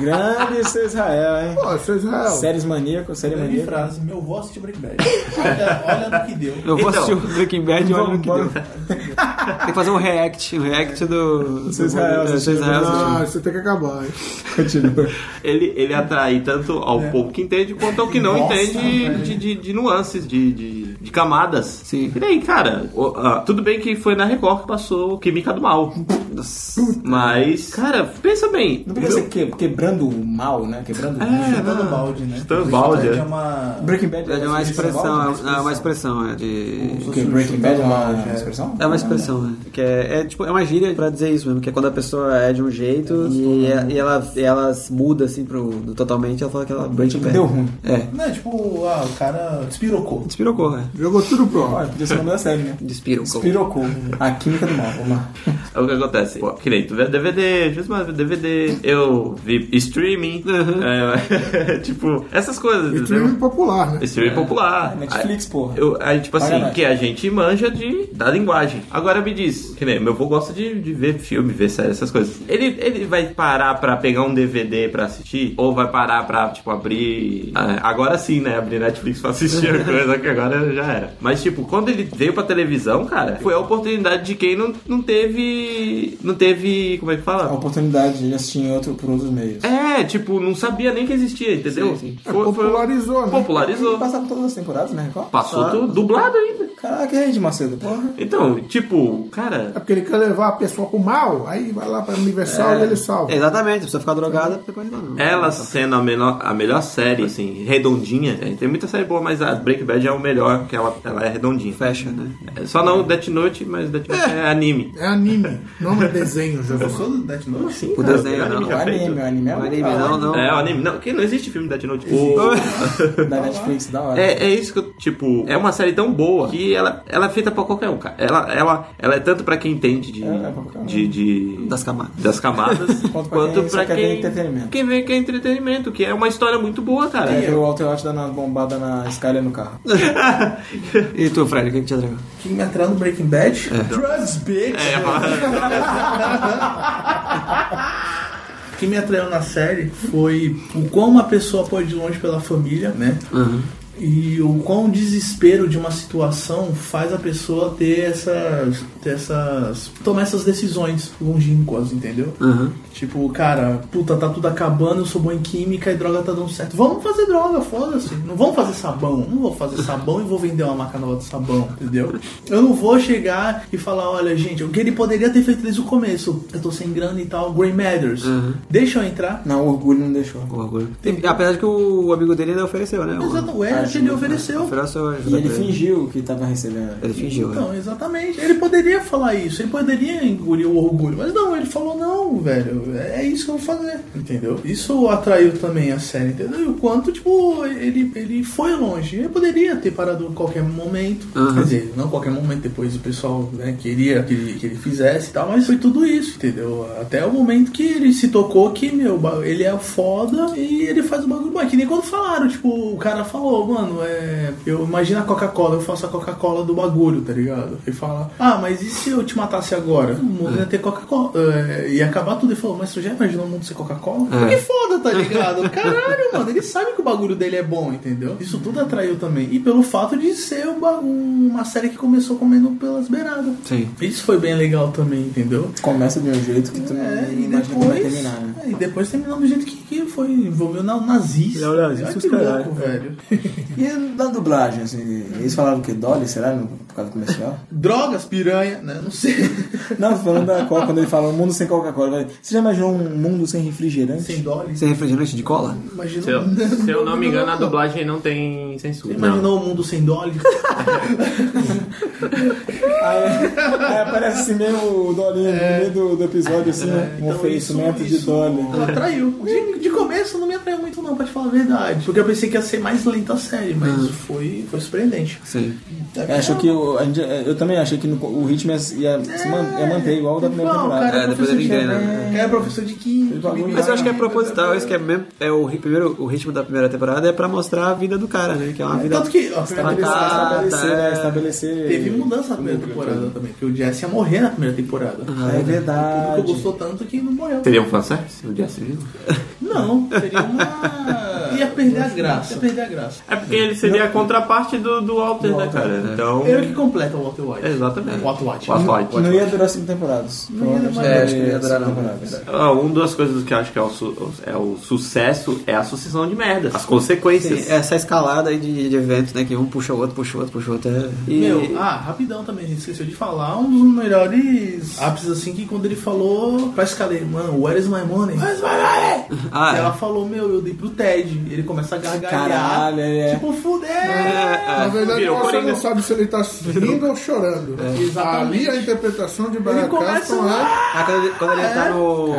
Speaker 2: Grande seu Israel, hein?
Speaker 5: Pô, isso é Israel.
Speaker 2: Séries maníacos, série
Speaker 3: Grande
Speaker 2: maníaca.
Speaker 3: frase, meu avô assistiu Breaking Bad. Olha, olha no que deu.
Speaker 1: Eu vou
Speaker 4: Então.
Speaker 1: assistir o Breaking Bad e olha no que deu.
Speaker 2: Vamos-
Speaker 1: Tem que fazer um react, um react do... do-
Speaker 2: Seu Israel,
Speaker 1: é, seu
Speaker 2: assistindo.
Speaker 1: Israel assistindo.
Speaker 5: Ah, isso tem que acabar, hein?
Speaker 2: Continua.
Speaker 4: ele, ele atrai tanto ao povo que entende quanto ao que não
Speaker 3: Nossa,
Speaker 4: entende de, de- de nuances, de, de, de camadas.
Speaker 1: Sim.
Speaker 4: E daí, cara, o- ah, tudo bem que foi na Record que passou Química do Mal. Mas, cara, pensa bem.
Speaker 2: Não podia ser que- quebrando o mal, né? Quebrando o
Speaker 4: É,
Speaker 2: mal.
Speaker 3: Chutando balde, né?
Speaker 4: Chutando balde,
Speaker 3: Chutando
Speaker 4: é.
Speaker 3: uma-
Speaker 2: Breaking Bad
Speaker 1: É uma expressão,
Speaker 2: né?
Speaker 1: é uma expressão, é de...
Speaker 2: O que? Breaking Bad é uma
Speaker 3: É.
Speaker 2: expressão?
Speaker 1: É uma expressão, né? Que é, é, tipo, é uma gíria pra dizer isso mesmo, que é quando a pessoa é de um jeito e, é, e ela, e ela se muda assim pro do totalmente, ela fala que ela break bad.
Speaker 2: Tipo, Deu ruim.
Speaker 1: É.
Speaker 3: Não, é tipo, ah, o cara despirocou.
Speaker 1: Despirocou, é.
Speaker 5: Jogou tudo pro alto.
Speaker 2: Olha, podia ser o nome da série, né?
Speaker 1: Despirocou.
Speaker 2: Pirocou. A química do mal, vamos lá.
Speaker 4: É o que acontece. Pô, que nem tu vê DVD, Jesus, mas DVD, eu vi streaming, é, [laughs] tipo, essas coisas.
Speaker 5: E time
Speaker 4: entendeu?
Speaker 5: popular, né?
Speaker 4: Streaming popular.
Speaker 2: Netflix, porra.
Speaker 4: Eu, aí, tipo assim,
Speaker 2: Paga nós.
Speaker 4: que a gente manja de, da linguagem. Agora me diz, que nem meu avô gosta de, de ver filme, ver série, essas coisas. Ele, ele vai parar pra pegar um DVD pra assistir? Ou vai parar pra, tipo, abrir. ah, Agora sim, né? Abrir Netflix pra assistir
Speaker 5: [laughs]
Speaker 4: a coisa, que agora já era. Mas, tipo, quando ele veio pra televisão, cara, foi a oportunidade de quem não, não teve. Não teve. Como é que
Speaker 2: A
Speaker 4: fala?
Speaker 2: oportunidade de assistir em outro, por outros meios.
Speaker 4: É, tipo, não sabia nem que existia, entendeu?
Speaker 5: É,
Speaker 4: Foi- foi-
Speaker 5: popularizou, né? Tá.
Speaker 4: popularizou.
Speaker 2: Passava todas as temporadas, né? Record?
Speaker 4: Passou tu- dublado ainda.
Speaker 2: Caraca, e aí, de Macedo,
Speaker 3: [laughs]
Speaker 2: porra.
Speaker 4: Então, tipo, cara,
Speaker 5: É porque ele quer levar a pessoa pro mal, aí vai lá pra Universal e ele salva.
Speaker 1: Exatamente, precisa ficar drogada pra continuar. não.
Speaker 4: Ela sendo a melhor, a melhor série, assim, redondinha. Tem- Tem muita série boa, mas a Break Bad é o melhor, que ela, ela é redondinha.
Speaker 1: fecha, né?
Speaker 4: É, Só não Death Note, mas Death Note é anime.
Speaker 5: É anime, não é desenho, Jesus.
Speaker 3: Gostou do Death Note?
Speaker 4: Sim,
Speaker 1: O desenho, não,
Speaker 2: O anime, o anime é
Speaker 1: Não é
Speaker 2: muito
Speaker 1: anime,
Speaker 2: da hora.
Speaker 1: não, não.
Speaker 4: É, o anime. Não, que não existe filme Death Note. O-
Speaker 2: Da Netflix, da hora.
Speaker 4: É, é isso que eu, tipo, é uma é série tão boa que que ela, ela é feita pra qualquer um, cara. Ela, ela, ela é tanto pra quem entende de, de, de-
Speaker 1: Das camadas.
Speaker 4: das camadas, quanto,
Speaker 2: pra quem só
Speaker 4: pra
Speaker 2: quer
Speaker 4: quem,
Speaker 2: ver entretenimento.
Speaker 4: quem vê que é entretenimento, que é uma história muito boa, cara.
Speaker 2: Aí o Walter White dando uma bombada na escalha no carro.
Speaker 1: E tu, Fred, o que, que te atraiu?
Speaker 3: Que me atraiu no Breaking Bad?
Speaker 4: É.
Speaker 3: Drugs, bitch! O que me atraiu na série foi o quão uma pessoa pode ir longe pela família, né? E o quão o desespero de uma situação faz a pessoa ter essas. ter essas. tomar essas decisões longínquas, entendeu? Tipo, cara, puta, tá tudo acabando, eu sou bom em química e droga tá dando certo. Vamos fazer droga, foda-se. Não vamos fazer sabão. Não vou fazer sabão e vou vender uma marca nova de sabão, entendeu? Eu não vou chegar e falar, olha, gente, o que ele poderia ter feito desde o começo. Eu tô sem grana e tal, Grey Matters. Deixa eu entrar.
Speaker 2: Não, o orgulho não deixou.
Speaker 1: O orgulho. Tem- apesar de que o amigo dele ainda ofereceu, né?
Speaker 2: é,
Speaker 3: Exatamente, ele ofereceu.
Speaker 1: Ofereceu
Speaker 2: E
Speaker 1: ajuda
Speaker 2: ele
Speaker 1: pra
Speaker 2: fingiu que tava recebendo.
Speaker 1: Ele fingiu, né?
Speaker 3: Então, exatamente. Ele poderia falar isso, ele poderia engolir o orgulho, mas não, ele falou, não, velho, é isso que eu vou fazer, entendeu? Isso atraiu também a série, entendeu? E o quanto, tipo, ele, ele foi longe. Ele poderia ter parado em qualquer momento, quer dizer, não qualquer momento, depois o pessoal né, queria que ele, que ele fizesse e tal, mas foi tudo isso, entendeu? Até o momento que ele se tocou que, meu, ba- ele é foda e ele faz o bagulho bom. É Que nem quando falaram, tipo, o cara falou, mano, é. Eu imagino a Coca-Cola, eu faço a Coca-Cola do bagulho, tá ligado? Ele fala, ah, mas e se eu te matasse agora? O mundo ia ter Coca-Cola. É, ia acabar tudo. Ele falou, mas tu já imaginou o mundo sem Coca-Cola? Que foda, tá ligado? Caralho, mano, ele sabe que o bagulho dele é bom, entendeu? Isso tudo atraiu também. E pelo fato de ser uma, uma série que começou comendo pelas beiradas.
Speaker 1: Sim.
Speaker 3: Isso foi bem legal também, entendeu?
Speaker 2: Começa de um jeito que tu não
Speaker 3: É, e
Speaker 2: imagina que vai
Speaker 3: depois,
Speaker 2: terminar, né?
Speaker 3: é, e depois terminou do jeito que, que foi, envolveu na, o nazista.
Speaker 1: Não, nazista,
Speaker 3: Olha
Speaker 1: os
Speaker 3: que
Speaker 1: caralho.
Speaker 3: louco, velho. [laughs]
Speaker 1: é.
Speaker 2: E da dublagem, assim, eles falaram que Dolly, será? No, por causa do
Speaker 1: [laughs]
Speaker 2: comercial?
Speaker 3: Drogas, piranha, né? Não sei. [laughs]
Speaker 2: Não, falando da Coca, quando ele fala um mundo sem Coca-Cola. eu falei, Você já imaginou um mundo sem refrigerante?
Speaker 3: Sem dólares.
Speaker 1: Sem refrigerante de cola?
Speaker 3: Imagina,
Speaker 4: Se eu,
Speaker 3: [laughs]
Speaker 4: se eu não me engano, a
Speaker 3: não.
Speaker 4: dublagem não tem censura. Não.
Speaker 3: Imaginou o mundo sem dólares?
Speaker 2: Aí, aí aparece assim mesmo o Dolinho no meio do, do episódio, assim, né?
Speaker 1: Então,
Speaker 2: Um oferecimento
Speaker 3: Então, isso-
Speaker 2: de
Speaker 1: é
Speaker 3: isso
Speaker 1: um
Speaker 2: Dolly.
Speaker 3: me Atraiu. De, de começo não me atraiu muito, não, pra te falar a verdade. Porque eu pensei que ia ser mais lenta a série, mas foi, foi surpreendente.
Speaker 1: Sim.
Speaker 2: Eu acho É, que o- a gente- eu também achei que no- o ritmo ia, ia se man- ia manter igual o da primeira
Speaker 3: Não, o
Speaker 2: temporada.
Speaker 3: cara é
Speaker 1: É, depois ele
Speaker 3: professor de
Speaker 1: ganha, né?
Speaker 3: É professor de química.
Speaker 2: bagulho
Speaker 3: bibi-
Speaker 1: Mas eu acho que é proposital, isso que é mesmo. É o, ri- primeiro, o ritmo da primeira temporada é pra mostrar a vida do cara, né? Que é uma vida.
Speaker 3: Tanto que ó,
Speaker 1: Tá,
Speaker 2: estabelecer,
Speaker 1: tá,
Speaker 2: né?
Speaker 1: é.
Speaker 2: Estabelecer.
Speaker 3: Teve mudança na primeira temporada também, porque o Jesse ia morrer na primeira temporada.
Speaker 2: É
Speaker 3: O público
Speaker 2: verdade.
Speaker 3: gostou tanto que não morreu.
Speaker 4: Seria um fanservice no dia seguinte?
Speaker 3: Não, seria uma. Ia perder a graça. Ia perder a graça.
Speaker 4: É porque ele seria a contraparte do, do Walter, né, cara? Então.
Speaker 3: Ele que completa o Walter White.
Speaker 4: É, Exatamente.
Speaker 3: Walter White.
Speaker 4: Walter White.
Speaker 2: Não ia durar cinco temporadas. Provavelmente
Speaker 3: mais.
Speaker 2: ia
Speaker 3: É,
Speaker 1: acho que não ia durar,
Speaker 2: cinco
Speaker 1: não.
Speaker 2: temporadas.
Speaker 4: Ah, Uma das coisas que eu acho que é o, su- é o sucesso é a sucessão de merda, as consequências.
Speaker 1: Sim, assim, essa escalada aí de, de eventos, né? Que um puxa o outro, puxa o outro, puxa o outro. é- E,
Speaker 3: Meu, ah, rapidão também, a gente esqueceu de falar um dos melhores ápices assim que quando ele falou pra escaleira, mano, where is my money? Where is my money?
Speaker 1: Ah,
Speaker 3: e
Speaker 1: é.
Speaker 3: ela falou, meu, eu dei pro Ted. E ele começa a gargalhar.
Speaker 2: Caralho, é.
Speaker 3: Tipo, fudeu!
Speaker 5: Na verdade,
Speaker 4: Virou
Speaker 5: você
Speaker 4: Coringa.
Speaker 5: não sabe se ele tá rindo ou chorando.
Speaker 3: Exatamente.
Speaker 5: Ali a interpretação de Brian
Speaker 3: começa
Speaker 5: Cranston é...
Speaker 1: ah, quando ele, quando ele tá
Speaker 2: Cara,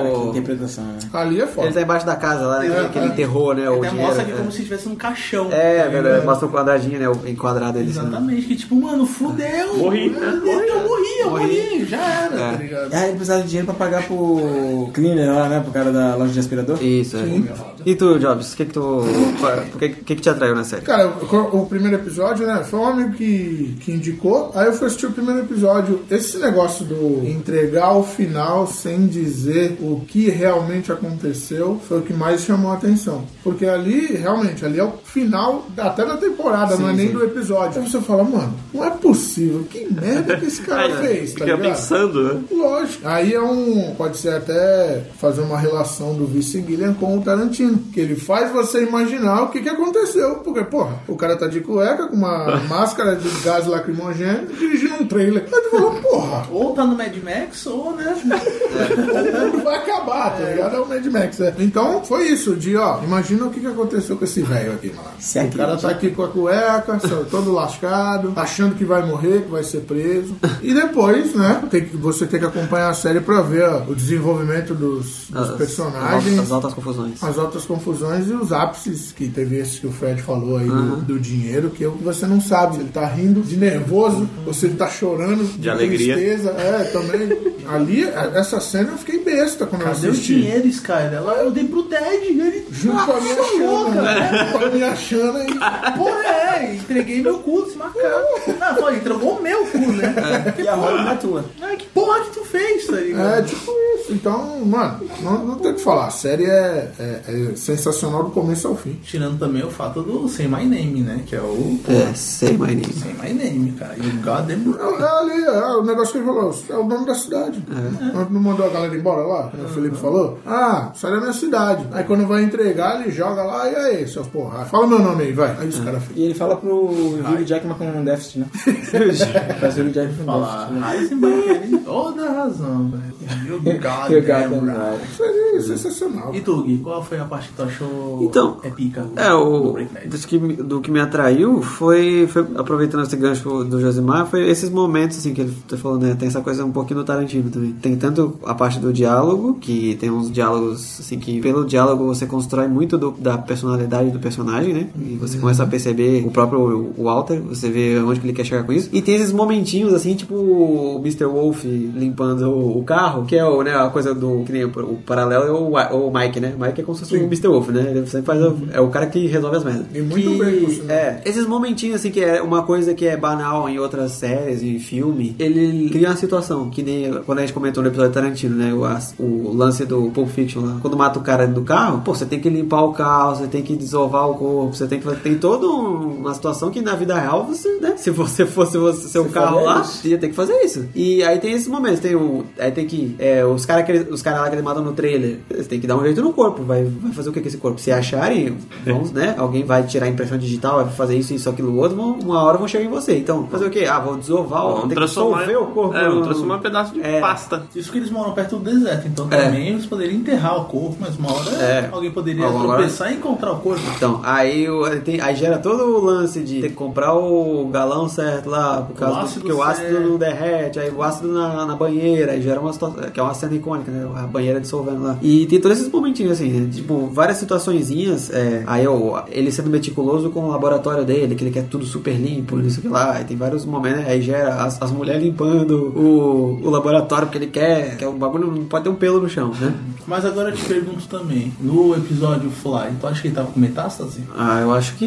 Speaker 2: que
Speaker 1: no.
Speaker 2: interpretação, né?
Speaker 5: Ali é
Speaker 1: Ele
Speaker 5: foda.
Speaker 1: tá embaixo da casa lá, né? Que ele enterrou, né? O
Speaker 3: Até
Speaker 1: dinheiro.
Speaker 3: mostra aqui
Speaker 1: né?
Speaker 3: como se estivesse num caixão.
Speaker 1: É, verdade, mostra o quadradinho, né? O enquadrado dele. Assim,
Speaker 3: Exatamente, que tipo, mano, fudeu!
Speaker 4: Morri.
Speaker 3: Eu morri, eu morri, eu
Speaker 1: Morri.
Speaker 3: morri, já era,
Speaker 1: É.
Speaker 3: tá ligado?
Speaker 2: Ah, ele precisava de dinheiro pra pagar pro cleaner lá, né? Pro cara da loja de aspirador.
Speaker 1: Isso, é. E tu, Jobs, o que que tu. O que, que que te atraiu na série?
Speaker 5: Cara, o, o primeiro episódio, né? Foi um amigo que, que indicou. Aí eu fui assistir o primeiro episódio. Esse negócio do entregar o final sem dizer o que realmente aconteceu foi o que mais chamou a atenção. Porque ali, realmente, ali é o final da- até da temporada, não é nem do episódio. Aí você fala, mano, não é possível. Que merda que esse cara
Speaker 4: Aí,
Speaker 5: fez,
Speaker 4: É, Fica
Speaker 5: tá ligado?
Speaker 4: pensando, né?
Speaker 5: Lógico. Aí é um. Pode ser até fazer uma relação do Vince Gilliam com o Tarantino. Que ele faz você imaginar o que, que aconteceu. Porque, porra, o cara tá de cueca, com uma máscara de gás lacrimogêneo, dirigindo um trailer. Aí tu falou, porra,
Speaker 3: Ou tá no Mad Max, ou, né?
Speaker 5: o mundo vai acabar, tá ligado? É o Mad Max. é. Então foi isso, de ó, imagina o que, que aconteceu com esse velho aqui, mano.
Speaker 2: Se é
Speaker 5: O cara tá aqui com a cueca, só todo lascado, achando que vai morrer, que vai ser preso. E depois, né? tem que- você tem que acompanhar a série pra ver ó, o desenvolvimento dos, dos
Speaker 1: As-
Speaker 5: personagens.
Speaker 1: As altas confusões.
Speaker 5: As altas confusões e os ápices que teve esse que o Fred falou aí do, do dinheiro, que é o que você não sabe se ele tá rindo de nervoso ou se ele tá chorando de,
Speaker 4: alegria.
Speaker 5: tristeza. É, também. Ali, a- essa cena eu fiquei besta quando eu
Speaker 3: Cadê o
Speaker 5: assisti.
Speaker 3: dinheiro, Skyler? Ela- Eu dei pro Ted, ele
Speaker 5: Junto com a minha
Speaker 3: é né?
Speaker 5: Xana. Com a minha Xana e.
Speaker 3: Porra, é, entreguei meu cu desmarcado. Ah, falei, entregou o meu cu, né?
Speaker 2: E a rola não é tua.
Speaker 3: Ah, que porra que tu fez, tá ligado?
Speaker 5: É, tipo isso. Então, mano, não, não tem o que falar. A série é, é- é sensacional do começo ao fim.
Speaker 3: Tirando também o fato do Sem My Name, né? Que é o
Speaker 1: É, sei, my name.
Speaker 3: Sem My Name, cara. E o Goddamn
Speaker 5: É, é ali, é o negócio que ele falou, é o nome da cidade. Não- Não mandou a galera embora lá, que o Felipe falou? Ah, sai da minha cidade. Aí quando vai entregar, ele joga lá, e aí, seus porra. Fala meu nome aí, vai. Aí os caras ficam.
Speaker 2: E ele fala pro Hugh Jackman com um déficit, [laughs] né? Faz o Hugh Jackman com um
Speaker 3: Falar
Speaker 2: déficit. né?
Speaker 3: Heisenberg, ele toda a razão, velho. You
Speaker 2: Eu gato,
Speaker 3: Goddamn right.
Speaker 2: né?
Speaker 5: Isso aí é sensacional.
Speaker 3: E tu, Gui, qual foi a parte que tu achou
Speaker 1: Então,
Speaker 3: é pica?
Speaker 1: É,
Speaker 3: do
Speaker 1: o,
Speaker 3: Breaking Bad?
Speaker 1: do, que, me- do que me atraiu foi, foi, aproveitando esse gancho do Josimar, foi esses momentos assim que ele tá falando, né? Tem essa coisa um pouquinho do Tarantino também. Tem tanto a parte do diálogo, que tem uns diálogos assim que pelo diálogo você constrói muito do- da personalidade do personagem, né? E você começa a perceber o próprio Walter, você vê onde que ele quer chegar com isso. E tem esses momentinhos assim, tipo o Mr. Wolf limpando o o carro, que é o, né, a coisa do que nem o, o paralelo é o, Wa- o Mike, né? O Mike é como se fosse o Mr. Wolf, né? Ele sempre faz o- é o cara que resolve as merdas.
Speaker 5: E muito bem, por sinal.
Speaker 1: É, esses momentinhos assim que é uma coisa que é banal em outras séries, em filme, ele cria uma situação que nem quando a gente comentou no episódio Tarantino, né? O, as- o lance do Pulp Fiction lá. Quando mata o cara do carro, pô, você tem que limpar o carro, você tem que desovar o corpo, você tem que. Tem toda um- uma situação que na vida real você, né? Se você fosse você, seu carro lá, você ia ter que fazer isso. E aí tem esses momentos, tem o. Aí tem que. é, os caras os cara lá que eles matam no trailer, eles têm que dar um jeito no corpo. Vai, vai fazer o que com esse corpo? Se acharem, vão,
Speaker 4: É.
Speaker 1: né? Alguém vai tirar a impressão digital, vai fazer isso, isso, aquilo, outro, vão, uma hora vão chegar em você. Então, fazer o quê? Ah, vou desovar, vou ter que dissolver o corpo.
Speaker 4: um É,
Speaker 1: no-
Speaker 4: vamos transformar um pedaço de
Speaker 1: É.
Speaker 4: pasta.
Speaker 3: Isso que eles moram perto do deserto, então também eles poderiam enterrar o corpo, mas uma hora
Speaker 1: É.
Speaker 3: alguém poderia
Speaker 1: Agora-
Speaker 3: tropeçar e encontrar o corpo.
Speaker 1: Então, aí, o- aí tem- aí gera todo o lance de ter que comprar o galão certo lá, por causa do,
Speaker 3: ácido
Speaker 1: porque o ácido
Speaker 3: certo.
Speaker 1: não derrete, aí o ácido na, na banheira, aí gera uma situação, que é uma cena icônica, né? A banheira dissolvendo lá. E tem todos esses momentinhos assim, né? tipo, várias situaçõezinhas, é, aí o- ele sendo meticuloso com o laboratório dele, que ele quer tudo super limpo, não sei o que lá, aí tem vários momentos, né? aí gera as, as mulheres limpando o, o laboratório que ele quer, que é um bagulho, não pode ter um pelo no chão, né?
Speaker 3: Mas agora eu te pergunto também, no episódio Fly, tu acha que ele tava com metástase?
Speaker 1: Ah, eu acho que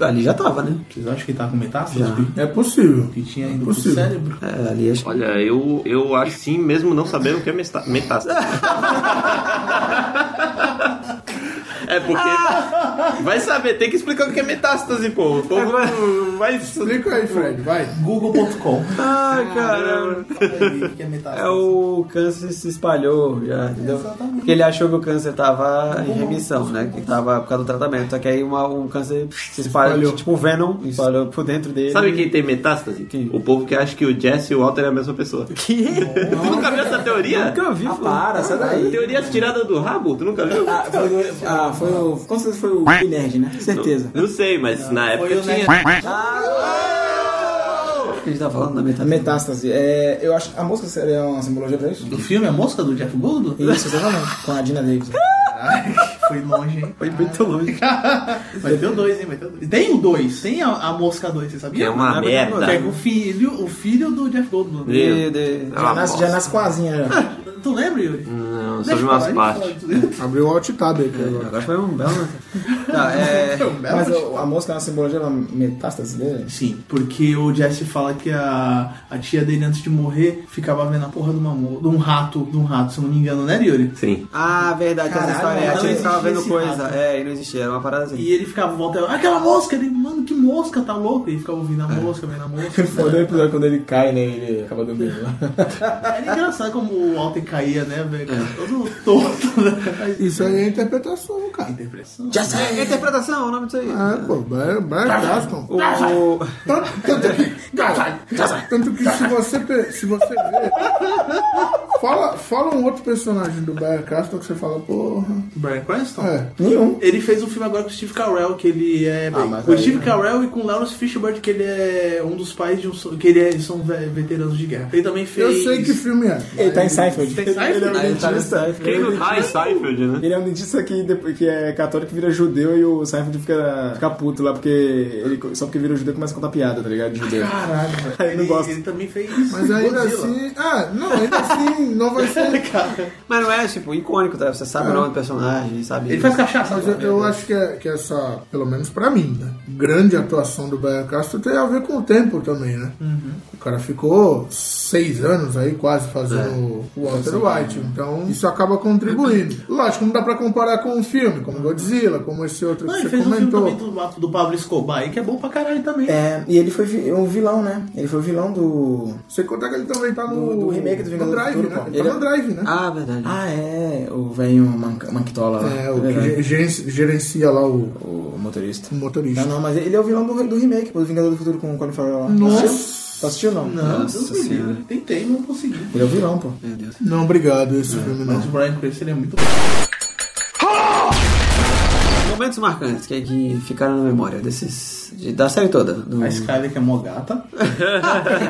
Speaker 1: ali já tava, né?
Speaker 3: Vocês acham que ele tava com metástase?
Speaker 1: Já.
Speaker 5: É possível.
Speaker 3: Que tinha ido pro
Speaker 5: Possível.
Speaker 3: cérebro?
Speaker 1: É, ali acho que
Speaker 4: Olha, eu, eu acho sim, mesmo não sabendo o que é mesta- metástase. É porque. Vai saber, tem que explicar o que é metástase, pô. O povo não vai.
Speaker 5: Explica aí, Fred, vai.
Speaker 1: [laughs]
Speaker 3: Google.com.
Speaker 1: Ah, caramba.
Speaker 3: Aí, que é metástase.
Speaker 1: É o câncer se espalhou já, entendeu? Porque ele achou que o câncer tava em remissão, né? Que tava por causa do tratamento. Só que aí uma, um câncer se espalhou,
Speaker 5: espalhou.
Speaker 1: tipo o Venom, espalhou por dentro dele.
Speaker 4: Sabe quem tem metástase?
Speaker 1: Quem?
Speaker 4: O povo que acha que o Jesse e o Walter é a mesma pessoa.
Speaker 1: que
Speaker 4: Tu nunca viu essa teoria?
Speaker 1: Nunca É, vi,
Speaker 2: Ah,
Speaker 1: pô.
Speaker 2: para, sai daí.
Speaker 4: Teorias tiradas do rabo? Tu nunca viu?
Speaker 2: Ah, foi, o- ah, foi o. Com certeza foi o Gui Nerd, né? Certeza.
Speaker 4: Não sei, mas na época
Speaker 3: Foi o
Speaker 4: tinha.
Speaker 1: O que a gente tá falando da
Speaker 2: A
Speaker 1: metade?
Speaker 2: metástase. É, eu acho que a música seria uma simbologia pra [laughs] isso?
Speaker 3: Do filme A Mosca do Jeff Goldblum?
Speaker 1: É.
Speaker 2: Isso, exatamente. Com a Dina Davis.
Speaker 3: Caralho, [laughs] foi longe, hein?
Speaker 1: Foi muito
Speaker 3: [laughs]
Speaker 1: longe.
Speaker 3: Vai ter o 2, hein? Vai ter o dois. Tem o 2, tem a, a Mosca 2, você sabia?
Speaker 4: Que é uma
Speaker 1: Não é verdade,
Speaker 4: merda.
Speaker 3: Que é o filho, o filho do Jeff Goldblum.
Speaker 1: De, de...
Speaker 4: Ah,
Speaker 2: Já nasce, já nasce com asinha já.
Speaker 3: Tu lembra, Yuri?
Speaker 4: Não,
Speaker 3: Deixa
Speaker 4: Hum, sobre
Speaker 3: eu
Speaker 4: umas
Speaker 3: falar,
Speaker 4: partes.
Speaker 3: deixa eu falar disso.
Speaker 5: Abriu o alt tab aqui agora.
Speaker 1: Agora foi um belo lance. Tá, é...
Speaker 2: É.
Speaker 3: um
Speaker 2: Mas o- a música é uma simbologia da metástase dele?
Speaker 3: Sim, porque o Jesse fala que a, a tia dele antes de morrer ficava vendo a porra de, uma, mo- de um rato, de um rato, se eu não me engano, né, Yuri?
Speaker 4: Sim.
Speaker 1: Ah, verdade, tem essa história. é,
Speaker 2: Caralho, não
Speaker 1: A gente ficava
Speaker 3: existia
Speaker 1: vendo
Speaker 3: esse
Speaker 1: coisa.
Speaker 3: rato.
Speaker 1: É, e não existia, era uma parada assim.
Speaker 3: E ele ficava voltando, aquela mosca, ele, mano, que mosca, tá louco? E ele ficava ouvindo a
Speaker 4: É.
Speaker 3: mosca,
Speaker 4: [laughs]
Speaker 3: vendo a mosca.
Speaker 2: Foi o episódio quando ele cai, né? Ele acaba dormindo.
Speaker 3: Era É engraçado como o Walter caía, né, velho?
Speaker 4: É.
Speaker 3: Todo torto,
Speaker 4: [laughs]
Speaker 3: né?
Speaker 5: Isso aí é interpretação, cara.
Speaker 3: Interpretação.
Speaker 1: Just é, interpretação, o nome disso aí.
Speaker 5: É, pô, tá, Brian Brian Cranston.
Speaker 1: O...
Speaker 5: Tanto, tanto que, cara, tanto que se você, pe- se você ver, Fala, fala um outro personagem do Brian Castro que você fala, porra.
Speaker 3: Brian Cranston?
Speaker 5: É.
Speaker 2: [laughs] Nenhum.
Speaker 3: Ele fez um filme agora com o Steve Carell, que ele é.
Speaker 2: Ah, mas
Speaker 3: com o
Speaker 2: aí-
Speaker 3: Steve Carell e com o Lawrence Fishburne, que ele é um dos pais de um. so- que ele é- eles são ve- veteranos de guerra. Ele também fez.
Speaker 5: Eu sei que filme é.
Speaker 2: Ele tá em Seinfeld.
Speaker 3: Seinfeld?
Speaker 2: Ele é um
Speaker 1: Ele tá no
Speaker 2: dentista.
Speaker 1: Seinfeld.
Speaker 4: Quem não tá em Seinfeld, né?
Speaker 2: Ele é um dentista que, depois- que é católico que vira judeu e o Seinfeld fica, fica puto lá porque ele, só porque vira judeu começa a contar piada, tá ligado? De judeu. [laughs]
Speaker 3: Caralho, velho.
Speaker 2: Aí eu não
Speaker 3: Ele-
Speaker 2: gosto.
Speaker 3: Ele também fez.
Speaker 5: Mas ainda
Speaker 3: Godzilla.
Speaker 5: assim. Ah, não, ainda assim não vai ser.
Speaker 1: Mas não é, tipo, icônico, tá? Você sabe o nome do personagem, sabe?
Speaker 3: Ele faz cachaça.
Speaker 5: Mas eu, eu acho que, é- que essa, pelo menos pra mim, né? Grande atuação do Brian Castro tem a ver com o tempo também, né? O cara ficou seis anos aí quase fazendo o Walter White, então isso acaba contribuindo. Lógico, não dá pra comparar com um filme, como Godzilla, como esse outro
Speaker 3: Não,
Speaker 5: que
Speaker 3: ele
Speaker 5: você
Speaker 3: fez um filme também
Speaker 5: comentou.
Speaker 3: do, do Pablo Escobar, aí que é bom pra caralho também.
Speaker 2: É, e ele foi vi- um vilão, né? Ele foi o vilão do.
Speaker 5: Você contar que ele também tá no,
Speaker 2: Do- do remake do
Speaker 5: no
Speaker 2: Vingador do
Speaker 5: Drive,
Speaker 2: Futuro,
Speaker 5: né?
Speaker 2: pô.
Speaker 5: Ele tá
Speaker 2: Ele-
Speaker 5: no Drive, né?
Speaker 1: Ah, verdade.
Speaker 2: Ah, é, o velho Manc- Manquitola lá.
Speaker 5: É, o que
Speaker 2: Ah, Verdade.
Speaker 5: ge- gerenci- gerencia lá o,
Speaker 2: O motorista.
Speaker 5: o motorista.
Speaker 2: Não, não, mas ele é o vilão do, do remake, do Vingador do Futuro com o Colin Farrell lá.
Speaker 5: Nossa!
Speaker 2: Tá assistindo não?
Speaker 3: Não,
Speaker 1: Nossa
Speaker 3: Deus me livre.
Speaker 1: Senhora.
Speaker 3: Tentei, não consegui.
Speaker 2: Ele é o vilão, pô.
Speaker 1: Meu Deus.
Speaker 5: Não, obrigado, esse filme não.
Speaker 3: Mas o Brian Cranston ele é muito
Speaker 1: Momentos marcantes que, é que ficaram na memória desses. de- da série toda. do-
Speaker 3: A Skyler que é mogata.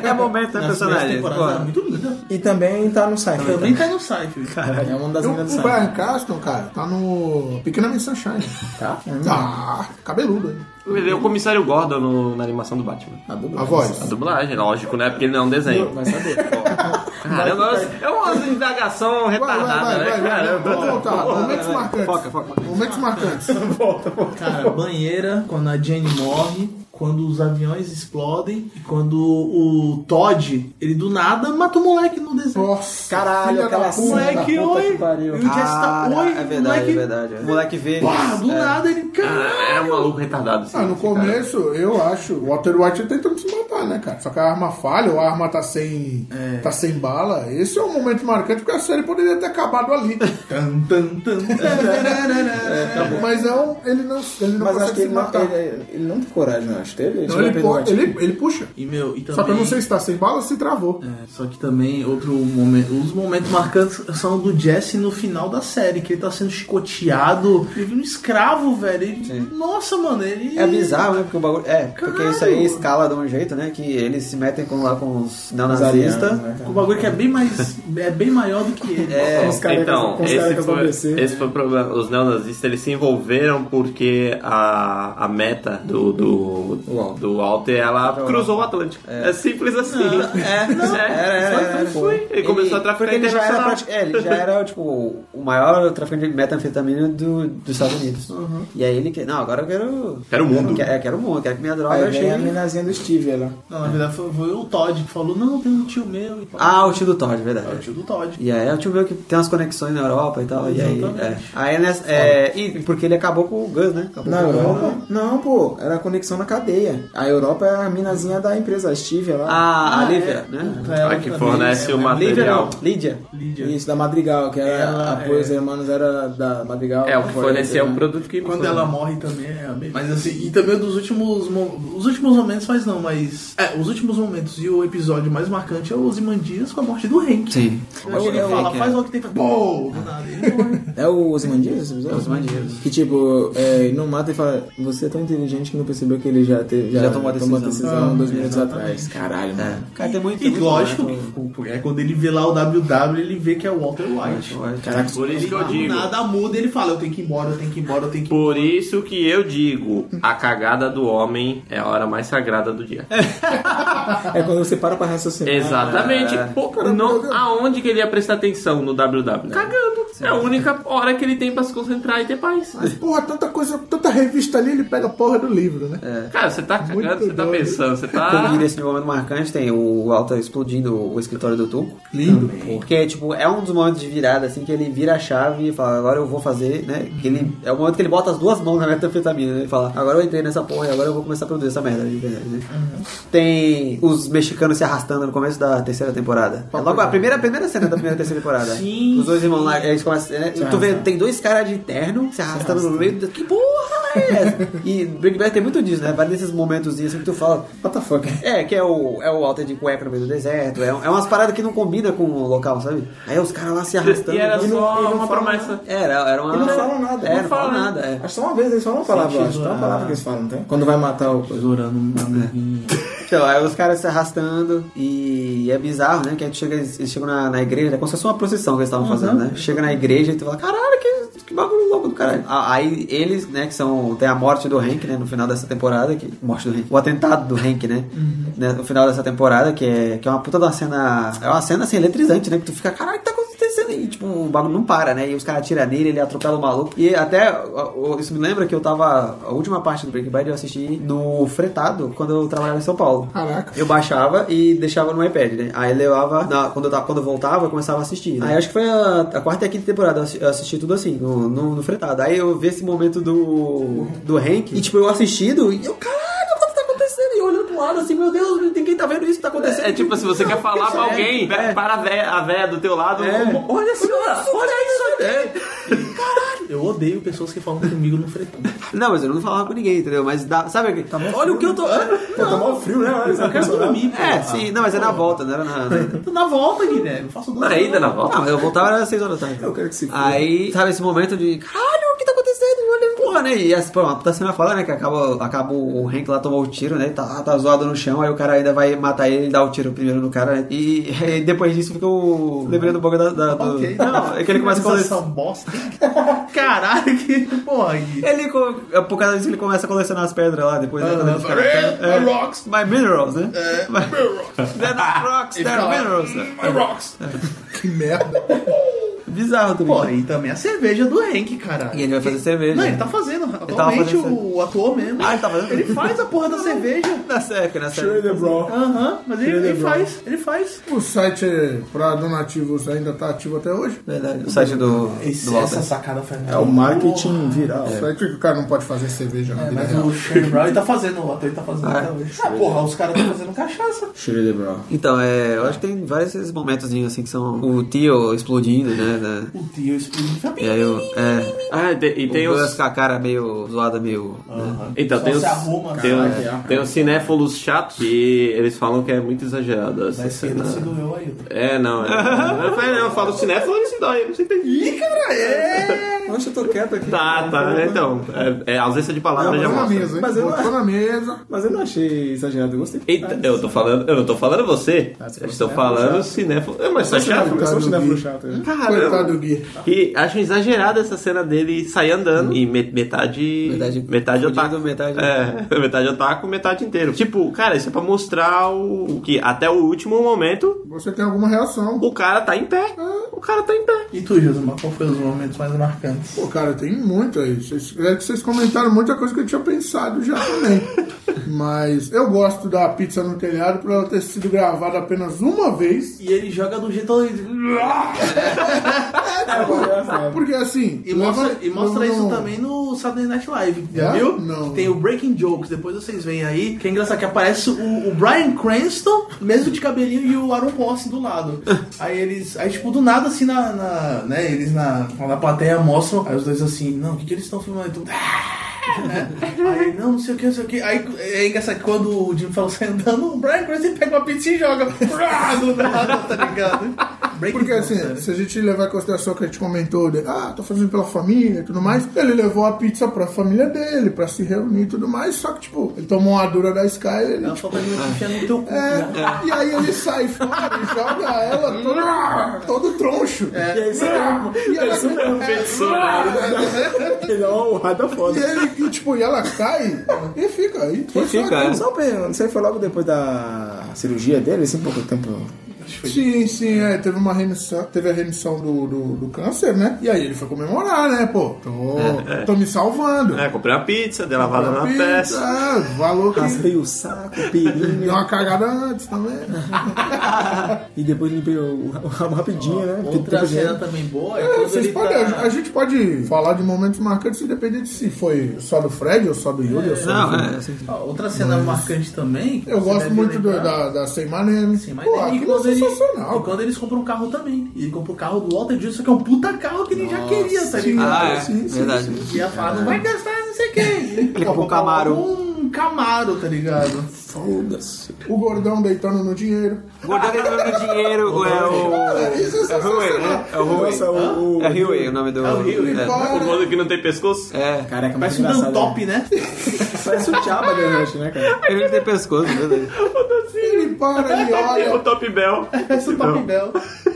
Speaker 1: É momento, né,
Speaker 3: Nas primeiras
Speaker 1: personagem?
Speaker 3: temporadas
Speaker 1: Pô,
Speaker 3: ela é muito linda.
Speaker 2: E também tá no site.
Speaker 3: Também tá no site.
Speaker 2: É uma das
Speaker 5: O,
Speaker 2: meninas do site.
Speaker 5: o Brian Caston, cara, tá no Pequena Miss Sunshine.
Speaker 2: Tá?
Speaker 5: Ah, cabeludo, hein?
Speaker 4: Ele é o comissário Gordon no- na animação do Batman.
Speaker 2: A
Speaker 5: A
Speaker 2: dupla.
Speaker 4: A
Speaker 5: voz.
Speaker 4: dublagem, lógico, né? Porque ele não é um desenho.
Speaker 2: Vai saber.
Speaker 4: [laughs] Cara, é uma- é uma indagação
Speaker 5: Vai, vai,
Speaker 4: retardada,
Speaker 5: vai, vai,
Speaker 4: né?
Speaker 5: vai,
Speaker 4: Cara,
Speaker 5: Vamos voltar. Momentos
Speaker 1: Foca,
Speaker 5: marcantes.
Speaker 1: foca.
Speaker 5: Momentos marcantes. [laughs]
Speaker 3: Cara, banheira, quando a Jenny morre, quando os aviões explodem, e quando o Todd, ele do nada mata o moleque no desenho.
Speaker 5: Nossa.
Speaker 2: Caralho,
Speaker 5: filha
Speaker 2: aquela
Speaker 5: da
Speaker 2: cena.
Speaker 5: puta.
Speaker 3: Moleque,
Speaker 2: puta
Speaker 3: oi!
Speaker 2: que pariu.
Speaker 3: E o Jess tá,
Speaker 1: Cara,
Speaker 3: oi!
Speaker 1: é verdade, é
Speaker 3: moleque,
Speaker 1: verdade. O moleque vê.
Speaker 3: Pá, do
Speaker 1: É.
Speaker 3: nada ele.
Speaker 1: Ah.
Speaker 3: Cara,
Speaker 4: É um maluco retardado. Assim,
Speaker 5: Ah, no
Speaker 4: esse cara.
Speaker 5: começo, eu acho, o Walter White tentando se matar, né, cara? Só que a arma falha, ou a arma tá sem,
Speaker 2: É.
Speaker 5: tá sem bala. Esse é um momento marcante, porque a série poderia ter acabado ali.
Speaker 3: Tan, tan, tan, tararara.
Speaker 5: Mas não, ele não, ele não
Speaker 2: É, tá Mas acho
Speaker 5: consegue
Speaker 2: que
Speaker 5: se
Speaker 2: ele não,
Speaker 5: matar.
Speaker 2: ele, ele não tem coragem, não acho. Teve?
Speaker 5: Então ele,
Speaker 2: pegou
Speaker 5: pô-
Speaker 2: antes.
Speaker 5: ele, ele puxa.
Speaker 3: E meu, e também.
Speaker 5: Só que eu não sei se tá sem bala ou se travou.
Speaker 3: É, só que também outro momento, os momentos marcantes são do Jesse no final da série, que ele tá sendo chicoteado, ele vira um escravo, velho. Ele- nossa, mano, ele
Speaker 1: É bizarro, né? Porque o bagulho. É, porque
Speaker 3: Caralho.
Speaker 1: isso aí escala de um jeito, né? Que eles se metem com, lá com os neonazistas.
Speaker 2: Os arianos, né?
Speaker 3: O bagulho que é bem mais é bem maior do que ele.
Speaker 1: É,
Speaker 2: Os caras
Speaker 4: então,
Speaker 2: com os caras
Speaker 4: esse
Speaker 2: que
Speaker 4: foi,
Speaker 2: estabeleceram.
Speaker 4: esse foi o problema. Os neonazistas eles se envolveram porque a, a meta do, do,
Speaker 1: Uau.
Speaker 4: do Walter ela cruzou o Atlântico. É, simples assim. [laughs]
Speaker 1: É, não, era, era,
Speaker 4: Só
Speaker 1: era,
Speaker 4: foi. Ele, começou a traficar
Speaker 1: porque ele já, era,
Speaker 4: internacional.
Speaker 1: prati- é, ele já era, tipo, o maior traficante de metanfetamina do, dos Estados Unidos. E aí ele que não, agora eu quero...
Speaker 4: Quero o mundo.
Speaker 1: Eu quero, eu quero o mundo, quero que minha droga
Speaker 2: Aí vem a
Speaker 1: chegue...
Speaker 2: minazinha do Steve lá.
Speaker 3: Não, na verdade foi, foi o Todd que falou, não, tem um tio meu e tal.
Speaker 1: Ah, o tio do Todd, verdade.
Speaker 3: É o tio do Todd.
Speaker 1: E aí eu tive que tem umas conexões na Europa e tal.
Speaker 3: Exatamente.
Speaker 1: E aí, é. aí nessa- é, e porque ele acabou com o Gus, né? Acabou
Speaker 2: Na
Speaker 1: com o Gus.
Speaker 2: Europa? Não, pô, era a conexão na cadeia. A Europa é a minazinha da empresa, a Steve lá.
Speaker 1: Ah, a
Speaker 3: Ah,
Speaker 1: Lívia,
Speaker 3: é.
Speaker 1: né?
Speaker 3: Puta, ela
Speaker 4: Ah, que
Speaker 3: também
Speaker 4: fornece
Speaker 3: é-
Speaker 4: o
Speaker 3: é-
Speaker 1: Lívia
Speaker 4: material.
Speaker 1: não, Lídia.
Speaker 3: Lídia.
Speaker 2: Isso, da Madrigal, que era
Speaker 3: Ela
Speaker 2: apoio
Speaker 3: é-
Speaker 2: os irmãos era da Madrigal.
Speaker 4: É, o que
Speaker 2: foi-
Speaker 4: forneceu
Speaker 2: né?
Speaker 4: um produto que.
Speaker 3: E quando ela morre também é a mesma. Mas assim, e também dos últimos. mo- Os últimos momentos, mas não, mas. É, os últimos momentos e o episódio mais marcante é o Zimandias com a morte do Hank.
Speaker 1: Sim.
Speaker 3: Aí ele
Speaker 2: É o-
Speaker 3: fala,
Speaker 1: Hank,
Speaker 3: faz
Speaker 1: é.
Speaker 3: o que tem pra. Pô! do
Speaker 1: [laughs]
Speaker 3: nada, ele morre.
Speaker 2: É o Ozymandias? É
Speaker 1: Ozymandias.
Speaker 2: Que tipo, é, ele não mata e fala, você é tão inteligente que não percebeu que ele já, teve, já,
Speaker 1: Já tomou a
Speaker 2: a
Speaker 1: decisão."
Speaker 2: decisão dois minutos
Speaker 3: exatamente.
Speaker 2: atrás. Caralho, mano.
Speaker 1: Cara, tem muito
Speaker 3: E
Speaker 1: tem muito
Speaker 3: lógico,
Speaker 1: barato.
Speaker 3: que, é quando ele vê lá o WW, ele vê que é o Walter White.
Speaker 2: Caraca,
Speaker 4: Por isso que eu
Speaker 3: do
Speaker 4: digo.
Speaker 3: nada muda ele fala, eu tenho que ir embora, eu tenho que ir embora, eu tenho que ir
Speaker 4: Por isso que eu digo, a cagada do homem é a hora mais sagrada do dia.
Speaker 2: é quando você para pra raciocinar.
Speaker 4: Exatamente.
Speaker 1: É.
Speaker 4: Pô, não- aonde que ele ia prestar atenção no WW? Cagando. É a única hora que ele tem pra se concentrar e ter paz.
Speaker 5: Mas, porra, tanta coisa, tanta revista ali, ele pega a porra do livro, né?
Speaker 3: É.
Speaker 4: Cara, você tá cagando, você tá
Speaker 5: doido.
Speaker 4: pensando, você tá.
Speaker 1: É. Como nesse momento marcante tem o Walter explodindo o escritório do Tuco.
Speaker 5: Lindo.
Speaker 1: Porque, tipo, é um dos momentos de virada, assim, que ele vira a chave e fala, agora eu vou fazer, né? Que ele, é o momento que ele bota as duas mãos na metanfetamina, né? Ele fala, agora eu entrei nessa porra e agora eu vou começar a produzir essa merda, de verdade, né? Tem os mexicanos se arrastando no começo da terceira temporada. É logo a primeira, a primeira cena da primeira terceira temporada.
Speaker 3: Sim.
Speaker 1: Os dois irmãos lá, eles começam, né? Tu vê, tem dois caras de terno se arrastando no meio da... Que porra porra é essa? E Breaking Bad tem muito disso, né? Vai nesses momentos assim que tu fala, what the fuck? É, que é o, é o Walter de cueca no meio do deserto, é, um- é umas paradas que não combina com o local, sabe? Aí os caras lá se arrastando.
Speaker 4: E era
Speaker 1: não-
Speaker 4: só
Speaker 1: não falam-
Speaker 4: uma promessa.
Speaker 1: Era, era uma...
Speaker 2: Eles não falam nada.
Speaker 1: É,
Speaker 2: Não
Speaker 1: não falam
Speaker 4: falam,
Speaker 1: nada, é.
Speaker 2: Acho que só uma
Speaker 5: né?
Speaker 2: vez eles falam uma palavra, acho.
Speaker 3: Sentido,
Speaker 2: Só uma
Speaker 3: ah.
Speaker 2: palavra que eles falam, não tem? Quando vai matar o. É.
Speaker 3: Orando no amiguinho.
Speaker 1: Então, aí os caras se arrastando e é bizarro, né? Que aí tu chega, eles chegam na, na igreja, é como se fosse uma procissão que eles estavam fazendo, né? Chega na igreja e tu fala, caralho, que, que bagulho louco do caralho. A- Aí eles, né, que são. Tem a morte do Hank, né, no final dessa temporada. Que, morte do Hank. O atentado do Hank, né? né, No final dessa temporada, que é, que é uma puta da cena. É uma cena assim, eletrizante, né? Que tu fica, caralho, o que tá acontecendo? E tipo, o bagulho não para, né? E os caras atiram nele, ele atropela o maluco. E até ó, ó, isso me lembra que eu tava. A última parte do Breaking Bad eu assisti no fretado quando eu trabalhava em São Paulo.
Speaker 5: Caraca.
Speaker 1: Eu baixava e deixava no iPad, né? Aí levava, na- quando, eu tava, quando eu voltava, eu começava a assistir. né? Aí acho que foi a, a quarta e a quinta temporada, eu assi- eu assisti tudo assim, no, no, no fretado. Aí eu vi esse momento do, do Hank, e tipo, eu assistindo, e eu, caralho, o que tá acontecendo? E eu olhando pro lado assim, meu Deus, ninguém tá vendo isso que tá acontecendo.
Speaker 4: É tipo, se você quer falar pra
Speaker 1: é,
Speaker 4: alguém,
Speaker 1: é.
Speaker 4: para a véia, a véia do teu lado,
Speaker 1: É.
Speaker 4: olha senhora, olha isso aí.
Speaker 10: Eu odeio pessoas que falam comigo no
Speaker 3: [laughs]
Speaker 10: fretão.
Speaker 1: Não, mas eu não falava com ninguém, entendeu? Mas dá, sabe, olha o que eu tô...
Speaker 2: Pô, tá mal frio, né? Olha,
Speaker 10: Eu quero dormir, pô.
Speaker 1: É, sim, não, mas é na volta, não era na... na-
Speaker 10: Tô na volta, Guilherme. Eu Faço duas
Speaker 4: Não, ainda na volta.
Speaker 1: Não, eu voltava era 6 horas da tarde.
Speaker 2: Eu quero que se foda.
Speaker 1: Aí, sabe, esse momento de caralho, o que tá acontecendo? Olha, porra, né? E essa, pô, uma puta cena foda, né? Que acaba, acaba o Hank lá tomou o tiro, né? Tá, tá zoado no chão, aí o cara ainda vai matar ele e dá o tiro primeiro no cara. né? E, [laughs] e depois disso fica o. Lembrei do boga da. da- do...
Speaker 3: Ok.
Speaker 1: Não, é que ele começa a colecionar.
Speaker 3: Essa
Speaker 1: [laughs]
Speaker 3: bosta. Caralho, que porra. Gui.
Speaker 1: Ele, co- é por causa disso, que ele começa a colecionar as pedras lá depois, né? Quando ele fica na
Speaker 5: tá-
Speaker 1: pedra. É,
Speaker 5: rocks.
Speaker 1: My minerals, né?
Speaker 5: É.
Speaker 1: My minerals. They're not rocks,
Speaker 5: fica
Speaker 1: they're
Speaker 5: lá.
Speaker 1: minerals. né?
Speaker 5: My rocks. Que merda.
Speaker 1: Bizarro também.
Speaker 3: Porra, e também a cerveja do Hank, caralho.
Speaker 1: E ele vai fazer cerveja.
Speaker 3: Não, ele tá fazendo. Atualmente,
Speaker 1: tava fazendo
Speaker 3: o ator mesmo.
Speaker 1: Ah, ele tá fazendo?
Speaker 3: Ele faz a porra da cerveja.
Speaker 1: [laughs] Na série, na série.
Speaker 2: Schroeder, bro.
Speaker 3: Aham, mas ele, ele
Speaker 2: Ele é bom.
Speaker 3: faz, ele faz.
Speaker 5: O site é, pra donativos ainda tá ativo até hoje?
Speaker 1: Verdade. O site do, do Walter.
Speaker 3: essa sacada foi
Speaker 2: É o marketing viral.
Speaker 5: O site que o cara não pode fazer cerveja na
Speaker 3: É,
Speaker 5: vida
Speaker 3: mas
Speaker 5: real.
Speaker 3: o Shane Brown ele tá fazendo, o ator ele tá fazendo
Speaker 1: Ah,
Speaker 3: até hoje. Ah, porra, os caras estão fazendo cachaça.
Speaker 2: Schroeder, bro.
Speaker 1: Então, é, eu acho que tem vários esses momentos assim que são o tio explodindo, né? né?
Speaker 3: O tio explodiu.
Speaker 1: E aí eu, é,
Speaker 4: Ah, e tem- e tem
Speaker 1: o Gus
Speaker 4: os...
Speaker 1: com a cara meio zoada, meio. né?
Speaker 4: Então,
Speaker 3: Só
Speaker 4: tem
Speaker 3: se
Speaker 4: os,
Speaker 3: arruma,
Speaker 4: tem,
Speaker 3: cara,
Speaker 4: os- tem os cinéfilos chatos que eles falam que é muito exagerado essa
Speaker 3: Mas cedo
Speaker 4: cena.
Speaker 3: se doeu aí.
Speaker 4: É, não, é. eu falei, não, eu falo cinéfilo, ele se dói. Eu não entendi. Ih, cara, é.
Speaker 2: Oxe, eu tô quieto aqui.
Speaker 4: Tá, tá, então. É, é ausência de
Speaker 5: Ah,
Speaker 4: palavras
Speaker 5: botou
Speaker 4: já
Speaker 5: na
Speaker 4: mostra.
Speaker 5: mesa, hein?
Speaker 2: Mas eu não-
Speaker 5: Botou na mesa.
Speaker 2: Mas eu não achei exagerado, eu gostei.
Speaker 4: Eita, eu tô falando, eu não tô falando você.
Speaker 2: se
Speaker 4: Eu
Speaker 2: fosse
Speaker 4: estou
Speaker 2: cinéfilo,
Speaker 4: falando cinéfilo. É, mas você é chato?
Speaker 5: Coitado
Speaker 2: Começou a te dar
Speaker 5: do Gui.
Speaker 2: bruxado. né?
Speaker 4: Cara,
Speaker 5: Coitado do Gui.
Speaker 4: que acho exagerada essa cena dele sair andando e me- Uhum. metade.
Speaker 1: Metade-
Speaker 4: metade
Speaker 1: fudido,
Speaker 4: otaku.
Speaker 1: metade-
Speaker 4: É, [laughs] metade otaku, metade inteiro. Tipo, cara, isso é pra mostrar o, o que até o último momento
Speaker 5: Você tem alguma reação?
Speaker 4: o cara tá em pé. O cara tá em pé.
Speaker 3: E tu, Josimar, qual foi os momentos mais marcantes?
Speaker 5: Pô, cara, tem muito aí. Vocês, é que vocês comentaram muita coisa que eu tinha pensado já
Speaker 3: [laughs]
Speaker 5: também. Mas eu gosto da pizza no telhado por ela ter sido gravada apenas uma vez.
Speaker 3: E ele joga do jeito.
Speaker 5: Porque assim.
Speaker 3: E mostra,
Speaker 5: leva-
Speaker 3: e mostra
Speaker 5: leva
Speaker 3: isso
Speaker 5: no-
Speaker 3: também no Saturday Night Live,
Speaker 5: É?
Speaker 3: já viu?
Speaker 5: Não.
Speaker 3: Tem o Breaking Jokes, depois vocês veem aí, que é engraçado que aparece o, o Brian Cranston, mesmo de cabelinho, e o Aaron Paul assim, do
Speaker 5: [laughs]
Speaker 3: lado. Aí eles, aí tipo, do nada assim na, na- né, eles na, na plateia mostram, aí os dois assim, não, o que, que eles estão filmando? Aí tu, né? Aí, não, não sei o que, não sei o que. Aí é engraçado que quando o Jim Fallow sai andando, o Brian Cranston pega uma pizza e joga. [laughs] do nada, tá ligado? Breaking
Speaker 5: Porque
Speaker 3: Jokes,
Speaker 5: assim,
Speaker 3: né, sério.
Speaker 5: se a gente levar em consideração que a gente comentou, de, ah, tô fazendo pela família e tudo mais, ele levou a pizza pra família dele, pra se reunir e tudo mais, só que, tipo, ele tomou uma dura da Sky e ele.
Speaker 3: Ela só tá enfiando no teu cu. né?
Speaker 5: É, e aí ele sai fora e joga ela todo, todo troncho. Ah,
Speaker 2: E aí, você
Speaker 5: E ela, "Ah".
Speaker 2: Ele é uma honrada
Speaker 5: e
Speaker 2: foda.
Speaker 5: ele- e, tipo, e ela cai e fica aí.
Speaker 1: E fica, é.
Speaker 2: Só um pergunta, não sei, foi logo depois da cirurgia dele, assim, pouco tempo.
Speaker 5: Sim, sim, é. Teve uma remissão, teve a remissão do, do, do câncer, né? E aí ele foi comemorar, né? Pô, tô, tô me salvando.
Speaker 4: É, comprei uma pizza, dei lavada na
Speaker 5: Pizza,
Speaker 4: peça.
Speaker 5: é, valor que.
Speaker 2: Raspei o saco, pirinho.
Speaker 5: Deu uma cagada antes também. né?
Speaker 2: E depois limpei o, o rabo rapidinho, né? Porque
Speaker 3: Outra
Speaker 2: depois
Speaker 3: cena
Speaker 2: ele-
Speaker 3: também boa é
Speaker 5: É,
Speaker 3: quando
Speaker 5: vocês
Speaker 3: ele
Speaker 5: podem,
Speaker 3: tá...
Speaker 5: a gente pode falar de momentos marcantes independente se foi só do Fred ou só do Yuri ou só
Speaker 1: Não,
Speaker 5: do
Speaker 1: é. assim,
Speaker 3: Ó, Outra cena marcante também... que
Speaker 5: Eu
Speaker 3: você
Speaker 5: gosto
Speaker 3: deve
Speaker 5: muito do,
Speaker 3: lembrar,
Speaker 5: da, da Sem Mané.
Speaker 3: Sim, assim, mas
Speaker 5: Pô,
Speaker 3: e
Speaker 5: aquilo é
Speaker 3: quando ele-
Speaker 5: sensacional.
Speaker 3: e quando eles compram um carro também. E ele compra o carro do Walter Jr., só que é um puta carro que ele já queria, tá ligado?
Speaker 1: Ah, é.
Speaker 5: sim, sim,
Speaker 1: Verdade.
Speaker 3: E a fala, não vai gastar, não sei
Speaker 9: sei quem.
Speaker 1: [laughs] Ele com o Camaro.
Speaker 9: Um Camaro, tá ligado?
Speaker 1: Foda-se.
Speaker 5: O gordão deitando no dinheiro.
Speaker 1: Gordão ganhando
Speaker 5: [laughs]
Speaker 1: dinheiro é o.
Speaker 5: Isso é
Speaker 1: É o Huey,
Speaker 5: sensacional.
Speaker 1: né? É o Huey.
Speaker 2: Nossa, o, o-
Speaker 1: É Huey o nome do. É
Speaker 5: Para.
Speaker 4: O modo que não tem pescoço?
Speaker 1: É.
Speaker 2: Caraca, muito
Speaker 9: Parece um
Speaker 2: engraçado.
Speaker 9: top, né?
Speaker 5: [laughs]
Speaker 2: né? Parece o Chaba da gente, né, cara?
Speaker 1: Ele não tem pescoço, né? verdade.
Speaker 5: Ele para, ele
Speaker 4: É o [laughs]
Speaker 5: olha.
Speaker 4: Top Bell.
Speaker 9: Parece um top bell.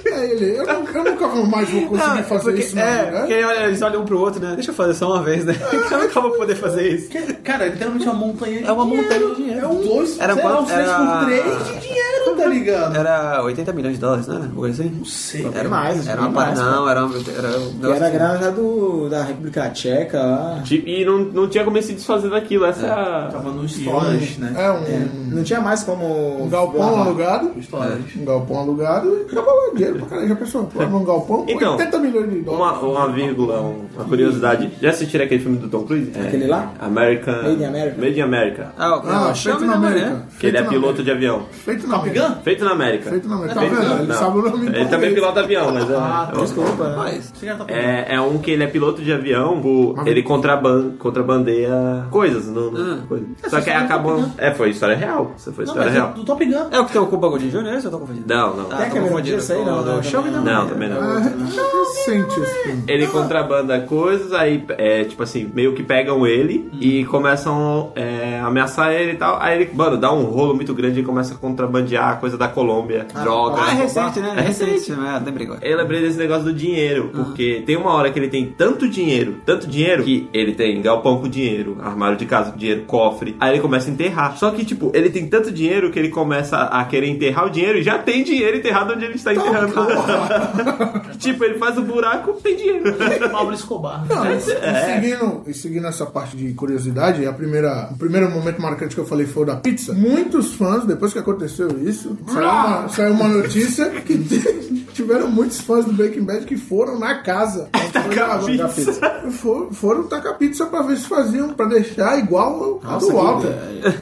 Speaker 5: É ele. Eu, nunca- eu nunca mais vou conseguir
Speaker 1: Ah,
Speaker 5: fazer
Speaker 1: porque-
Speaker 5: isso. na né?
Speaker 1: é,
Speaker 5: vida.
Speaker 1: porque ele olha- eles olham um pro outro, né? Deixa eu fazer só uma vez, né? [laughs] Eu nunca vou poder fazer isso.
Speaker 9: Que- Cara, é literalmente uma montanha de
Speaker 1: É uma
Speaker 9: dinheiro.
Speaker 1: montanha de dinheiro.
Speaker 9: É um dois, era
Speaker 1: Era
Speaker 9: sei lá,
Speaker 1: quanto-
Speaker 9: uns três
Speaker 1: era-
Speaker 9: por três de dinheiro, tá ligado?
Speaker 1: Era 80 milhões de dólares, né? Uma coisa assim?
Speaker 9: Não sei.
Speaker 1: Era
Speaker 2: mais, acho
Speaker 1: Era
Speaker 2: que
Speaker 1: uma
Speaker 2: mais,
Speaker 1: parada. Não, era. um- Era, um
Speaker 2: E era a
Speaker 1: negócio-
Speaker 2: grana já do, da República Tcheca lá.
Speaker 4: Tipo, E não, não tinha como ele se desfazer daquilo. Essa é a.
Speaker 9: Tava no storage, né?
Speaker 5: É um,
Speaker 2: Não tinha mais como.
Speaker 5: um galpão
Speaker 2: guardar.
Speaker 5: alugado.
Speaker 9: Storage.
Speaker 5: Um galpão alugado e acabou o dinheiro pra caralho. Já pensou? Pô, num galpão,
Speaker 4: Então,
Speaker 5: 80 milhões de
Speaker 4: Uma,
Speaker 5: dólares.
Speaker 4: uma vírgula, um- uma curiosidade. Já assistiram aquele filme do Tom Cruise?
Speaker 2: Aquele lá?
Speaker 4: American.
Speaker 2: Made in America.
Speaker 4: Made in America.
Speaker 1: Ah, o
Speaker 5: Ah,
Speaker 1: ah,
Speaker 5: feito
Speaker 1: chama
Speaker 5: na
Speaker 1: na
Speaker 5: América.
Speaker 1: mulher.
Speaker 4: Que ele
Speaker 5: Feito
Speaker 4: é
Speaker 5: na
Speaker 4: piloto de avião.
Speaker 5: América. Feito na América.
Speaker 4: Feito na América.
Speaker 5: Feito na América. Tá
Speaker 4: Feito
Speaker 5: vendo?
Speaker 4: na-
Speaker 5: Ele
Speaker 4: não.
Speaker 5: sabe o nome
Speaker 4: Ele também é pilota de avião, mas é.
Speaker 2: Desculpa, né?
Speaker 1: Mas.
Speaker 9: Esse cara tá pegando.
Speaker 4: É, é um que ele é piloto de avião, o- ele Ah. contraban, contrabandeia coisas, não, não- coisa. Só que aí acabou. É, foi história real. Isso foi
Speaker 9: Não,
Speaker 4: história
Speaker 9: mas é
Speaker 4: real.
Speaker 9: do Top Gun.
Speaker 1: É o que tem o Cuba Gooding Jr., esse eu tô confundindo.
Speaker 4: Não, não.
Speaker 2: Tem a câmera disso aí? Não, não,
Speaker 1: Show me the
Speaker 2: não.
Speaker 1: money.
Speaker 4: Não, também não.
Speaker 5: É recente esse filme.
Speaker 1: Ah.
Speaker 4: Ele contrabanda coisas, aí, é, tipo assim, meio que pegam ele
Speaker 1: Uhum.
Speaker 4: e começam é, a ameaçar ele e tal. Aí ele, mano, dá um rolo muito grande e começa a contrabandear coisa da Colômbia, droga.
Speaker 1: Ah, é recente, né? É recente, né? Lembrei agora.
Speaker 4: Eu lembrei desse negócio do dinheiro,
Speaker 1: Ah.
Speaker 4: porque tem uma hora que ele tem tanto dinheiro, tanto dinheiro, que ele tem galpão com dinheiro, armário de casa com dinheiro, cofre. Aí ele começa a enterrar. Só que, tipo, ele tem tanto dinheiro que ele começa a querer enterrar o dinheiro e já tem dinheiro enterrado onde ele está
Speaker 1: Então,
Speaker 4: enterrando. [laughs] tipo, ele faz o buraco, tem dinheiro.
Speaker 9: É.
Speaker 4: é,
Speaker 9: Pablo Escobar.
Speaker 5: Não, e, e seguindo, e seguindo essa parte de curiosidade, a primeira, o primeiro momento marcante que eu falei foi o da pizza. Muitos fãs, depois que aconteceu isso, saiu uma, saiu uma notícia que [laughs] t- tiveram muitos fãs do Breaking Bad que foram na casa.
Speaker 4: a
Speaker 5: Foram na-
Speaker 4: pizza.
Speaker 5: For- Foram tacar pizza pra ver se faziam, pra deixar igual a do Walter.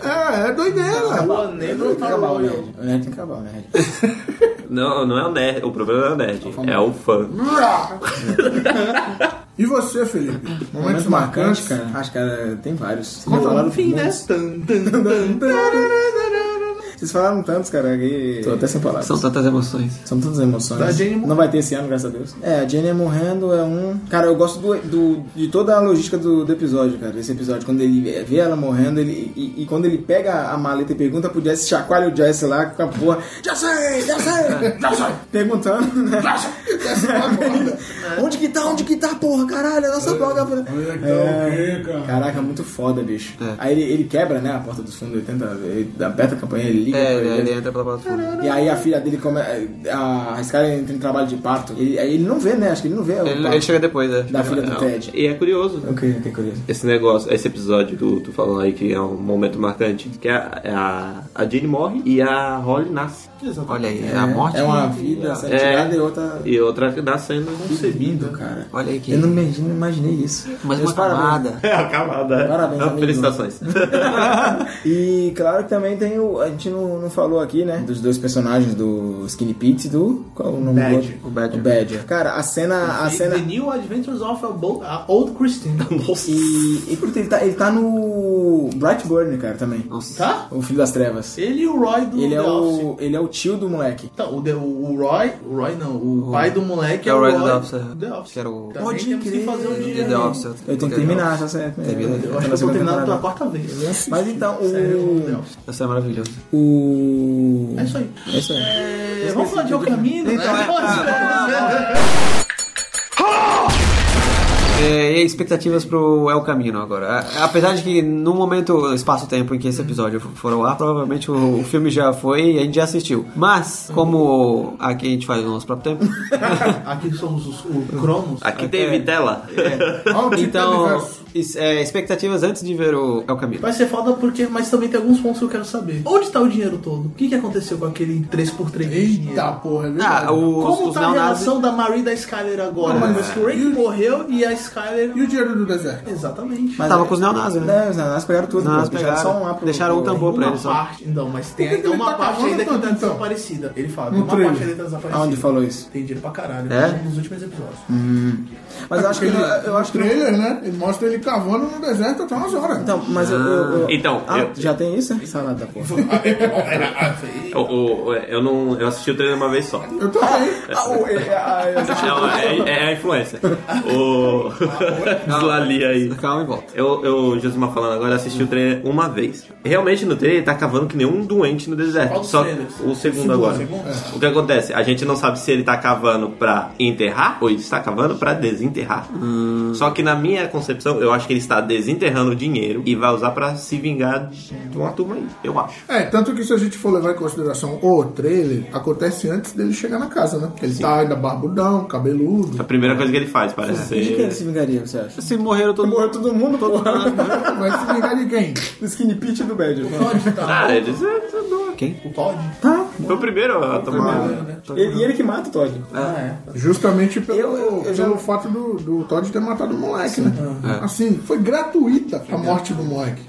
Speaker 5: É, é doideira.
Speaker 9: O negro tá
Speaker 2: Cabal, né?
Speaker 9: loyal.
Speaker 2: O Nerd tem cabal, né?
Speaker 4: Não, não é o nerd. O problema não é o nerd, é o fã.
Speaker 5: E você, Felipe? Momentos,
Speaker 2: Momentos marcantes,
Speaker 5: marcantes?
Speaker 2: cara. Acho que cara, tem vários.
Speaker 5: Conta
Speaker 2: Vocês
Speaker 5: um
Speaker 2: falaram
Speaker 5: fim, né?
Speaker 2: muitos. Vocês falaram tantos, cara, que... Tô até sem palavras.
Speaker 1: São tantas emoções.
Speaker 2: São todas emoções. Não vai ter esse ano, graças a Deus. É, a Jenny morrendo é um. Cara, eu gosto do, do- de toda a logística do, do episódio, cara. Esse episódio, quando ele vê ela morrendo, ele, e, e quando ele pega a maleta e pergunta pro Jesse, chacoalha o Jesse lá com a porra. Jesse, Jesse, Jesse! Perguntando, né? [laughs] Onde que tá? Onde que tá, porra? Caralho, a nossa droga. É, Caraca, muito foda, bicho. Aí ele, ele quebra, né, a porta dos fundos, ele tenta. Ele aperta a campanha, ele liga.
Speaker 1: É,
Speaker 2: pra
Speaker 1: ele,
Speaker 2: ele.
Speaker 1: ele entra pela porta do fundo.
Speaker 2: E aí a filha dele come, a, a Skyler entra em trabalho de parto. Ele, aí ele não vê, né? Acho que ele não vê. o
Speaker 1: Ele,
Speaker 2: parto
Speaker 1: ele chega depois, né?
Speaker 2: da filha do
Speaker 4: Não.
Speaker 2: Ted.
Speaker 4: E é curioso, né?
Speaker 2: O que que curioso?
Speaker 4: esse negócio, esse episódio do tu falando aí que é um momento marcante, que é a, a, a Jane morre e a Holly nasce.
Speaker 1: Olha aí, a morte.
Speaker 2: É uma vida
Speaker 1: É.
Speaker 2: saturada e outra.
Speaker 4: E outra que um nascendo [laughs] concebida.
Speaker 2: Lindo, cara.
Speaker 1: Olha aí que.
Speaker 2: Eu não, me- não imaginei isso.
Speaker 1: Mas
Speaker 2: Meus
Speaker 1: uma camada.
Speaker 4: É, acabada. é.
Speaker 2: Parabéns, amigo.
Speaker 4: Felicitações.
Speaker 2: [laughs]
Speaker 4: [laughs]
Speaker 2: E claro que também tem o. A gente não, não falou aqui, né? Dos dois personagens do Skinny Pete e do. Qual é o nome do
Speaker 9: Badger.
Speaker 2: outro? O Badger. O Badger. Cara, a cena. A cena...
Speaker 9: The New Adventures of a Bo- a Old
Speaker 2: [laughs]
Speaker 9: Christine.
Speaker 2: E, e puta, ele tá, ele tá no. Brightburn, cara, também.
Speaker 9: Tá?
Speaker 1: Ah.
Speaker 2: O Filho das Trevas.
Speaker 9: Ele e o Roy do
Speaker 2: Ele é
Speaker 9: The Office.
Speaker 2: o. Ele é o tio do moleque.
Speaker 9: Então, o, The- o Roy, o Roy não, o, pai do moleque é o Roy
Speaker 1: do The Office, é.
Speaker 9: The Office.
Speaker 1: Que era o-
Speaker 9: Também
Speaker 2: Pode
Speaker 9: temos que
Speaker 2: crer.
Speaker 9: fazer um dia.
Speaker 1: The The Office.
Speaker 2: Eu tenho que terminar essa série.
Speaker 1: Termina aí.
Speaker 9: Eu acho que eu tô terminando pela quarta vez.
Speaker 2: Mas então,
Speaker 9: Sério, eu amo The
Speaker 2: o.
Speaker 9: Office.
Speaker 1: Essa é maravilhosa.
Speaker 2: O.
Speaker 9: É isso aí.
Speaker 2: É isso aí.
Speaker 9: É, vamos falar de El Camino, né?
Speaker 1: É, e expectativas pro El Camino agora. A- Apesar de que no momento, espaço-tempo em que esse episódio for ao ar, provavelmente o, o filme já foi e a gente já assistiu. Mas, como aqui a gente faz o nosso próprio tempo, é,
Speaker 9: Aqui somos os o Cronos.
Speaker 4: [laughs] Aqui tem vitela.
Speaker 5: Olha o tipo
Speaker 1: então,
Speaker 5: universo.
Speaker 1: is- é, expectativas antes de ver o El Camino.
Speaker 9: Vai ser foda porque, mas também tem alguns pontos que eu quero saber. Onde tá o dinheiro todo? O que, que aconteceu com aquele 3x3 de
Speaker 5: Eita
Speaker 9: dinheiro?
Speaker 5: porra, é verdade.
Speaker 1: Ah, os,
Speaker 9: Como
Speaker 1: os
Speaker 9: tá a
Speaker 1: neonazis-
Speaker 9: relação da Marie e da Skyler agora?
Speaker 5: Não, mas-
Speaker 9: Mas que o Rick morreu e a Skyler.
Speaker 5: E o dinheiro do deserto?
Speaker 9: Exatamente.
Speaker 2: Mas
Speaker 1: Tava
Speaker 2: é-
Speaker 1: com os neonazis, né?
Speaker 2: Não, os neonazis pegaram tudo.
Speaker 1: Não,
Speaker 2: pô,
Speaker 1: eles
Speaker 2: deixaram
Speaker 1: pegaram.
Speaker 2: só um lá pro.
Speaker 1: Deixaram um
Speaker 2: pro-
Speaker 1: tambor pra
Speaker 9: uma
Speaker 1: ele só.
Speaker 9: parte, então, mas
Speaker 5: Por que
Speaker 9: tem
Speaker 5: que
Speaker 9: ainda
Speaker 5: ele
Speaker 9: uma
Speaker 5: tá
Speaker 9: parte
Speaker 5: cavando
Speaker 9: ainda que
Speaker 5: tanto,
Speaker 9: tá
Speaker 5: então?
Speaker 9: desaparecida. Ele fala,
Speaker 5: No
Speaker 9: tem uma
Speaker 5: trailer.
Speaker 9: parte ali tá desaparecida.
Speaker 2: Aonde falou isso?
Speaker 9: Tem dinheiro pra caralho.
Speaker 1: É?
Speaker 5: Hum.
Speaker 9: Nos últimos episódios.
Speaker 2: Mas eu acho que.
Speaker 5: Ele-
Speaker 2: Eu acho
Speaker 5: o
Speaker 2: que.
Speaker 5: trailer, né? Ele mostra ele cavando no deserto até umas horas.
Speaker 2: Então, mas eu. eu- eu-
Speaker 4: Então,
Speaker 2: Ah,
Speaker 4: eu-
Speaker 2: já tem isso? Sarada, pô.
Speaker 4: Eu, eu, é, eu não, eu assisti o trailer uma vez só.
Speaker 5: Eu também.
Speaker 2: Ah, o- é, é, é, é,
Speaker 4: Não, é, é a influência. O. [laughs] Slali aí.
Speaker 1: Calma e volta.
Speaker 4: Eu, eu, Josimar falando agora, assisti o trailer uma vez. Realmente no trailer ele tá cavando que nem um doente no deserto.
Speaker 9: Qual dos
Speaker 4: Só
Speaker 9: trailers?
Speaker 4: o segundo agora. É. O que acontece? A gente não sabe se ele tá cavando pra enterrar ou ele está cavando pra desenterrar. Só que na minha concepção, eu acho que ele está desenterrando o dinheiro e vai usar pra se vingar de uma turma aí. Eu acho.
Speaker 5: É, tanto que se a gente for levar em consideração o trailer, acontece antes dele chegar na casa, né? Ele tá ainda barbudão,
Speaker 4: É
Speaker 1: [laughs]
Speaker 4: A
Speaker 5: cabeludo.
Speaker 4: primeira coisa que ele faz, parece
Speaker 2: E de quem ele
Speaker 4: ser.
Speaker 2: se vingaria, você acha?
Speaker 1: Se morreram todo
Speaker 2: Morreu todo mundo, porra.
Speaker 5: Vai se vingar de quem?
Speaker 2: Do [laughs] skinny pitch do Badger.
Speaker 4: Cara, ele. isso é- isso é doido.
Speaker 9: O Todd?
Speaker 4: Foi o primeiro né? a tomar. um.
Speaker 2: Ele- E ele que mata o Todd.
Speaker 9: Ah, é.
Speaker 5: Justamente pelo,
Speaker 2: Eu- eu- eu já-
Speaker 5: pelo fato do, do Todd ter matado o moleque, né?
Speaker 1: É.
Speaker 5: Assim, foi gratuita a morte do moleque.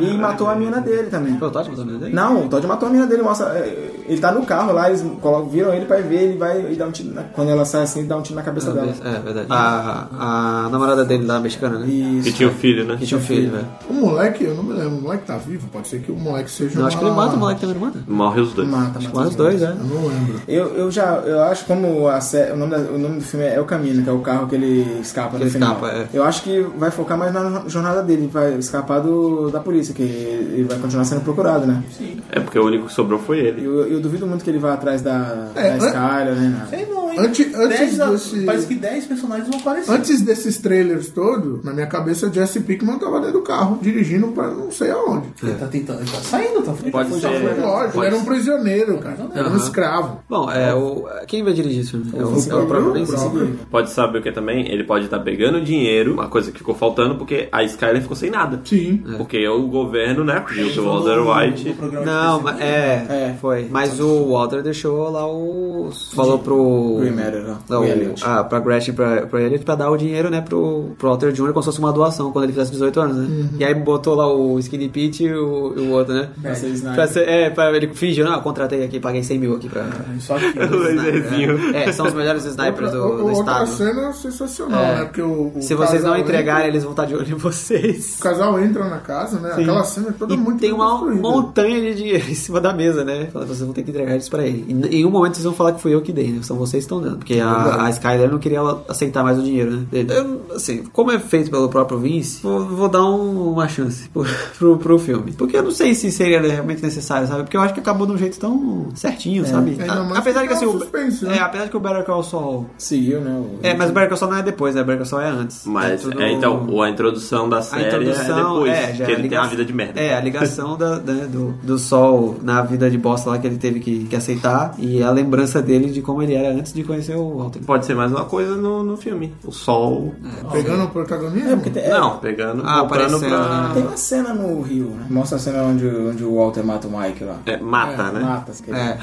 Speaker 2: É. E matou a mina dele também.
Speaker 1: Foi o Todd botando dele?
Speaker 2: Não, o Todd matou a mina dele, mostra. é, Ele tá no carro lá, eles colocam, viram ele pra ver, ele vai e dá um tiro. na- Quando ela sai assim, ele dá um tiro na cabeça dela.
Speaker 1: É, verdade. A, a namorada dele lá, mexicana, né?
Speaker 4: Que
Speaker 2: Isso.
Speaker 4: tinha o filho, né?
Speaker 1: Que tinha um filho, velho.
Speaker 5: O moleque, eu não me lembro, o moleque tá vivo, pode ser que o moleque seja
Speaker 1: Não, acho que ele
Speaker 5: uma-
Speaker 1: mata o moleque também, não mata?
Speaker 4: Morre os dois.
Speaker 2: Mata,
Speaker 1: Acho que
Speaker 2: mata.
Speaker 1: morre os dois, é.
Speaker 5: Eu não lembro.
Speaker 2: Eu, eu já, eu acho como a sé- o, nome da- o nome do filme é El Caminho, que é o carro que ele escapa
Speaker 1: Que
Speaker 2: no
Speaker 1: ele
Speaker 2: final.
Speaker 1: escapa, é.
Speaker 2: Eu acho que vai focar mais na jornada dele, vai escapar do, da polícia, que ele vai continuar sendo procurado, né?
Speaker 4: É porque o único que sobrou foi ele.
Speaker 2: Eu, eu duvido muito que ele vá atrás da,
Speaker 5: É,
Speaker 2: da
Speaker 5: an-
Speaker 2: Skyler, né? nada.
Speaker 9: Sei não, hein?
Speaker 5: Antes- antes
Speaker 9: Dez a-
Speaker 5: desse-
Speaker 9: Parece que 10 personagens vão aparecer.
Speaker 5: Antes desses trailers todos, na minha cabeça, Jesse Pickman tava dentro do carro, dirigindo pra não sei aonde.
Speaker 9: Ele tá tentando, ele tá saindo, tá fugindo.
Speaker 4: Pode ser.
Speaker 5: É lógico, ele era um prisioneiro, cara. Era um
Speaker 1: Aham.
Speaker 5: escravo.
Speaker 1: Bom, é o. Quem vai dirigir esse filme? É o, é o próprio Ben Stiller.
Speaker 4: Pode saber o que também? Ele pode estar pegando dinheiro, uma coisa que ficou faltando, porque a Skyler ficou sem nada.
Speaker 5: Sim.
Speaker 1: É.
Speaker 4: Porque o governo, né? Viu que o Walter White.
Speaker 1: Não, mas é,
Speaker 2: É.
Speaker 1: foi. Mas o Walter deixou lá os. Falou pro.
Speaker 2: Green Matter, né?
Speaker 1: Não,
Speaker 2: Pro Elliot.
Speaker 1: ah, pra Gretchen e pra, pra Elliot pra dar o dinheiro, né, pro, pro Walter Jr. como se fosse uma doação quando ele fizesse 18 anos, né? E aí botou lá o Skinny Pete e o, e o outro, né?
Speaker 2: Pra ser sniper.
Speaker 1: Pra ser, é, pra ele fingiu, não, eu contratei aqui, paguei 100 mil [laughs] aqui pra.
Speaker 9: Só que
Speaker 4: O laserzinho.
Speaker 1: É, são os melhores snipers
Speaker 5: Outra,
Speaker 1: do, do
Speaker 5: outra
Speaker 1: estado. É.
Speaker 5: cena sensacional, né? Porque o, o
Speaker 1: Se vocês não
Speaker 5: casal
Speaker 1: entregarem,
Speaker 5: entra-
Speaker 1: eles vão estar de olho em vocês.
Speaker 5: O casal entra na casa, né? Aquela cena é toda
Speaker 1: E
Speaker 5: muito
Speaker 1: tem
Speaker 5: bem
Speaker 1: uma
Speaker 5: construída.
Speaker 1: montanha de [laughs] dinheiro em cima da mesa, né? Fala, vocês vão ter que entregar isso pra ele. E n- em um momento vocês vão falar que fui eu que dei, né? São vocês que estão dando. Porque a, a Skyler não queria ela aceitar mais o dinheiro, né? dele. Eu, assim, como é feito pelo próprio Vince, vou, vou dar um- uma chance pro, [laughs] pro, pro filme. Porque eu não sei se seria realmente necessário, sabe? Porque eu acho que acabou de um jeito tão certinho, sabe?
Speaker 5: Ainda
Speaker 1: A-
Speaker 5: mais
Speaker 1: apesar de que
Speaker 5: que
Speaker 1: assim,
Speaker 5: tá
Speaker 1: o,
Speaker 5: suspense, né?
Speaker 1: é, apesar que o Better Call Saul...
Speaker 2: Seguiu, né? o-
Speaker 1: É, mas o Better Call Saul não é depois, né? O Better Call Saul é antes.
Speaker 4: Mas,
Speaker 1: tudo-
Speaker 4: é, então, a introdução da
Speaker 1: a
Speaker 4: série é
Speaker 1: introdução,
Speaker 4: depois.
Speaker 1: é, já é
Speaker 4: que ele
Speaker 1: a
Speaker 4: tem
Speaker 1: ligação-
Speaker 4: uma vida de merda.
Speaker 1: É, a ligação da, né, do, do sol na vida de bosta lá que ele teve que, que aceitar e a lembrança dele de como ele era antes de conhecer o Walter.
Speaker 4: Pode ser mais uma coisa no, no filme. O sol.
Speaker 5: Pegando o protagonismo?
Speaker 2: Porque tem, é,
Speaker 4: Não, pegando.
Speaker 1: Ah,
Speaker 4: voltando
Speaker 1: aparecendo,
Speaker 4: pra.
Speaker 2: tem uma cena no Rio, né? Mostra a cena onde, onde o Walter mata o Mike lá.
Speaker 4: É, mata, né?
Speaker 2: Mata, se quer dizer.
Speaker 1: É,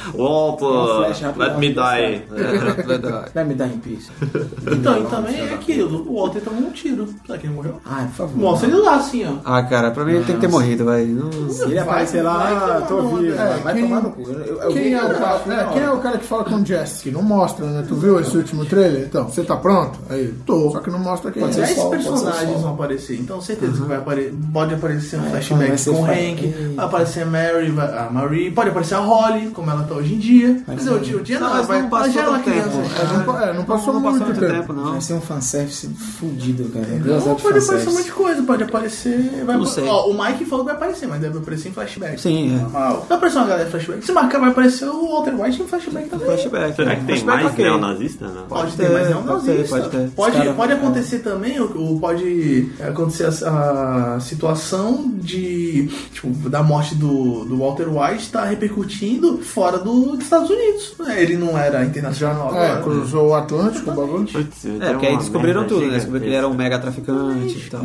Speaker 2: Uma
Speaker 4: Walter,
Speaker 2: flecha
Speaker 4: let me die.
Speaker 2: rápida, Vai me dar em peace.
Speaker 9: Então, e também é aquilo. O Walter tomou um tiro. Será que ele morreu?
Speaker 2: Ai, por favor.
Speaker 9: Mostra ele lá, assim, ó.
Speaker 1: Ah, cara, pra mim ele tem que ter morrido, vai. Não...
Speaker 2: Se ele aparecer lá,
Speaker 5: vai
Speaker 2: tô
Speaker 5: tomar
Speaker 2: vivo.
Speaker 5: no- é,
Speaker 2: vai
Speaker 5: quem-
Speaker 2: tomar no cu. Eu- eu- eu vi
Speaker 5: Quem é, o
Speaker 2: na-
Speaker 5: cara,
Speaker 2: na
Speaker 5: é,
Speaker 2: hora.
Speaker 5: quem é o cara que fala com o Jess? Que não mostra, né? Tu viu esse último trailer? Então, você tá pronto? Aí, tô. Só que não mostra quem
Speaker 2: Pode ser
Speaker 5: é.
Speaker 9: 10
Speaker 2: sol, pode ser
Speaker 9: personagens
Speaker 2: sol.
Speaker 9: vão aparecer, então certeza que vai aparecer. Pode aparecer um
Speaker 2: vai
Speaker 9: flashback
Speaker 2: ser
Speaker 9: com o
Speaker 2: fa-
Speaker 9: Hank,
Speaker 2: Ih.
Speaker 9: vai aparecer a Mary, vai- a Marie, pode aparecer a Holly, como ela tá hoje em dia. Quer dizer, o dia, o dia
Speaker 1: Não,
Speaker 9: não,
Speaker 1: mas
Speaker 9: vai,
Speaker 1: não
Speaker 9: ela
Speaker 1: passou
Speaker 9: já era uma
Speaker 1: tanto tempo.
Speaker 9: criança.
Speaker 5: Mas não, pa- é, não passou
Speaker 1: Não
Speaker 5: muito,
Speaker 1: passou muito
Speaker 5: tempo.
Speaker 1: tempo, não.
Speaker 2: Vai ser um fanservice fudido, cara.
Speaker 9: Não,
Speaker 2: Duas horas de
Speaker 9: pode aparecer um monte
Speaker 2: fanservice.
Speaker 9: de coisa, pode aparecer. Vai,
Speaker 1: Não sei.
Speaker 9: Ó, o Mike falou que vai aparecer, mas deve aparecer em flashback.
Speaker 1: Sim, é.
Speaker 9: Normal. Vai aparecer uma galera em flashback. Se marcar, vai aparecer o Walter White em flashback também.
Speaker 1: Flashback. né?
Speaker 4: Será que tem
Speaker 1: Flashback, é
Speaker 4: mais
Speaker 1: ok.
Speaker 4: neonazista? Não.
Speaker 9: Pode
Speaker 1: ter,
Speaker 9: ter, mas não
Speaker 1: pode ter,
Speaker 9: nazista.
Speaker 1: pode ter.
Speaker 9: Pode,
Speaker 2: Os cara-
Speaker 9: pode acontecer também, ou, ou pode é, acontecer a, a situação de tipo, da morte do, do Walter White estar repercutindo fora do, dos Estados Unidos. né? Ele não era internacional.
Speaker 5: É,
Speaker 9: agora.
Speaker 5: cruzou o Atlântico, o bagulho.
Speaker 4: Putz,
Speaker 1: É, porque aí descobriram tudo, né? Descobriram que ele era um mega traficante e tal.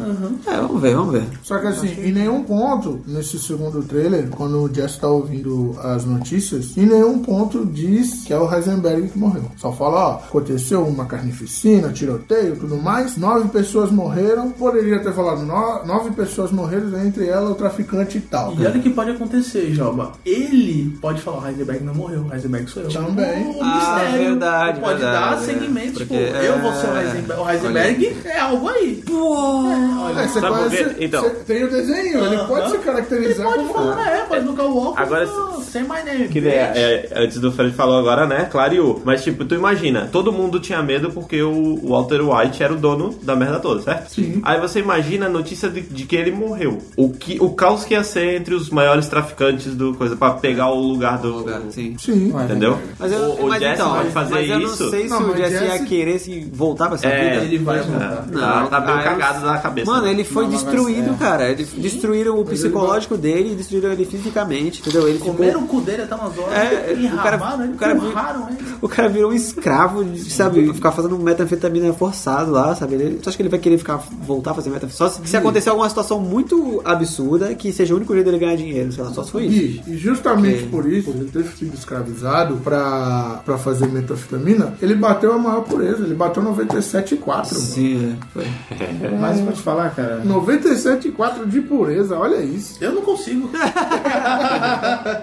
Speaker 1: É, vamos ver, vamos ver.
Speaker 5: Só que assim, em nenhum ponto, nesse segundo trailer, quando o Jess tá ouvindo as notícias, em nenhum ponto diz que é o Heisenberg que morreu. Só fala, ó, aconteceu uma carnificina, tiroteio, tudo mais. Nove pessoas morreram. Poderia ter falado no- nove pessoas morreram, entre elas o traficante e tal.
Speaker 9: E olha o que pode acontecer, Joba. Ele pode falar, o Heisenberg não morreu, o Heisenberg sou eu.
Speaker 5: Também.
Speaker 9: O
Speaker 1: Ah,
Speaker 9: mistério
Speaker 1: verdade,
Speaker 9: pode dar
Speaker 1: verdade,
Speaker 9: segmento,
Speaker 1: é.
Speaker 9: tipo,
Speaker 1: Porque,
Speaker 9: eu vou ser o
Speaker 1: é,
Speaker 9: Heisenberg. O Heisenberg é algo aí.
Speaker 5: É, você
Speaker 4: Sabe por
Speaker 5: pode,
Speaker 4: quê?
Speaker 5: você-
Speaker 4: Então.
Speaker 5: você tem o desenho, ele pode se
Speaker 9: Ele
Speaker 5: caracterizar
Speaker 9: pode
Speaker 5: como
Speaker 9: falar, é, pode tocar o óculos.
Speaker 4: Agora,
Speaker 9: ah, say my name.
Speaker 4: Que
Speaker 9: bitch.
Speaker 4: nem, é, é, antes do Fred falou agora, né? Clareou. Mas, tipo, tu imagina, todo mundo tinha medo porque o Walter White era o dono da merda toda, certo? Sim. Aí você imagina a notícia de, de que ele morreu. O, que, o caos que ia ser entre os maiores traficantes do coisa pra pegar o lugar do.
Speaker 1: Sim.
Speaker 5: Sim.
Speaker 4: Entendeu?
Speaker 1: Mas eu,
Speaker 4: o o
Speaker 1: mas
Speaker 4: Jesse
Speaker 1: então,
Speaker 4: vai fazer
Speaker 1: mas eu
Speaker 4: isso.
Speaker 1: não sei se
Speaker 5: Não,
Speaker 1: o
Speaker 5: mas
Speaker 1: Jesse ia
Speaker 5: Jesse-
Speaker 1: querer se voltar pra essa
Speaker 4: É,
Speaker 1: vida.
Speaker 9: Ele vai voltar.
Speaker 4: É, tá, tá meio
Speaker 1: Aí-
Speaker 4: cagado na cabeça.
Speaker 1: Mano, ele foi
Speaker 2: Não, mas vai
Speaker 1: destruído,
Speaker 2: ser.
Speaker 1: cara. Ele- destruíram o psicológico dele, destruíram ele fisicamente, entendeu? Ele
Speaker 9: Comeram
Speaker 1: ficou...
Speaker 9: o cu dele até umas horas,
Speaker 1: Tipo, É, o cara-
Speaker 9: enramaram ele, né?
Speaker 1: o cara-
Speaker 9: empurraram ele.
Speaker 1: O cara virou um escravo, de, sabe? Ficar fazendo metanfetamina forçado lá, sabe? Ele, tu acha que ele vai querer ficar, voltar a fazer metanfetamina? Só se, se acontecer alguma situação muito absurda que seja o único jeito dele ganhar dinheiro, sei lá, só se foi isso.
Speaker 5: E, e justamente
Speaker 1: Ok.
Speaker 5: por isso, por ele ter sido escravizado pra, pra fazer metanfetamina, ele bateu a maior pureza, ele bateu 97,4.
Speaker 1: Sim, é, foi.
Speaker 2: Mas pode falar, cara.
Speaker 5: mano. 97,4 de pureza, olha isso.
Speaker 9: Eu não consigo.
Speaker 1: É.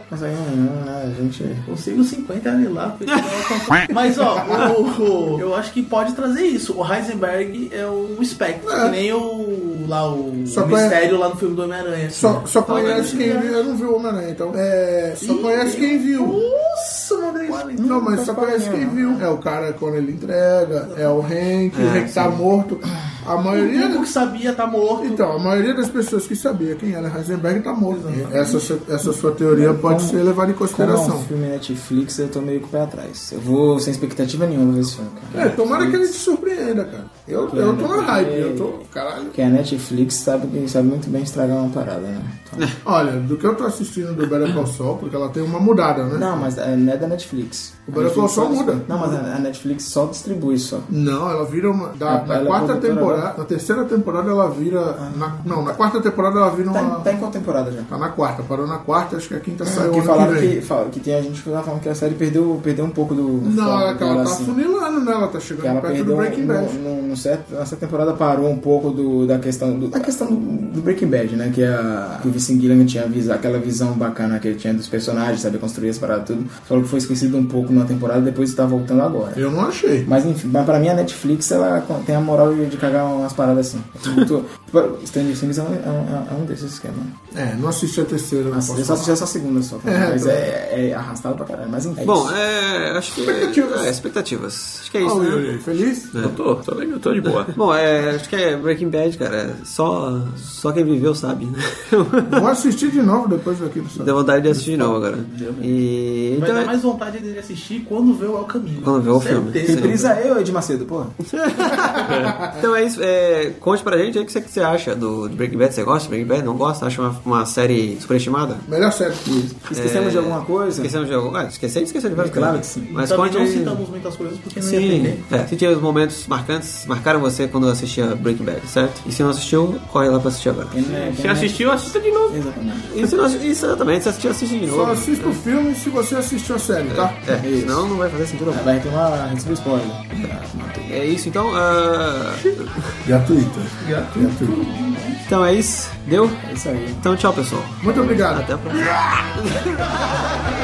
Speaker 2: Mas aí, não, não, né, a gente.
Speaker 9: Consigo 50 ali lá. porque eu não- Mas ó, o- o- eu acho que pode trazer isso. O Heisenberg é um espectro,
Speaker 5: É.
Speaker 9: que nem o lá o,
Speaker 5: Só
Speaker 9: o
Speaker 5: conhe-
Speaker 9: mistério lá no filme do Homem-Aranha.
Speaker 5: Só, só
Speaker 9: Ah,
Speaker 5: conhece
Speaker 9: mas-
Speaker 5: quem viu, eu não vi o Homem-Aranha, então. É, só
Speaker 9: Ih,
Speaker 5: conhece quem viu.
Speaker 9: Nossa, mano, ele fala,
Speaker 5: Não, mas só
Speaker 2: Não
Speaker 5: conhece quem viu. É o cara quando ele entrega, é o Hank, o Hank tá morto. A maioria
Speaker 9: O que sabia tá morto.
Speaker 5: Então, a maioria das pessoas que sabia quem era Heisenberg tá morta. Essa, su- essa sua teoria pode ser levada em
Speaker 2: Como é um
Speaker 5: consideração.
Speaker 2: filme Netflix, eu tô meio com o pé atrás. Eu vou sem expectativa nenhuma ver esse filme, cara.
Speaker 5: É, tomara que ele te surpreenda, cara. Eu, eu tô na hype, eu tô. Caralho.
Speaker 2: Porque a Netflix sabe, que- sabe muito bem estragar uma parada, né? Então-
Speaker 5: Olha, do que eu tô assistindo do Better Call Saul, porque ela tem uma mudada, né?
Speaker 2: Não, mas é, não é da Netflix.
Speaker 5: O
Speaker 2: A
Speaker 5: Better
Speaker 2: Netflix
Speaker 5: Call Saul
Speaker 2: só-
Speaker 5: muda.
Speaker 2: Não, mas a a Netflix só distribui só.
Speaker 5: Não, ela vira uma. Da,
Speaker 2: Ah,
Speaker 5: na
Speaker 2: ela é
Speaker 5: quarta
Speaker 2: produtora
Speaker 5: temporada.
Speaker 2: agora?
Speaker 5: Na terceira temporada ela vira. na- não, na quarta temporada ela vira
Speaker 2: Tá,
Speaker 5: uma.
Speaker 2: em- tá em qual temporada já?
Speaker 5: Tá na quarta, parou na quarta, acho que a quinta Ah. saiu
Speaker 2: Porque
Speaker 5: ano
Speaker 2: falaram
Speaker 5: que
Speaker 2: É, que,
Speaker 5: vem.
Speaker 2: fala- que tem a gente que tava falando que a série perdeu, perdeu um pouco do.
Speaker 5: Não,
Speaker 2: foco
Speaker 5: é que ela tá
Speaker 2: assim.
Speaker 5: funilando, né? Ela tá
Speaker 2: Que
Speaker 5: chegando
Speaker 2: ela
Speaker 5: perto do
Speaker 2: perdeu. um
Speaker 5: Breaking Bad.
Speaker 2: No, no, no certo, nessa temporada parou um pouco do, da questão, do, da questão do, do Breaking Bad, né? Que, a, que o Vincent Gilligan tinha vis- aquela visão bacana que ele tinha dos personagens, saber construir as paradas tudo. Falou que foi esquecido um pouco na temporada, depois tá voltando agora.
Speaker 5: Eu não achei.
Speaker 2: Mas enfim, mas pra mim a Netflix ela tem a moral de de cagar umas paradas assim. Muito-
Speaker 5: [laughs]
Speaker 2: Stranger Things é um, é um- é um desses esquemas.
Speaker 5: É, não assisti a terceira, não
Speaker 2: Nossa,
Speaker 5: posso
Speaker 2: eu só
Speaker 5: falar.
Speaker 2: assisti essa segunda só. tá?
Speaker 5: É,
Speaker 2: mas
Speaker 5: tá.
Speaker 2: é, é arrastado pra caralho. Mas enfim. é
Speaker 1: Bom,
Speaker 2: isso.
Speaker 1: é, acho que.
Speaker 5: Expectativas.
Speaker 1: É, expectativas. Acho que é
Speaker 5: Ah,
Speaker 1: isso,
Speaker 5: Yuri,
Speaker 1: né?
Speaker 5: Yuri,
Speaker 2: [laughs]
Speaker 5: feliz?
Speaker 4: Eu tô, tô, eu tô de [laughs] boa.
Speaker 1: Bom, é, acho que é Breaking Bad, cara. Só, só quem viveu sabe, né? [laughs]
Speaker 5: Vou assistir de novo depois daqui do
Speaker 1: Deu
Speaker 5: sábado.
Speaker 1: vontade de assistir de novo agora. E.
Speaker 9: Vai
Speaker 1: Então,
Speaker 9: dar mais vontade dele assistir quando vê o El Caminho.
Speaker 1: Quando vê o filme.
Speaker 9: Certeza.
Speaker 2: Reprisa eu, Ed Macedo, pô.
Speaker 1: então é isso. É, conte pra gente aí o que você, que você acha do, do Breaking Bad. Você gosta de Breaking Bad? Não gosta? Acha uma, uma série superestimada?
Speaker 5: Melhor série.
Speaker 2: Esquecemos
Speaker 1: É,
Speaker 2: de alguma coisa?
Speaker 1: Esquecemos de algum. Ah, esquecendo, esqueceu de várias
Speaker 2: Claro
Speaker 1: coisas.
Speaker 2: que sim.
Speaker 1: Mas
Speaker 9: Também
Speaker 1: conte
Speaker 9: não
Speaker 1: aí.
Speaker 9: citamos muitas coisas porque não ia
Speaker 1: Sim,
Speaker 9: entender.
Speaker 1: é. Se tinha os momentos marcantes, marcaram você quando assistia Breaking Bad, certo? E se não assistiu, corre lá pra assistir agora.
Speaker 2: Quem não é- quem
Speaker 4: Se
Speaker 2: não é-
Speaker 4: assistiu, assista de novo.
Speaker 2: Exatamente.
Speaker 1: E se não assistiu, exatamente, se assistiu, assiste de
Speaker 5: Só
Speaker 1: novo.
Speaker 5: assista o filme se você assistiu a série, tá?
Speaker 1: É, senão não vai fazer sentido algum.
Speaker 2: Vai reclamar, recebeu spoiler.
Speaker 1: É isso, então. ah,
Speaker 5: Gratuito.
Speaker 1: então é isso. Deu?
Speaker 2: É isso aí.
Speaker 1: Então tchau, pessoal.
Speaker 5: Muito obrigado.
Speaker 1: Até a próxima.